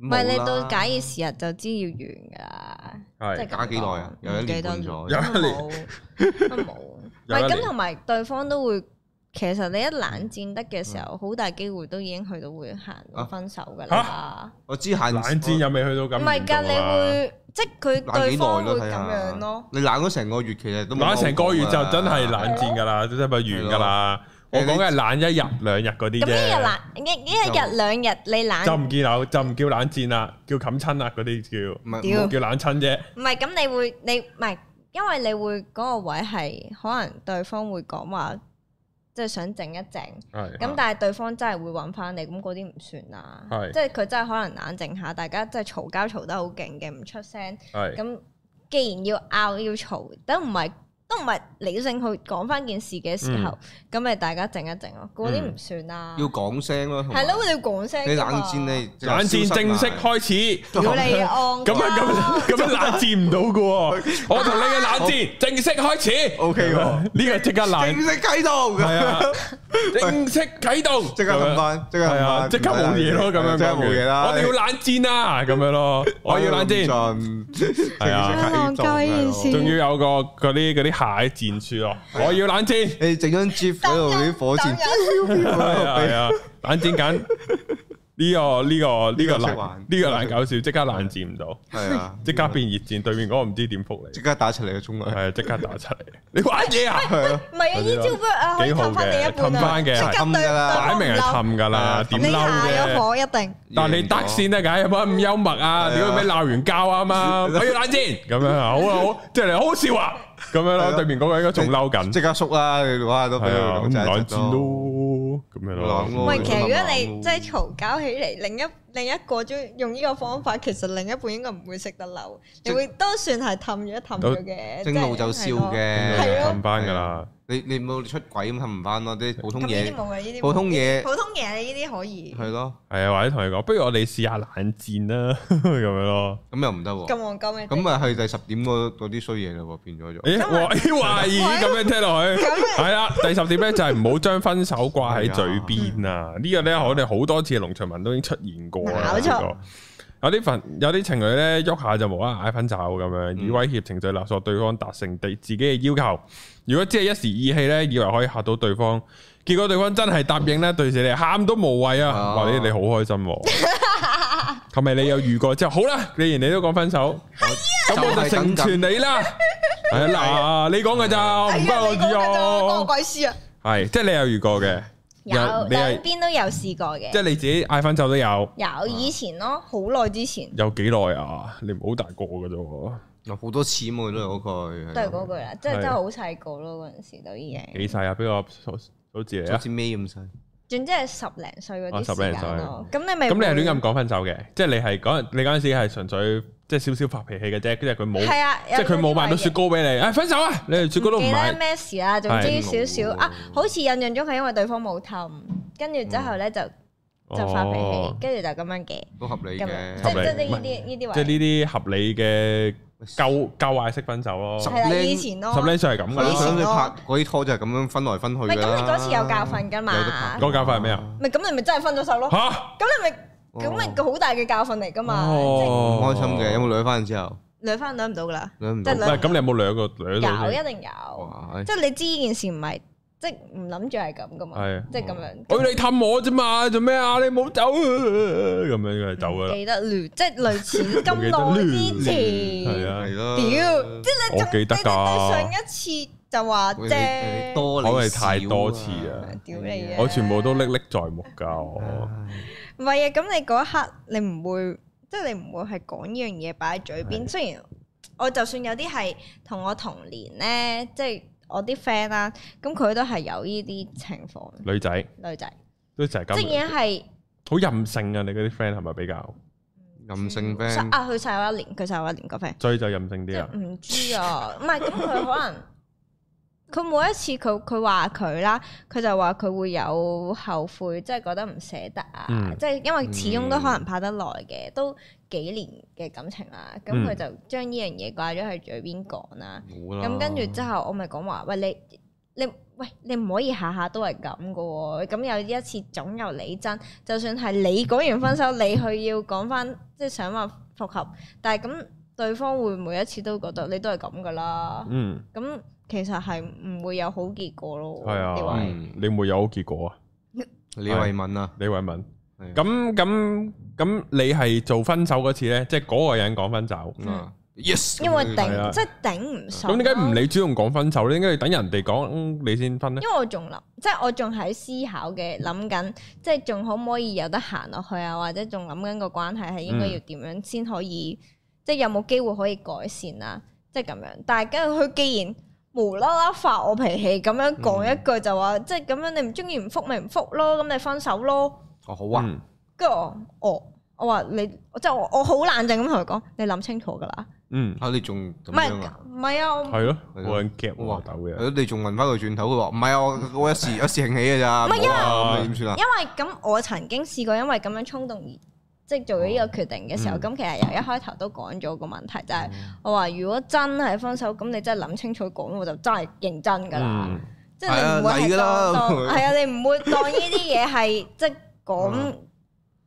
[SPEAKER 2] 唔
[SPEAKER 3] 唔係你到假以時日就知要完㗎啦。即
[SPEAKER 1] 係
[SPEAKER 3] 係咁
[SPEAKER 2] 假幾耐啊
[SPEAKER 3] 講
[SPEAKER 2] 有一
[SPEAKER 3] 唔記
[SPEAKER 2] 年
[SPEAKER 3] 得
[SPEAKER 2] 半
[SPEAKER 3] 咗
[SPEAKER 2] 咗
[SPEAKER 1] 有一年
[SPEAKER 3] 都
[SPEAKER 2] <laughs>
[SPEAKER 3] 冇，都冇。唔
[SPEAKER 1] 有一
[SPEAKER 3] 係
[SPEAKER 1] 年
[SPEAKER 3] 咁，同埋對方都會，其實你一冷戰得嘅時候，
[SPEAKER 1] 嗯
[SPEAKER 3] 好大機會都已經去到會行
[SPEAKER 2] 啊
[SPEAKER 3] 到分手㗎啦。
[SPEAKER 2] 我知限
[SPEAKER 1] 冷戰又未去到
[SPEAKER 3] 唔
[SPEAKER 1] 咁嚴重
[SPEAKER 3] 係
[SPEAKER 1] 啊。
[SPEAKER 3] 㗎，你會即係佢
[SPEAKER 2] 冷
[SPEAKER 3] 對
[SPEAKER 2] 幾耐
[SPEAKER 3] 方會
[SPEAKER 2] 咯，睇
[SPEAKER 3] 咁
[SPEAKER 2] 下
[SPEAKER 3] 樣咯。。
[SPEAKER 2] 你冷咗成個月，其實都冇
[SPEAKER 1] 嗱，成個月就真係
[SPEAKER 2] 冷。
[SPEAKER 1] 冷戰㗎啦，即係咪完㗎啦？我
[SPEAKER 2] 係咯
[SPEAKER 1] 講嘅係冷一日兩日嗰啲
[SPEAKER 3] 咁一日
[SPEAKER 1] 啫，
[SPEAKER 3] 冷一一日兩日你
[SPEAKER 1] 就唔
[SPEAKER 3] 冷，
[SPEAKER 1] 見有就唔叫冷戰啦，叫冚親啦嗰啲叫
[SPEAKER 2] 唔係
[SPEAKER 3] 屌
[SPEAKER 1] 冇叫冷親啫。
[SPEAKER 3] 唔係咁你會你唔係，因為你會嗰個位係可能對方會講話，即係想靜一靜。
[SPEAKER 1] 係
[SPEAKER 3] 咁但係對方真係會揾翻你，咁嗰啲唔算啦。
[SPEAKER 1] 係
[SPEAKER 3] 即係佢真係可能冷靜下，大家真係嘈交嘈得好勁嘅，唔出聲。
[SPEAKER 1] 係
[SPEAKER 3] 咁既然要拗要嘈，都唔係都唔係理性去講翻件事嘅時候，
[SPEAKER 1] 嗯
[SPEAKER 3] 咁咪、大家靜一靜咯。嗰啲唔算啦。
[SPEAKER 2] 要講聲咯，同埋
[SPEAKER 3] 係咯，你要講聲。
[SPEAKER 2] 你冷戰，你就
[SPEAKER 1] 冷戰
[SPEAKER 2] 消失
[SPEAKER 1] 正式
[SPEAKER 2] 埋
[SPEAKER 1] 開始。
[SPEAKER 3] 屌你戇鳩。
[SPEAKER 1] 咁啊咁啊咁樣 <laughs> 冷戰唔到嘅 <laughs> 喎，我同你嘅冷戰正式開始。
[SPEAKER 2] OK 喎
[SPEAKER 1] 呢個即刻冷
[SPEAKER 2] 正式啟動，
[SPEAKER 1] 係啊，正式啟動，
[SPEAKER 2] 即刻撳翻，即刻
[SPEAKER 1] 係
[SPEAKER 2] 撳
[SPEAKER 1] 啊，
[SPEAKER 2] 翻，
[SPEAKER 1] 即刻冇嘢咯，咁樣
[SPEAKER 2] 啊即刻冇嘢啦。
[SPEAKER 1] 我哋要冷戰啦，咁樣咯，我要冷戰，
[SPEAKER 2] 戰，
[SPEAKER 1] 係啊
[SPEAKER 2] 正式
[SPEAKER 3] 戇鳩呢件
[SPEAKER 2] 啟
[SPEAKER 3] 事
[SPEAKER 2] 動。
[SPEAKER 1] 仲要有個嗰啲嗰啲蟹戰書咯，
[SPEAKER 2] 啊
[SPEAKER 1] 我要冷戰，
[SPEAKER 2] 你整張 Jeep 喺度啲火箭，
[SPEAKER 1] 係啊係啊，冷戰緊呢個呢個呢個
[SPEAKER 2] 呢個識
[SPEAKER 1] 難
[SPEAKER 2] 玩
[SPEAKER 1] 呢個難搞笑，即刻冷戰唔到，
[SPEAKER 2] 係啊，
[SPEAKER 1] 即刻變熱戰，對面嗰個唔知點覆
[SPEAKER 2] 即
[SPEAKER 1] 你，
[SPEAKER 2] 刻打出嚟嘅衝
[SPEAKER 1] 係
[SPEAKER 2] 啊！
[SPEAKER 1] 啊即刻打出嚟， <laughs> 你玩嘢啊？
[SPEAKER 2] 係啊，
[SPEAKER 3] 唔係啊，呢招 work 啊，可以
[SPEAKER 1] 幾好
[SPEAKER 3] 氹翻你
[SPEAKER 1] 嘅，
[SPEAKER 3] 一半
[SPEAKER 1] 氹
[SPEAKER 3] 啊。
[SPEAKER 1] 翻嘅，擺明
[SPEAKER 2] 氹㗎啦
[SPEAKER 1] 係氹㗎啦，點
[SPEAKER 3] 你
[SPEAKER 1] 嬲
[SPEAKER 3] 下咗
[SPEAKER 1] 啫？
[SPEAKER 3] 火一定。
[SPEAKER 1] 但你得先得㗎，有冇咁幽默啊？
[SPEAKER 2] 係啊
[SPEAKER 1] 屌俾鬧完交啊嘛， <laughs> 我要冷戰咁樣啊，好啊好，即係你好笑啊咁樣
[SPEAKER 2] 係
[SPEAKER 1] 咯。
[SPEAKER 2] 咯
[SPEAKER 1] 對面嗰個應該仲嬲緊，
[SPEAKER 2] 即刻縮啦！你話都俾
[SPEAKER 1] 係
[SPEAKER 2] 佢
[SPEAKER 1] 啊，咁
[SPEAKER 2] 講
[SPEAKER 1] 唔
[SPEAKER 2] 真
[SPEAKER 1] 冷戰，咯，咁樣
[SPEAKER 3] 唔
[SPEAKER 1] 咯
[SPEAKER 2] 咯。
[SPEAKER 3] 係，其實如果
[SPEAKER 2] 我
[SPEAKER 3] 你
[SPEAKER 2] 諗
[SPEAKER 3] 真係嘈交起嚟，另一另一個中用呢個方法，其實另一半應該唔會識得嬲，你會都算係氹咗氹咗嘅。
[SPEAKER 2] 正路就笑嘅，
[SPEAKER 3] 係咯
[SPEAKER 1] 氹翻㗎啦。
[SPEAKER 2] 你你冇出軌咁氹唔翻咯，啲普
[SPEAKER 3] 即
[SPEAKER 2] 通
[SPEAKER 3] 係咁呢
[SPEAKER 2] 嘢
[SPEAKER 3] 啲，冇嘅，呢啲冇
[SPEAKER 2] 普通嘢
[SPEAKER 3] 普通嘢呢啲可以
[SPEAKER 2] 係咯，
[SPEAKER 1] 係啊，或者同佢講，不如我哋試下冷戰啦， <laughs> 咁樣咯。
[SPEAKER 2] 咁又唔得喎。
[SPEAKER 3] 咁戇鳩嘅。
[SPEAKER 2] 咁咪係第十點嗰嗰啲衰嘢嘞喎，變咗就。
[SPEAKER 1] 咦，哇，咦，懷疑咁樣聽落去，係啦。第十點咧就係唔好將分手掛喺嘴邊啊！呢個咧我哋好多次農場文都已經出現過啦。
[SPEAKER 3] 搞錯
[SPEAKER 1] 呢個有啲份有啲情侶咧喐下就無啦啦嗌分手咁樣，以威脅情緒勒索對方達成地自己嘅要求。如果只係一時意氣咧，以為可以嚇到對方，結果對方真係答應咧，對住你喊都無謂啊！
[SPEAKER 2] 哦
[SPEAKER 1] 話你你好開心喎，係咪你有遇過之後？好啦，既然你都講分手，咁我就成全你啦。係啊，嗱，你講嘅咋，唔關我
[SPEAKER 3] 係啊哎你講嘅啫關我
[SPEAKER 1] 事
[SPEAKER 3] 鬼事啊！
[SPEAKER 1] 啊。係，即係你有遇過嘅，
[SPEAKER 3] 有
[SPEAKER 1] 有你
[SPEAKER 3] 兩
[SPEAKER 1] 係
[SPEAKER 3] 邊都有試過
[SPEAKER 1] 即係啊
[SPEAKER 3] 嘅，
[SPEAKER 1] 你自己嗌分手都有，
[SPEAKER 3] 有以前咯，好耐之前
[SPEAKER 1] 有幾耐啊？你唔好大個嘅啫喎，
[SPEAKER 2] 有好多次嘛，都係嗰句。
[SPEAKER 3] 都係嗰句啦，即係
[SPEAKER 1] 係
[SPEAKER 3] 真係好細個咯，嗰陣時都已經。
[SPEAKER 1] 幾細啊？俾個數數字嚟
[SPEAKER 2] 好
[SPEAKER 1] 啊！
[SPEAKER 2] 似咩咁細？
[SPEAKER 3] 總之係十零歲嗰
[SPEAKER 1] 哦
[SPEAKER 3] 啲
[SPEAKER 1] 十
[SPEAKER 3] 時
[SPEAKER 1] 零
[SPEAKER 3] 間
[SPEAKER 1] 歲
[SPEAKER 3] 咯。咁你咪
[SPEAKER 1] 咁你係
[SPEAKER 3] 會
[SPEAKER 1] 亂咁講分手嘅，即係你係嗰你嗰陣時係純粹即係少少發脾氣嘅啫，跟住佢冇，
[SPEAKER 3] 係啊，
[SPEAKER 1] 即係佢冇買到雪
[SPEAKER 3] 糕。
[SPEAKER 1] 糕俾你，唉，分手啊！你連雪糕都唔
[SPEAKER 3] 記
[SPEAKER 1] 買
[SPEAKER 3] 得，咩事啦，總之
[SPEAKER 2] 係
[SPEAKER 3] 少少啊，好似印象中係因為對方冇氹，跟住之後咧就就發脾氣
[SPEAKER 1] 哦，
[SPEAKER 3] 跟住就咁樣嘅，
[SPEAKER 2] 都合理
[SPEAKER 3] 咁樣
[SPEAKER 2] 嘅。
[SPEAKER 3] 即
[SPEAKER 1] 合理
[SPEAKER 3] 係即係呢
[SPEAKER 1] 唔
[SPEAKER 3] 啲呢啊啲
[SPEAKER 1] 即係
[SPEAKER 3] 位，
[SPEAKER 1] 呢啲合理嘅夠夠嗌式分手咯。
[SPEAKER 2] 十
[SPEAKER 1] 十
[SPEAKER 3] 係啦，
[SPEAKER 2] 靚
[SPEAKER 3] 以前咯。
[SPEAKER 1] 零歲係咁
[SPEAKER 2] 係
[SPEAKER 1] 噶
[SPEAKER 2] 咯，
[SPEAKER 3] 以
[SPEAKER 1] 啦
[SPEAKER 3] 前
[SPEAKER 2] 想
[SPEAKER 3] 咯
[SPEAKER 2] 你拍嗰啲拖就係咁樣分來分去
[SPEAKER 3] 唔
[SPEAKER 2] 㗎啦
[SPEAKER 3] 係咁，你嗰次有教訓㗎
[SPEAKER 2] 有得拍
[SPEAKER 3] 嘛？
[SPEAKER 1] 嗰個教訓係咩啊？
[SPEAKER 3] 咪咁你咪真係分咗手咯？
[SPEAKER 1] 吓，
[SPEAKER 3] 咁你咪咁咪好大嘅教訓嚟㗎嘛？啊即係
[SPEAKER 2] 哦
[SPEAKER 1] 哦
[SPEAKER 2] 唔開心嘅，有冇女翻之後？
[SPEAKER 3] 兩翻兩唔到㗎啦，
[SPEAKER 2] 兩唔
[SPEAKER 3] 即係
[SPEAKER 1] 唔
[SPEAKER 2] 到。
[SPEAKER 1] 係咁，你有冇兩個兩
[SPEAKER 3] 有
[SPEAKER 1] 到
[SPEAKER 3] 一
[SPEAKER 1] 先？
[SPEAKER 3] 定有，
[SPEAKER 2] 哇！
[SPEAKER 3] 即係你知呢件事唔係即係唔諗住係咁㗎嘛
[SPEAKER 1] 係？
[SPEAKER 3] 即係咁樣。
[SPEAKER 1] 我要你氹我啫嘛，做咩啊？你冇走啊咁樣佢就走噶啦。
[SPEAKER 3] 記得亂，即係類
[SPEAKER 1] <laughs>
[SPEAKER 3] 似咁
[SPEAKER 1] 記得
[SPEAKER 3] 耐
[SPEAKER 1] 亂
[SPEAKER 3] 之前。
[SPEAKER 1] <laughs> 係啊，
[SPEAKER 2] 係咯。
[SPEAKER 3] 屌，即係你
[SPEAKER 1] 我
[SPEAKER 3] 仲
[SPEAKER 1] 記得㗎
[SPEAKER 3] 你哋對上一次就話
[SPEAKER 2] 喂
[SPEAKER 3] 即
[SPEAKER 2] 你你
[SPEAKER 3] 係
[SPEAKER 2] 你多
[SPEAKER 1] 我
[SPEAKER 2] 你啊
[SPEAKER 1] 係太多次啊
[SPEAKER 3] 屌你啊
[SPEAKER 1] 我全部都歷歷在目㗎，
[SPEAKER 2] À.
[SPEAKER 1] 我
[SPEAKER 3] 唔係啊，咁你嗰一刻你唔會，即係你唔會係講呢樣嘢擺喺嘴邊。雖然我就算有啲係同我同年咧，即係我啲 friend 啦，咁佢都係有呢啲情況，
[SPEAKER 1] 女仔
[SPEAKER 3] 女仔，
[SPEAKER 1] 都就係
[SPEAKER 3] 即係已經
[SPEAKER 1] 咁，
[SPEAKER 3] 係
[SPEAKER 1] 好任性啊！你嗰啲 friend 係咪比較
[SPEAKER 2] 任性
[SPEAKER 3] 細
[SPEAKER 2] friend，
[SPEAKER 3] 啊，佢細我一年，佢細我一年個 friend，
[SPEAKER 1] 追就任性
[SPEAKER 3] 即
[SPEAKER 1] 啲啊
[SPEAKER 3] 係？唔知啊，唔係咁佢可能。佢每一次佢佢話佢啦，佢就話佢會有後悔，即係覺得唔捨得啊，
[SPEAKER 1] 嗯
[SPEAKER 3] 即係因為始終都可能拍得耐嘅，都幾年嘅感情啦，咁
[SPEAKER 1] 嗯
[SPEAKER 3] 佢就將呢樣嘢掛咗喺嘴邊講啦。
[SPEAKER 2] 冇啦。
[SPEAKER 3] 嗯咁跟住之後，我咪講話，喂你你喂你唔可以下下都係咁噶喎，咁有一次總有你真，就算係你講完分手，你去要講翻，即係想話復合，但係咁對方會每一次都覺得你都係咁噶啦，
[SPEAKER 1] 嗯，
[SPEAKER 3] 咁其實係唔會有好結果咯。
[SPEAKER 1] 係
[SPEAKER 3] 你
[SPEAKER 1] 啊
[SPEAKER 3] 話
[SPEAKER 2] 嗯，
[SPEAKER 1] 你會有好結果啊？
[SPEAKER 2] 李慧敏啊，
[SPEAKER 1] 李慧敏
[SPEAKER 2] 係，
[SPEAKER 1] 咁咁咁，你係做分手嗰次咧，即係嗰個人講分手，
[SPEAKER 2] 啊，yes，
[SPEAKER 3] 嗯因為
[SPEAKER 1] 係啊
[SPEAKER 3] 頂即係頂唔順。
[SPEAKER 1] 咁點解唔？你主動講分手咧？應該要等人哋講嗯你先分咧？
[SPEAKER 3] 因為我仲諗，即係我仲喺思考嘅，諗緊，即係仲可唔可以有得行落去啊？或者仲諗緊個關係係
[SPEAKER 2] 嗯
[SPEAKER 3] 應該嗯要點樣先可以，即係有冇機會可以改善啊？即係咁樣。但係跟住佢既然無啦啦發我脾氣，咁樣講一句就話，即係咁樣你唔中意唔復咪唔復咯，咁你分手咯。
[SPEAKER 2] 哦好啊，
[SPEAKER 1] 嗯
[SPEAKER 3] 跟住我，我我話你，即係我我好冷靜咁同佢講，你諗清楚㗎啦。
[SPEAKER 1] 嗯，
[SPEAKER 2] 啊你仲咁
[SPEAKER 3] 唔係
[SPEAKER 2] 樣啊？
[SPEAKER 3] 唔係啊，我
[SPEAKER 1] 係咯，
[SPEAKER 2] 係咯
[SPEAKER 1] 冇人夾我
[SPEAKER 2] 哇
[SPEAKER 1] 豆
[SPEAKER 2] 係
[SPEAKER 1] 嘅，
[SPEAKER 2] 咯，你仲問翻佢轉頭，佢話唔係啊，我我一時一時興起嘅咋，
[SPEAKER 3] 唔係
[SPEAKER 2] 冇啊咁你點算啊？
[SPEAKER 3] 因為咁，我曾經試過因為咁樣衝動而即係做咗呢個決定嘅時候，
[SPEAKER 2] 哦
[SPEAKER 1] 嗯
[SPEAKER 3] 咁、其實由一開頭都講咗個問題，就係、
[SPEAKER 2] 嗯
[SPEAKER 3] 我話如果真係分手，咁你真係諗清楚講，我就真係認真㗎啦，
[SPEAKER 1] 嗯
[SPEAKER 3] 即係你唔會係
[SPEAKER 2] 係啊
[SPEAKER 3] 當
[SPEAKER 2] 嚟㗎啦咁
[SPEAKER 3] 當
[SPEAKER 2] 樣 <laughs>
[SPEAKER 3] 係啊，你唔會當呢啲嘢係即係講，
[SPEAKER 2] 嗯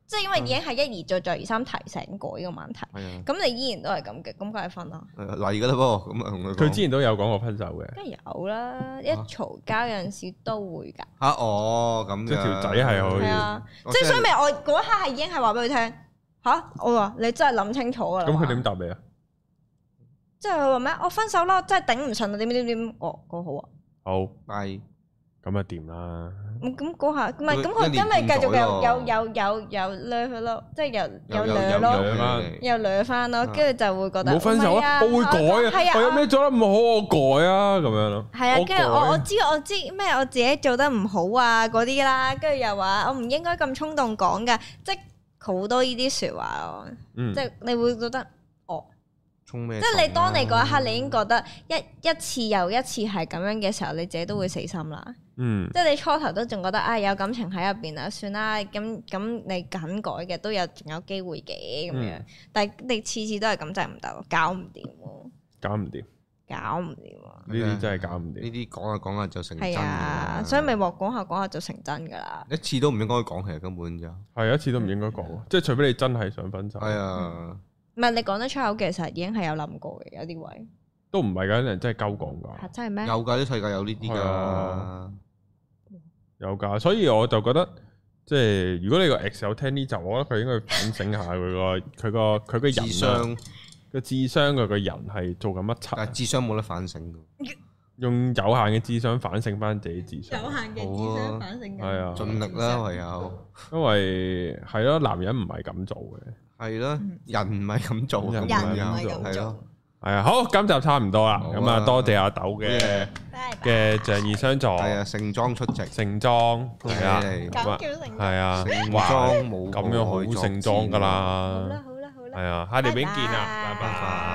[SPEAKER 3] 即係因為已經係一而再再而三提醒過呢個問題，
[SPEAKER 2] 係啊，
[SPEAKER 3] 咁你依然都係咁嘅，咁梗係分啦。
[SPEAKER 2] 誒嚟噶啦噃，咁啊同佢
[SPEAKER 1] 佢
[SPEAKER 2] 講
[SPEAKER 1] 之前都有講過分手嘅，
[SPEAKER 3] 梗係有啦，一
[SPEAKER 2] 啊
[SPEAKER 3] 嘈交有陣時都會㗎，
[SPEAKER 2] 吓哦咁樣，
[SPEAKER 1] 即係條仔係可以
[SPEAKER 3] 係啊。即係所以咪我嗰一刻係已經係話俾佢聽吓，我話你真係諗清楚噶啦。
[SPEAKER 1] 咁佢點？答你啊？
[SPEAKER 3] 即係佢話咩？我分手啦，真係頂唔順啊！點點點，我我好啊。
[SPEAKER 1] <laughs> 好，
[SPEAKER 2] 係
[SPEAKER 1] 咁啊掂啦，
[SPEAKER 3] 咁咁嗰下唔係咁，
[SPEAKER 2] 一
[SPEAKER 3] 佢
[SPEAKER 2] 年
[SPEAKER 3] 真係繼續
[SPEAKER 2] 見咗
[SPEAKER 3] 有
[SPEAKER 2] 咯
[SPEAKER 3] 有有有有掠佢咯，即係有
[SPEAKER 2] 有有
[SPEAKER 3] 有掠
[SPEAKER 2] 有
[SPEAKER 3] 咯，
[SPEAKER 1] 兩啦
[SPEAKER 2] 有
[SPEAKER 3] 又掠翻咯，跟住就會覺得
[SPEAKER 1] 冇分手啊，我會改
[SPEAKER 3] 係
[SPEAKER 1] 啊，
[SPEAKER 3] 啊，
[SPEAKER 1] 我有
[SPEAKER 3] 我
[SPEAKER 1] 咩做得唔好我改啊，咁樣咯，
[SPEAKER 3] 係啊，跟住我我
[SPEAKER 1] 我改
[SPEAKER 3] 知我知咩，我自己做得唔好啊嗰啲啦，跟住又話我唔應該咁衝動講噶，即係好多呢啲説話咯，
[SPEAKER 1] 嗯
[SPEAKER 3] 即係你會覺得。
[SPEAKER 2] 衝咩？
[SPEAKER 3] 即係你當你嗰一刻，你已經覺得一一次又一次係咁樣嘅時候，你自己都會死心啦。
[SPEAKER 1] 嗯
[SPEAKER 3] 即係你初頭都仲覺得啊有感情喺入邊啦，算啦，咁咁你肯改嘅都有仲有機會嘅咁樣。
[SPEAKER 1] 嗯
[SPEAKER 3] 但係你次次都係咁，真係唔得喎，搞唔掂喎，
[SPEAKER 1] 搞唔掂，呢
[SPEAKER 3] 搞唔掂喎。
[SPEAKER 1] 啲真係搞唔
[SPEAKER 2] 呢
[SPEAKER 1] 掂，
[SPEAKER 2] 啲講下講下就成嗯真
[SPEAKER 3] 係
[SPEAKER 2] 㗎
[SPEAKER 3] 啊
[SPEAKER 2] 啦，，
[SPEAKER 3] 所以咪話講下講下就成真㗎啦。
[SPEAKER 2] 一次都唔應該講，其實根本就係
[SPEAKER 1] 係一次都唔應該講，即係除非你真係想分手，
[SPEAKER 2] 啊，
[SPEAKER 3] 唔係你講得出口，其實已經係有諗過嘅，有啲位
[SPEAKER 1] 都唔係㗎，有啲人真係鳩講㗎。
[SPEAKER 3] 嚇真係咩？
[SPEAKER 2] 有㗎，啲世界有呢啲
[SPEAKER 1] 係
[SPEAKER 2] 㗎
[SPEAKER 1] 啊。有噶，所以我就覺得，即係如果你個 ex 有聽呢集，我覺得佢應該反省下 <laughs> 佢個佢個佢個
[SPEAKER 2] 智
[SPEAKER 1] 人啊
[SPEAKER 2] 商，
[SPEAKER 1] 個智商佢個人係做緊乜
[SPEAKER 2] 但係
[SPEAKER 1] 柒，
[SPEAKER 2] 智商冇得反省㗎，
[SPEAKER 1] 用有限嘅智商反省翻自己智商，
[SPEAKER 3] 限
[SPEAKER 2] 嘅智商
[SPEAKER 3] 反省
[SPEAKER 1] 係啊
[SPEAKER 2] 盡力啦唯有。
[SPEAKER 1] 因為係咯，男人唔係咁做嘅。
[SPEAKER 2] 係啦
[SPEAKER 3] 嗯，
[SPEAKER 2] 人唔係咁做，
[SPEAKER 1] 人唔
[SPEAKER 3] 人唔
[SPEAKER 1] 係
[SPEAKER 3] 係
[SPEAKER 2] 係
[SPEAKER 3] 咁
[SPEAKER 2] 咯
[SPEAKER 3] 做。。
[SPEAKER 1] 係啊，好，今集差唔多啦，
[SPEAKER 2] 好啊
[SPEAKER 1] 咁啊多謝阿豆嘅
[SPEAKER 3] 拜拜
[SPEAKER 1] 嘅仗義相助，
[SPEAKER 2] 係啊，盛裝出席，
[SPEAKER 1] 盛裝
[SPEAKER 2] 恭喜
[SPEAKER 1] 係啊，
[SPEAKER 2] 你
[SPEAKER 1] 咁啊
[SPEAKER 3] 咁叫盛裝
[SPEAKER 1] 係啊，
[SPEAKER 2] 盛
[SPEAKER 1] 哇
[SPEAKER 2] 裝冇啊
[SPEAKER 1] 咁樣好盛裝㗎
[SPEAKER 3] 好
[SPEAKER 1] 啦，
[SPEAKER 3] 啦好啦好啦
[SPEAKER 1] 係。啊，下條片見
[SPEAKER 3] 拜
[SPEAKER 1] 啊，
[SPEAKER 3] 拜
[SPEAKER 1] 拜拜。